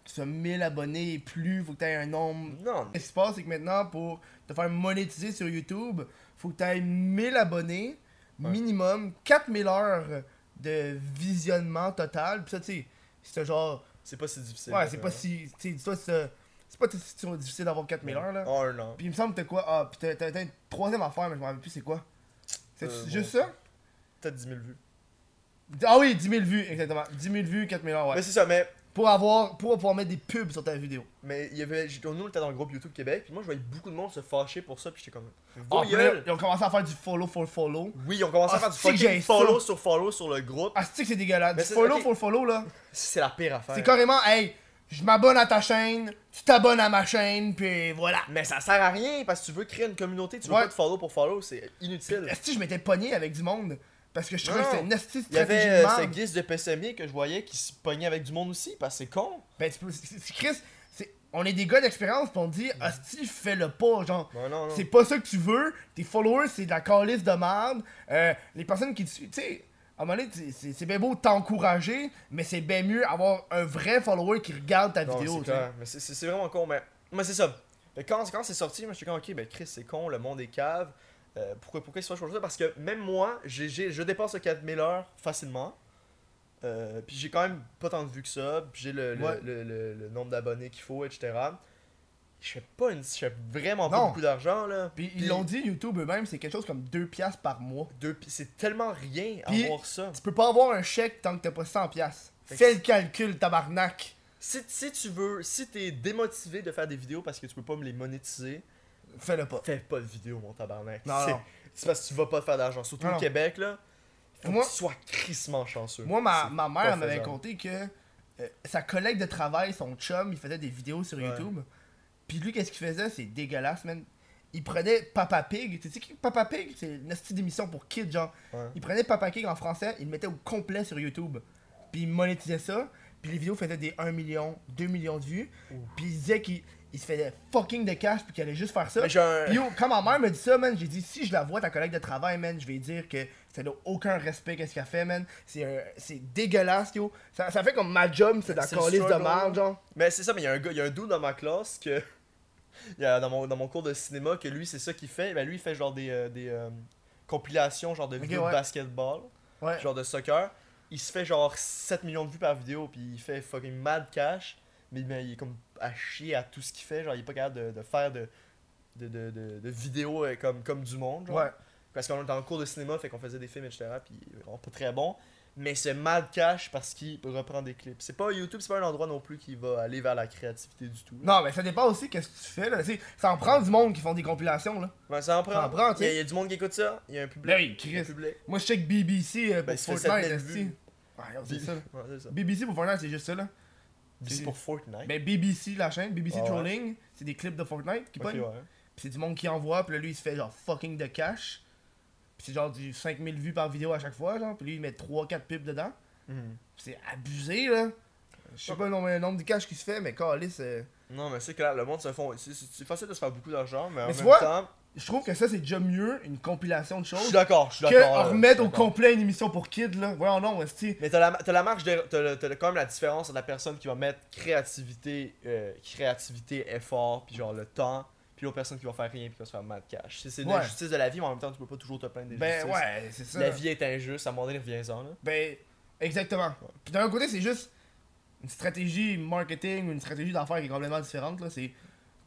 S1: que tu sois 1000 abonnés et plus, faut que t'aies un nombre.
S2: Non,
S1: Ce qui se passe, c'est que maintenant, pour te faire monétiser sur YouTube, faut que t'aies 1000 abonnés, minimum 4000 heures de visionnement total. Puis ça, tu sais, c'est genre.
S2: c'est pas si difficile.
S1: Ouais, c'est pas si. Tu sais, dis-toi, c'est c'est pas si si difficile d'avoir 4000 heures là.
S2: En un an.
S1: Puis il me semble que t'as quoi Ah, puis t'as t'as atteint une troisième affaire, mais je me rappelle plus c'est quoi. C'est
S2: Euh,
S1: juste ça
S2: Peut-être 10 000 vues.
S1: Ah oui, 10 000 vues, exactement. 10 000 vues, 4 000 heures, ouais.
S2: Mais c'est ça, mais,
S1: Pour, avoir, pour pouvoir mettre des pubs sur ta vidéo.
S2: mais il y avait, j'- nous on était dans le groupe YouTube Québec, puis moi je voyais beaucoup de monde se fâcher pour ça, puis j'étais comme. Go
S1: Ah, puis là,
S2: gueule!
S1: ils ont commencé à faire du follow for follow.
S2: Oui, ils ont commencé à
S1: Ah,
S2: faire du
S1: c'est que j'ai
S2: fucking
S1: ça.
S2: follow sur follow sur le groupe.
S1: Ah, c'est que c'est dégueulasse.
S2: Mais
S1: Du
S2: c'est-
S1: follow
S2: ok.
S1: for follow, là.
S2: C'est la pire affaire.
S1: C'est carrément, hey, je m'abonne à ta chaîne, tu t'abonnes à ma chaîne, puis voilà.
S2: Mais ça sert à rien parce que tu veux créer une communauté, tu veux
S1: Ouais.
S2: pas de follow pour follow, c'est inutile.
S1: Est-ce que je m'étais pogné avec du monde parce que je trouvais
S2: Non.
S1: que c'était une esti
S2: Il y
S1: stratégie
S2: avait
S1: de
S2: euh, ce
S1: merde.
S2: guise de PSMI que je voyais qui se pognait avec du monde aussi, parce que c'est con.
S1: Ben, tu peux. c'est- c'est- Chris, c'est- on est des gars d'expérience, pis on dit, hostie, fais-le pas, genre.
S2: Non, non, non.
S1: C'est pas ça que tu veux. Tes followers, c'est de la calice de merde. Euh, les personnes qui te suivent, tu sais, à un moment donné, tu- c'est c'est bien beau t'encourager, mais c'est bien mieux avoir un vrai follower qui regarde ta
S2: Non,
S1: vidéo.
S2: c'est
S1: tu sais.
S2: clair. Mais c'est- c'est c'est vraiment con, mais, mais c'est ça. Fait que quand quand c'est sorti, moi j'étais comme ok, ben Chris, c'est con, le monde est cave. Euh, pourquoi, pourquoi ils se fâchent pour ça Parce que même moi, j'ai j'ai- je dépasse le 4000 heures facilement. Euh, puis j'ai quand même pas tant de vues que ça. Puis j'ai le, le,
S1: Ouais.
S2: le- le- le nombre d'abonnés qu'il faut, etc. Je fais pas une. Je fais vraiment pas
S1: Non.
S2: beaucoup d'argent là.
S1: Puis ils l'ont dit, YouTube eux-mêmes, c'est quelque chose comme 2 piastres par mois.
S2: Deux- puis c'est tellement rien à
S1: Puis-
S2: voir ça.
S1: Tu peux pas avoir un chèque tant que t'as pas 100 piastres.
S2: Fait
S1: Fais
S2: que-
S1: le calcul, tabarnak.
S2: Si, si tu veux, si t'es démotivé de faire des vidéos parce que tu peux pas me les monétiser,
S1: Fais-le pas.
S2: fais pas de vidéo, mon tabarnak.
S1: Non,
S2: C'est-
S1: non.
S2: C'est parce que tu vas pas faire d'argent. Surtout
S1: Non,
S2: au
S1: non.
S2: Québec, là. Faut
S1: Moi-
S2: que tu sois crissement chanceux.
S1: Moi, ma,
S2: C'est
S1: ma
S2: pas
S1: mère elle m'avait
S2: faisable.
S1: conté que euh, sa collègue de travail, son chum, il faisait des vidéos sur
S2: Ouais.
S1: YouTube. Puis lui, qu'est-ce qu'il faisait C'est dégueulasse, man. Il prenait Papa Pig. Tu sais qui Papa Pig C'est une astuce d'émission pour kids, genre.
S2: Ouais.
S1: Il prenait Papa Pig en français, il le mettait au complet sur YouTube. Puis il monétisait ça. Puis les vidéos faisaient des 1 million, 2 millions de vues. Puis il disait qu'il il se faisait fucking de cash, puis qu'il allait juste faire ça.
S2: Mais j'ai un-
S1: Yo, quand ma mère me dit ça, man, j'ai dit si je la vois, ta collègue de travail, man, je vais dire que ça n'a aucun respect qu'est-ce qu'elle fait, man. C'est un- c'est dégueulasse, yo. Ça, ça fait comme ma job, c'est de la
S2: C'est le
S1: calice de
S2: struggle.
S1: merde, genre.
S2: Mais c'est ça, mais il y a un gars, il y a un dude dans ma classe que. Il y a dans mon, dans mon cours de cinéma que lui, c'est ça qu'il fait. Ben lui, il fait genre des, euh, des euh, compilations, genre de
S1: Ok,
S2: vidéos
S1: ouais.
S2: de basketball,
S1: Ouais.
S2: genre de soccer. Il se fait genre 7 millions de vues par vidéo, puis il fait fucking mad cash. Mais ben, il est comme à chier à tout ce qu'il fait. Genre, il est pas capable de, de faire de, de, de, de- de vidéos euh, comme, comme du monde. Genre.
S1: ouais.
S2: Parce qu'on était en cours de cinéma, fait qu'on faisait des films, etc. Puis il est vraiment pas très bon. Mais c'est mal cash parce qu'il reprend des clips. C'est pas YouTube, c'est pas un endroit non plus qui va aller vers la créativité du tout.
S1: Non, mais ça dépend aussi qu'est-ce que tu fais, là. Tu sais, ça en prend du monde qui font des compilations, là.
S2: Ben, ça en prend.
S1: Ça en prend, tu
S2: il,
S1: sais.
S2: y a, il y a du monde qui écoute ça, il y a un public.
S1: Ben oui,
S2: Il y a un
S1: Chris.
S2: public.
S1: Moi, je check BBC euh, pour
S2: Ben, il se fait
S1: Fortnite,
S2: 7000
S1: esti.
S2: vues.
S1: Ouais, c'est ça, là.
S2: Ouais, c'est ça.
S1: BBC pour Fortnite, c'est juste ça, là.
S2: C'est pour Fortnite.
S1: Ben, BBC, la chaîne, BBC
S2: Ah ouais.
S1: Trolling, c'est des clips de Fortnite qui
S2: Ok,
S1: pognent.
S2: ouais.
S1: Pis c'est du monde qui envoie, puis là, lui, il se fait genre fucking de cash. Puis c'est genre du 5000 vues par vidéo à chaque fois, genre. Puis lui, il met 3-4 pipes dedans.
S2: Mhm.
S1: Pis c'est abusé, là. Je sais pas le nombre, le nombre de cash qui se fait, mais calisse. euh,
S2: Non, mais c'est clair, le monde se font. C'est, c'est- c'est facile de se faire beaucoup d'argent, mais, en
S1: Mais
S2: même
S1: tu vois,
S2: temps.
S1: Je trouve que ça, c'est déjà mieux une compilation de
S2: Je suis
S1: choses
S2: d'accord, je suis
S1: que
S2: d'accord. là,
S1: en
S2: je suis
S1: remettre au
S2: d'accord.
S1: complet une émission pour kids, là. Voyons, non, esti.
S2: Mais t'as la, t'as la marge, de, t'as, le- t'as le- quand même la différence entre la personne qui va mettre créativité, euh, créativité, effort, puis genre le temps, puis l'autre personne qui va faire rien, puis qui va se faire mal cash. C'est, c'est
S1: Ouais.
S2: l'injustice de la vie, mais en même temps, tu peux pas toujours te plaindre des
S1: Ben
S2: justices.
S1: ouais, c'est ça.
S2: La vie est injuste, à un moment donné, reviens-en. Là.
S1: Ben, exactement. Puis d'un côté, c'est juste. une stratégie marketing ou une stratégie d'affaires qui est complètement différente. Là. C'est,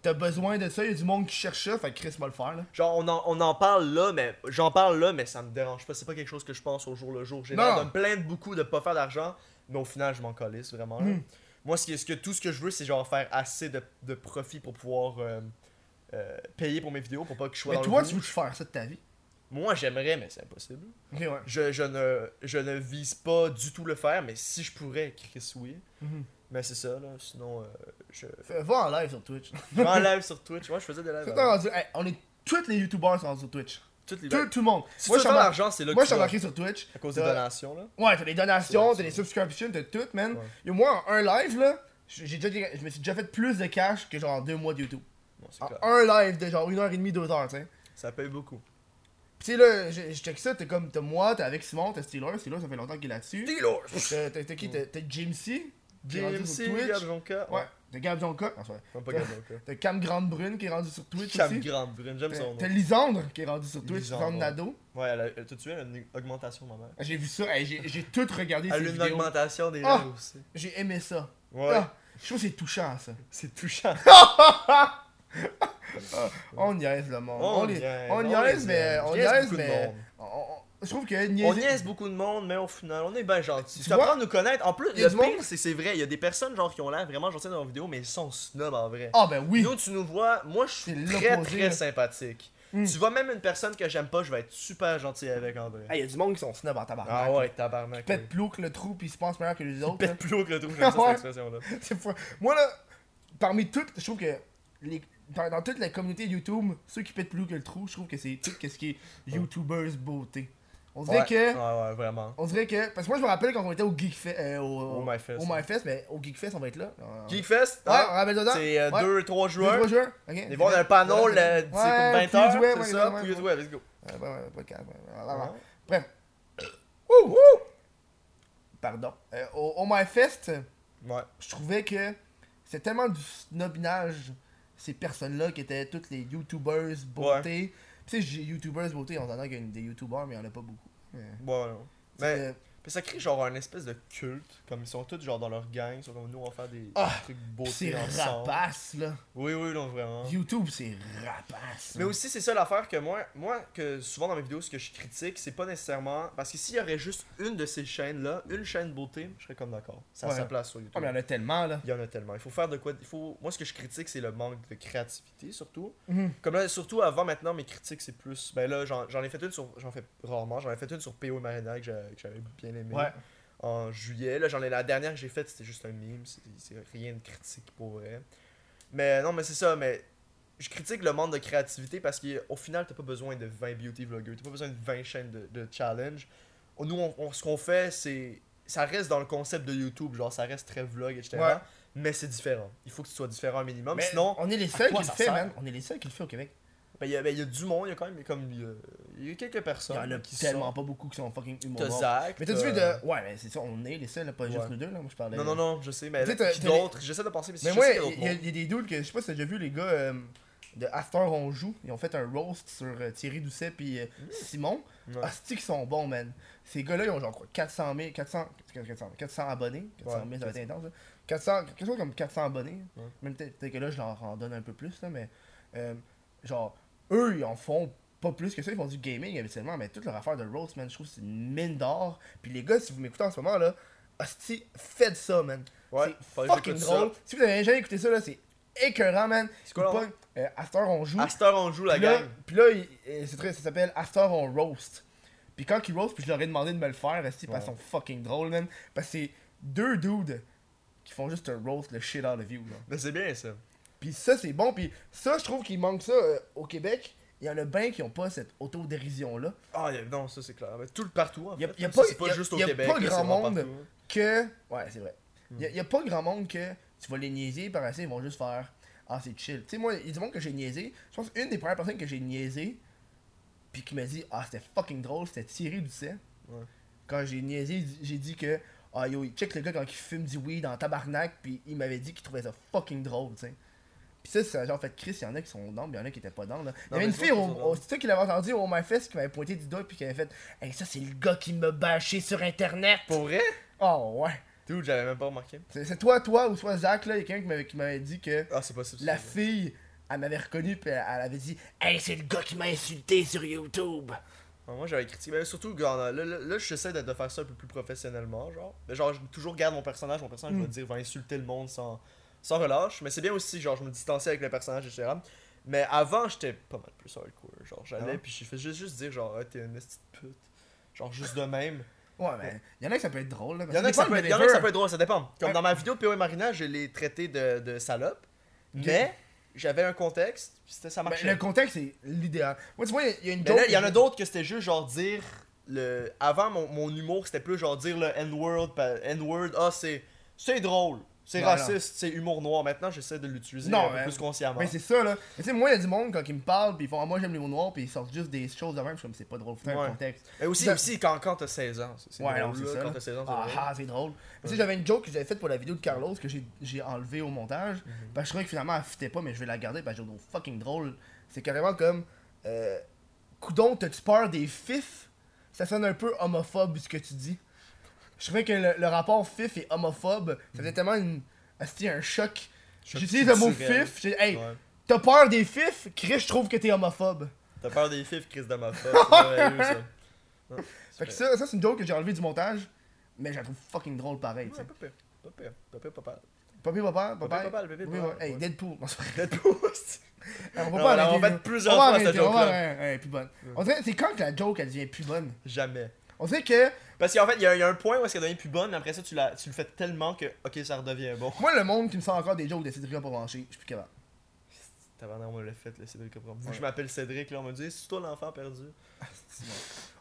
S1: t'as besoin de ça, il y a du monde qui cherche ça, fait que Chris va le faire. Là.
S2: Genre, on en, on en parle là, mais j'en parle là, mais ça me dérange pas. C'est pas quelque chose que je pense au jour le jour. J'ai l'air
S1: Non.
S2: de me plaindre beaucoup de pas faire d'argent, mais au final, je m'en calisse vraiment. là.
S1: Hmm.
S2: Moi, ce que, ce que, tout ce que je veux, c'est genre faire assez de, de profit pour pouvoir euh, euh, payer pour mes vidéos, pour pas que je sois
S1: Mais
S2: dans le
S1: toi,
S2: rouge.
S1: tu veux faire ça de ta vie?
S2: Moi, j'aimerais, mais c'est impossible.
S1: Ok, ouais.
S2: Je, je, ne, je ne vise pas du tout le faire, mais si je pourrais, Chris, oui.
S1: Mhm.
S2: Mais c'est ça, là. Sinon, euh, je.
S1: Fais- Va en live sur Twitch.
S2: Je vais en live sur Twitch. Moi, je faisais des lives.
S1: Tout le temps
S2: avant.
S1: rendu- hey, on est tous les youtubeurs sont rendus sur Twitch.
S2: Toutes les
S1: Tout, tout le monde. Moi,
S2: Si tu
S1: je
S2: veux
S1: suis
S2: faire de
S1: embar-
S2: l'argent, c'est là que
S1: moi, je
S2: tu
S1: suis
S2: vas.
S1: embarqué sur Twitch.
S2: À cause des
S1: Euh,
S2: donations, là.
S1: Ouais, t'as des donations,
S2: Ouais,
S1: t'as des
S2: c'est
S1: subscriptions, t'as tout, man.
S2: Ouais.
S1: Et moi, en un live, là, j'ai déjà, je me suis déjà fait plus de cash que genre en deux mois de YouTube.
S2: Bon, c'est
S1: En
S2: clair.
S1: un live de genre une heure et demie, deux heures, tu sais.
S2: Ça paye beaucoup.
S1: Pis tu sais, là, je, je check ça, t'es comme, t'as moi, t'es avec Simon, t'as Steeler, Steeler, ça fait longtemps qu'il est là-dessus. T'as t'as- t'as qui T'as t'as Jim C. qui est rendu sur
S2: GMC,
S1: Twitch.
S2: Gab Jonka.
S1: Ouais, t'as Gab Jonka. Non, c'est vrai.
S2: Non, pas Gab Jonka.
S1: T'as Cam Grande Brune qui est rendu sur Twitch
S2: Cam
S1: aussi.
S2: Grande Brune, j'aime son
S1: T'as-
S2: nom.
S1: T'as Lisandre qui est rendu sur Twitch,
S2: Lisandre,
S1: Lisandre
S2: ouais.
S1: Nado.
S2: Ouais, elle a, elle- t'as-tu vu, elle a une augmentation, ma mère.
S1: Ah, J'ai vu ça, hey, j'ai j'ai tout regardé
S2: Elle a
S1: ces
S2: eu une
S1: vidéos.
S2: augmentation des
S1: Ah!
S2: lives aussi.
S1: J'ai aimé ça.
S2: Ouais,
S1: Ah, je trouve que c'est touchant ça.
S2: c'est touchant.
S1: On niaise le monde.
S2: On
S1: On, les-
S2: niaise,
S1: on
S2: on
S1: niaise,
S2: les
S1: mais
S2: niaise.
S1: on
S2: Je niaise
S1: niaise,
S2: beaucoup de
S1: mais
S2: monde.
S1: on- on- je trouve que
S2: On
S1: niaiser-
S2: niaise beaucoup de monde, mais au final, on est bien gentil.
S1: Tu
S2: Tu apprends
S1: vois?
S2: à nous connaître. En plus,
S1: Il y a
S2: le
S1: du monde.
S2: pire, c'est c'est vrai. Il y a des personnes genre qui ont l'air vraiment gentilles dans leurs vidéos, mais ils sont snobs en vrai.
S1: Ah ben oui.
S2: Nous, tu nous vois, moi je suis
S1: C'est
S2: très
S1: l'opposé,
S2: très
S1: là.
S2: sympathique.
S1: Mm.
S2: Tu vois même une personne que j'aime pas, je vais être super gentil avec en vrai.
S3: Hey, y a du monde qui sont
S1: Snob en tabarnak.
S2: Ah ouais, tabarnak.
S1: Pète
S2: ouais.
S1: plus haut que le trou puis il se pense meilleur que les autres.
S2: Pète
S1: là.
S2: plus haut que le trou, j'aime ça
S1: Ouais.
S2: cette expression-là.
S1: C'est fou. Moi là, parmi toutes, je trouve que les- dans, dans toute la communauté YouTube, ceux qui pètent plus haut que le trou, je trouve que c'est tout ce qui est YouTubers beauté. On dirait
S2: Ouais.
S1: que.
S2: Ouais, ouais, vraiment. Oh
S1: On dirait que. Parce que moi je me rappelle quand on était au Geek Fest. euh, au,
S2: Au MyFest.
S1: au MyFest, mais au Geek Fest on va être là. Euh,
S2: Geekfest,
S1: Ouais, on
S2: hein,
S1: rappelle ça.
S2: c'est
S1: Ouais.
S2: 2-3
S1: Deux, trois
S2: joueurs.
S1: joueurs. ok.
S2: Ils vont dans le panneau,
S1: Ouais,
S2: le- c'est comme 20h,
S1: Pouilleux-Douai, ouais,
S2: c'est ça,
S1: ouais,
S2: Pouilleux
S1: ouais.
S2: Douai, let's go.
S1: Euh, ouais, ouais, podcast, ouais, ouais, ouais, ouais.
S2: Ouais.
S1: Bref. Ouh, ouh. Pardon. Euh, au, au MyFest,
S2: Ouais.
S1: je trouvais que c'est tellement du snobinage, ces personnes-là qui étaient toutes les YouTubers beauté. Tu sais, j'ai YouTubers beauté, on en a qu'il y a une- des YouTubers, mais il y en a pas beaucoup.
S2: Bon, non. Mais
S1: C'est, euh,
S2: puis ça crée genre un espèce de culte, comme ils sont tous genre dans leur gang, ils sont comme nous on va faire des
S1: Ah,
S2: trucs beaux
S1: c'est
S2: ensemble.
S1: rapace, là.
S2: Oui, oui, non, vraiment.
S1: YouTube, c'est rapace.
S2: Mais
S1: là.
S2: aussi, c'est ça l'affaire que moi, moi, que souvent dans mes vidéos, ce que je critique, c'est pas nécessairement. Parce que s'il y aurait juste une de ces chaînes-là, une chaîne beauté, je serais comme d'accord. Ça
S1: Ouais.
S2: a sa place sur YouTube.
S1: Ah, mais il y en a tellement, là.
S2: Il y en a tellement. Il faut faire de quoi. Il faut... Moi, ce que je critique, c'est le manque de créativité, surtout.
S1: Mhm.
S2: Comme là, surtout avant maintenant, mes critiques, c'est plus. Ben là, j'en j'en ai fait une sur. J'en fais rarement. J'en ai fait une sur PO et Marina que j'a- que j'avais bien aimé.
S1: Ouais.
S2: En juillet. Là, j'en ai la dernière que j'ai faite, c'était juste un meme. c'est- C'est rien de critique pour vrai. Mais non, mais c'est ça. Mais je critique le manque de créativité parce qu'au final, t'as pas besoin de 20 beauty vloggers. T'as pas besoin de 20 chaînes de, de challenge. Nous, on- on- ce qu'on fait, c'est. Ça reste dans le concept de YouTube. Genre, ça reste très vlog, etc.
S1: Ouais.
S2: Mais c'est différent. Il faut que tu sois différent un minimum.
S1: Mais
S2: Sinon,
S1: on est les seuls qui
S2: quoi
S1: le
S2: ça
S1: fait,
S2: sert?
S1: man. On est les seuls qui le fait au Québec.
S2: ben, il y, a- ben, il y a du monde, il y a quand même comme, il y a, il y a quelques
S1: Il y
S2: personnes.
S1: en a
S2: qui
S1: tellement
S2: sont-
S1: pas beaucoup qui sont fucking
S2: T'as
S1: humoristes.
S2: Zach.
S1: Mais t'as
S2: t'as-
S1: vu de. Ouais, mais c'est ça, on est les seuls, là, pas juste
S2: Ouais.
S1: nous deux, là. Moi, je parlais.
S2: Non, non, non, je sais, mais
S1: Tu sais, t'as-
S2: qui
S1: t'as les-
S2: d'autre J'essaie de penser, mais,
S1: Mais
S2: je
S1: moi,
S2: sais qu'il y a d'autres
S1: il y, a-
S2: mondes.
S1: il y a des dudes que je sais pas si t'as déjà vu, les gars euh, de After On Joue. Ils ont fait un roast sur euh, Thierry Doucet puis euh, Simon.
S2: Mm. Ouais.
S1: Ah, cest qu'ils sont bons, man. Ces gars-là, ils ont genre quoi, 400 000, 400, 400, 400 abonnés. 400 000, ça va être intense. là. 400, quelque chose comme 400 abonnés.
S2: Ouais.
S1: Même peut-être peut-être que là, je leur en donne un peu plus, là, mais euh, genre, eux, ils en font pas plus que ça. Ils font du gaming habituellement, mais toute leur affaire de roast, man, je trouve que c'est une mine d'or. Puis les gars, si vous m'écoutez en ce moment, là, hostie, faites ça, man.
S2: Ouais,
S1: c'est
S2: faudrait que
S1: fucking
S2: j'écoute ça.
S1: drôle. Si vous avez jamais écouté ça, là, c'est écœurant, man.
S2: C'est quoi, leur
S1: Ils pognent, euh, After on joue.
S2: À cette heure, on joue la
S1: Puis là,
S2: gang.
S1: puis là, il- euh, c'est très- ça s'appelle After on Roast. Puis quand ils roast, puis je leur ai demandé de me le faire, esti, parce qu'ils sont fucking drôles, man. Parce que c'est deux dudes qui font juste un roast le shit out of you, là.
S2: Mais c'est bien ça.
S1: Puis ça, c'est bon. Puis ça, je trouve qu'il manque ça euh, au Québec. Il y en a bien qui ont pas cette autodérision-là.
S2: Ah, il y a- non, ça c'est clair. Mais tout le partout. En
S1: Y a-
S2: fait.
S1: y a
S2: Ça,
S1: pas-
S2: c'est pas
S1: y a-
S2: juste au
S1: y a
S2: Québec.
S1: pas
S2: là, c'est
S1: grand
S2: vraiment
S1: monde.
S2: partout.
S1: Que. Ouais, c'est vrai. Il y, a- y a pas grand monde que tu vas les niaiser, par assez, ils vont juste faire Ah, c'est chill. Tu sais, moi, il y a du monde que j'ai niaisé. Je pense une des premières personnes que j'ai niaisé, puis qui m'a dit Ah, c'était fucking drôle, c'était Thierry Doucet.
S2: Ouais.
S1: Quand j'ai niaisé, j'ai dit que Ah, yo, check le gars quand il fume du weed en tabarnak, puis il m'avait dit qu'il trouvait ça fucking drôle, tu sais. Puis ça, c'est genre, en fait, Chris, il y en a qui sont dans, mais il y en a qui étaient pas dans, là. Il y
S2: Non,
S1: avait
S2: mais
S1: une
S2: je
S1: fille,
S2: vois
S1: au,
S2: qu'ils sont
S1: au-
S2: dans.
S1: c'est ça qu'il avait entendu au MyFest, qui m'avait pointé du doigt, puis qui avait fait Hey, ça, c'est le gars qui me bâché sur Internet.
S2: Pour vrai
S1: Oh ouais.
S2: Dude, j'avais même pas remarqué.
S1: C'est c'est toi, toi ou soit Zach, là, il y a quelqu'un qui m'avait- qui m'avait dit que
S2: Ah, c'est possible.
S1: la
S2: c'est-
S1: fille, elle m'avait reconnu, puis elle, elle avait dit Hey, c'est le gars qui m'a insulté sur YouTube.
S2: Ouais, Ah, moi j'avais critiqué. Mais surtout, regarde, là, là, là, j'essaie de, de faire ça un peu plus professionnellement. Genre, mais genre je toujours garde mon personnage. Mon personnage
S1: Mm.
S2: va dire, va insulter le monde sans, sans relâche. Mais c'est bien aussi, genre, je me distancie avec le personnage, etc. Mais avant, j'étais pas mal plus hardcore. Genre, j'allais,
S1: Ah ouais?
S2: puis je faisais juste, juste dire, genre, Ah, t'es une petite pute. Genre, juste de même.
S1: Ouais, mais il y en a que ça peut être drôle, là.
S2: Il y en a
S1: que
S2: qui ça peut être- y en a que ça peut être drôle, ça dépend. Comme
S1: Ouais.
S2: dans ma vidéo de PO et Marina, je l'ai traité de, de salope.
S1: Ok.
S2: Mais j'avais un contexte, puis c'était- ça
S1: Ben,
S2: marchait.
S1: le contexte est l'idéal. Moi, tu vois, il y a une
S2: Mais
S1: joke.
S2: là, il y en a d'autres que c'était juste genre dire. Le... Avant, mon, mon humour, c'était plus genre dire le N-word. pa- N-word, ah, c'est c'est drôle, c'est
S1: Voilà.
S2: raciste, c'est humour noir. Maintenant, j'essaie de l'utiliser
S1: Non,
S2: un peu
S1: mais-
S2: plus consciemment.
S1: Mais ben, c'est ça, là. Mais tu sais, moi, il y a du monde, quand ils me parlent, puis ils font Ah, moi, j'aime les mots noirs, puis ils sortent juste des choses de même. Je suis comme, c'est pas drôle, faut faire
S2: Ouais.
S1: un contexte.
S2: Et aussi,
S1: Ça-
S2: aussi quand, quand t'as 16 ans. c'est- C'est
S1: Ouais,
S2: drôle,
S1: non, c'est
S2: là,
S1: ça,
S2: Quand
S1: là.
S2: t'as 16 ans, c'est
S1: Ah,
S2: drôt.
S1: ah, c'est drôle. Mais Tu sais, j'avais une joke que j'avais faite pour la vidéo de Carlos que j'ai- j'ai enlevée au montage.
S2: Mhm.
S1: Parce que je trouvais que finalement, elle fitait pas, mais je vais la garder parce que j'ai trouve fucking drôle. C'est carrément comme. Euh, Coudon, t'as-tu peur des fifs Ça sonne un peu homophobe ce que tu dis. Je trouvais que le, le rapport fif et homophobe, ça faisait tellement une. C'était un choc.
S2: Mhm. Choc
S1: J'utilise le mot
S2: culturel.
S1: fif. j'ai- Hey,
S2: Ouais.
S1: t'as peur des fifs Chris, je trouve que t'es homophobe.
S2: T'as peur des fifs, Chris de ma femme. C'est merveilleux, ça. Non,
S1: Fait que
S2: c'est-
S1: ça, ça c'est une joke que j'ai enlevée du montage, mais je la trouve fucking drôle pareil. tu
S2: Ouais,
S1: sais.
S2: pas pire, pas pire, pas pire, pas pire.
S1: Papi, papa,
S2: Pas
S1: papa.
S2: pire, pas mal, bébé,
S1: Oui,
S2: pas
S1: ouais.
S2: mal,
S1: Hey,
S2: ouais.
S1: Deadpool. Non, c'est vrai.
S2: Deadpool, c'est-
S1: Alors, on va
S2: Non,
S1: pas
S2: alors,
S1: arrêter,
S2: on va
S1: là.
S2: être plusieurs
S1: On va
S2: fois à cette
S1: arrêter, on va
S2: joke-là.
S1: arrêter, ouais, ouais, plus bonne. On dirait, c'est quand que la joke, elle devient plus bonne.
S2: Jamais.
S1: On dirait que,
S2: Parce qu'en fait, il y, a- il y a un point où est-ce qu'elle devient plus bonne, mais après ça, tu, la, tu le fais tellement que, ok, ça redevient bon.
S1: moi, le monde qui me sort encore des jokes de Cédric pour brancher, je suis plus capable.
S2: Tabarnak, on l'a fait, le Cédric Capron. Vu
S1: Ouais.
S2: que je m'appelle Cédric, là, on me dit, c'est toi l'enfant perdu.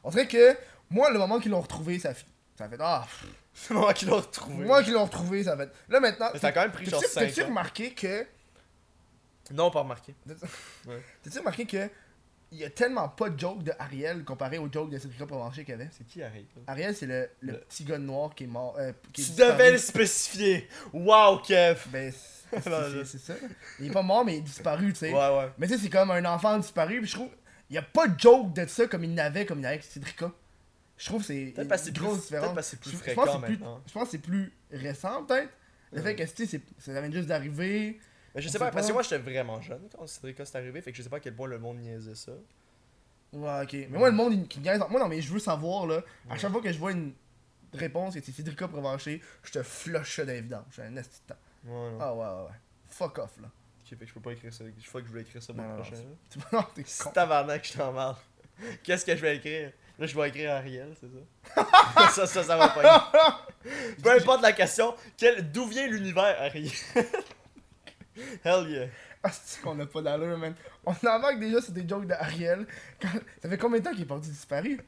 S1: On dirait que, moi, le moment qu'ils l'ont retrouvé, ça fait. Ça fait. Ah, pff,
S2: C'est moi qui l'ai retrouvé.
S1: moi qui l'ont retrouvé, ça fait. Là, maintenant.
S2: Mais ça a quand même pris genre
S1: t'as-tu-
S2: 5
S1: T'as-tu remarqué que.
S2: Non, pas remarqué.
S1: T'as-tu remarqué que. Il y a tellement pas de joke de Ariel comparé aux jokes de Cédric pour brancher qu'il y avait
S2: C'est qui Harry là?
S1: Ariel, c'est le, le
S2: Le-
S1: petit gars de noir qui est mort. euh, qui est
S2: Tu
S1: disparu.
S2: devais le spécifier. Wow, Kev.
S1: Ben, c'est-
S2: Non,
S1: c'est
S2: je-
S1: c'est ça. Il est pas mort, mais il est disparu, tu sais.
S2: Ouais, ouais.
S1: Mais tu sais, c'est comme un enfant disparu, puis je trouve. Il y a pas de joke de ça comme il n'avait, comme il y en avait avec Cédrica. Je trouve que c'est
S2: Peut-être parce que
S1: une
S2: c'est
S1: grosse
S2: plus-
S1: différence.
S2: peut-être parce que c'est plus
S1: Je- je
S2: fréquent
S1: pense que c'est plus-
S2: maintenant.
S1: Je pense que c'est plus récent, peut-être. Le
S2: Ouais.
S1: fait que, tu sais, c'est- ça vient juste d'arriver.
S2: Mais je
S1: On
S2: sais pas,
S1: sait
S2: parce que
S1: pas.
S2: moi, j'étais vraiment jeune quand Cédric c'est arrivé, fait que je sais pas à quel point le monde niaisait ça.
S1: Ouais, ok. Mais moi, le monde il- qui gagne. Moi, non, mais je veux savoir, là. À chaque fois que je vois une réponse que c'est Cédrica Provencher, je te flush ça dans les vidanges. J'ai un esti de temps.
S2: Ouais, non.
S1: Ah, ouais, ouais, ouais. Fuck off, là.
S2: Ok, fait que je peux pas écrire ça. Je crois que je voulais écrire ça
S1: Non,
S2: pour
S1: non,
S2: le
S1: non,
S2: prochain.
S1: c'est-
S2: là.
S1: Tu vois, non, t'es con.
S2: C'est tabarnak, je t'en marre. Qu'est-ce que je vais écrire Là, je vais écrire Ariel, c'est ça Ça, ça, ça va pas. Peu importe la question, quel... d'où vient l'univers, Ariel Hell yeah.
S1: Ah, c'est qu'on a pas d'allure, man. On en manque déjà sur des jokes d'Ariel. Quand... Ça fait combien de temps qu'il est parti disparu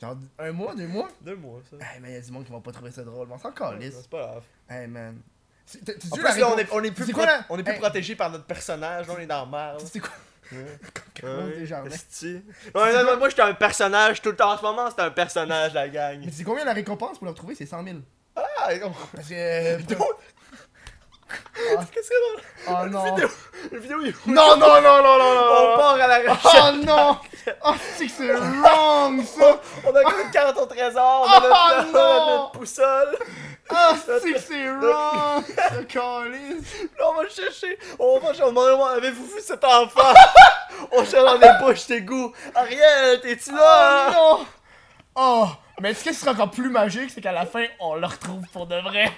S1: Genre un mois, deux mois
S2: Deux mois, ça.
S1: Hey man, y a du monde qui va pas trouver ça drôle, mais on s'en
S2: Ouais,
S1: calisse.
S2: C'est pas grave.
S1: Hey man. C'est- t'as- t'as
S2: En
S1: vu la
S2: plus, là, Oh, on
S1: réponse-
S2: est, on est plus,
S1: C'est
S2: pro-
S1: quoi, là?
S2: on est plus
S1: Hey.
S2: protégé par notre personnage, là, on est dans la merde.
S1: C'est quoi
S2: Ouais.
S1: Carlos
S2: Ouais.
S1: Desjardins.
S2: Esti. Ouais, non, non, Moi, j'étais un personnage tout le temps. En ce moment, c'était un personnage, la gang.
S1: Mais c'est combien la récompense pour le retrouver C'est 100 000.
S2: Ah, on-
S1: Parce que. euh,
S2: Qu'est-ce que c'est
S1: oh
S2: dans
S1: non.
S2: la vidéo? La vidéo, il-
S1: Non, non, non, non, non,
S2: on
S1: non, non.
S2: part à la recherche.
S1: Oh non Oh, c'est que c'est wrong ça
S2: On a comme une carte au trésor, on a
S1: Ah,
S2: notre,
S1: non!
S2: notre poussole.
S1: Oh, c'est que c'est wrong Ce calice
S2: Là, on va le chercher. On va chercher. On demande au monde, avez-vous vu cet enfant? on cherche dans les poches d'égout. Ariel, t'es-tu
S1: Oh
S2: là?
S1: non Oh Mais ce qui serait encore plus magique, c'est qu'à la fin, on le retrouve pour de vrai.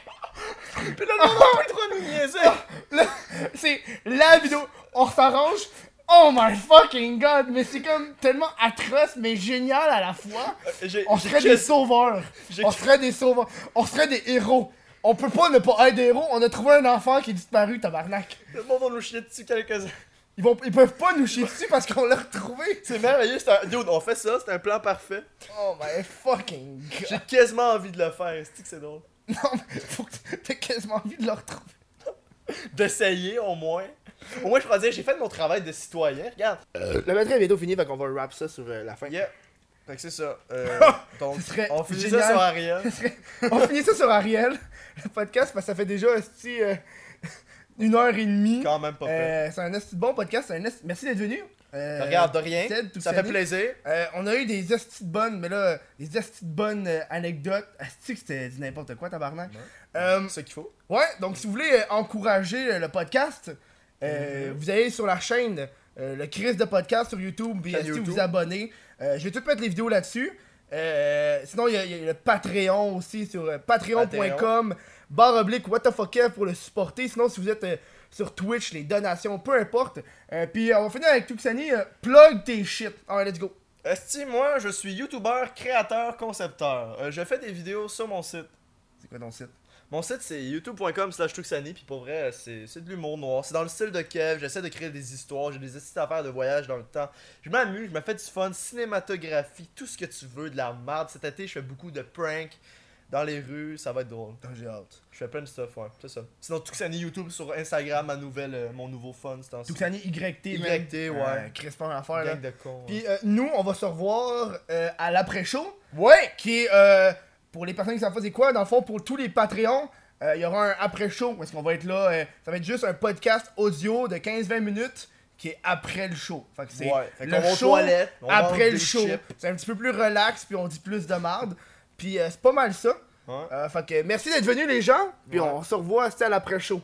S2: Puis là, le monde a plus trop nous niaiser.
S1: Là, c'est la vidéo. On s'arrange. Oh my fucking god, mais c'est comme tellement atroce mais génial à la fois.
S2: Euh, J'ai-
S1: On
S2: j'ai
S1: serait des
S2: juste-
S1: sauveurs.
S2: j'ai-
S1: On serait des sauveurs. On serait des héros. On peut pas ne pas être des héros. On a trouvé un enfant qui est disparu, tabarnak.
S2: Le monde va nous chier dessus quelques-uns.
S1: Ils, vont, ils peuvent pas nous chier dessus parce qu'on l'a retrouvé.
S2: C'est merveilleux. c'est Un... Dude, on fait ça, c'est un plan parfait.
S1: Oh my fucking god.
S2: J'ai quasiment envie de le faire. C'est que c'est drôle.
S1: Non, mais faut que t'aies quasiment envie de le retrouver.
S2: D'essayer, au moins. Au moins, je pourrais dire, j'ai fait mon travail de citoyen. Regarde.
S3: Le maître est vidéo fini, fait qu'on va rap ça sur euh, la fin.
S2: Yeah. Fait que c'est ça. Euh, donc,
S1: Ce serait
S2: on finit ça
S1: génial.
S2: sur Ariel.
S1: On finit ça sur Ariel, le podcast, parce que ça fait déjà esti, euh, une heure et demie.
S2: Quand même pas peur.
S1: Euh, c'est un esti de bon podcast. c'est un esti- Merci d'être venu. Euh,
S2: Regarde, de rien.
S1: Ted, tout
S2: Ça fait
S1: salut.
S2: plaisir.
S1: Euh, on a eu des estis de bonnes, mais là, des estis de bonnes euh, anecdotes. Asti que c'était du n'importe quoi, tabarnak. Euh,
S2: C'est ce qu'il faut.
S1: ouais, donc si vous voulez euh, encourager euh, le podcast, euh, vous allez sur la chaîne euh, le Chris de podcast sur YouTube, puis
S2: Chaîne
S1: asti, vous
S2: YouTube.
S1: vous abonnez. Euh, je vais tout mettre les vidéos là-dessus. Euh, sinon, il y, a- il y a le Patreon aussi sur euh, patreon.com, barre oblique what the fuck F pour le supporter. Sinon, si vous êtes euh, sur Twitch, les donations, peu importe. Euh, puis euh, on va finir avec Tuxani, euh, plug tes shit. Alright, let's go.
S2: Esti, moi, je suis youtubeur, créateur, concepteur. Euh, je fais des vidéos sur mon site.
S1: C'est quoi ton site?
S2: Mon site, c'est youtube.com slash truxani, puis pour vrai, euh, c'est c'est de l'humour noir. C'est dans le style de Kev, j'essaie de créer des histoires, j'ai des estis d'affaires de voyage dans le temps. Je m'amuse, je me fais du fun, cinématographie, tout ce que tu veux, de la merde. Cet été, je fais beaucoup de pranks dans les rues, ça va être drôle.
S1: Ah, J'ai hâte.
S2: Je fais plein de stuff, ouais, c'est ça. Sinon, Tuxani YouTube sur Instagram, ma nouvelle, euh, mon nouveau fun, c'est en
S1: Tuxani YT. man.
S2: YT, ouais.
S1: Euh, Chris, pas une affaire, là.
S2: Gang de cons.
S1: Puis euh, nous, on va se revoir euh, à l'après-show,
S2: Ouais!
S1: qui est, euh, pour les personnes qui savent pas c'est quoi, dans le fond, pour tous les Patreons, euh, il y aura un après-show, où est-ce qu'on va être là, euh, ça va être juste un podcast audio de 15-20 minutes, qui est après le show. Fait que c'est
S2: Ouais, fait qu'on
S1: le
S2: va aux
S1: show
S2: toilettes, on mange
S1: après le
S2: des
S1: show.
S2: chips.
S1: C'est un petit peu plus relax, puis on dit plus de marde. Puis euh, c'est pas mal ça.
S2: Ouais.
S1: Euh, fait que merci d'être venus les gens, puis
S2: Ouais.
S1: on se revoit c'était à l'après-show.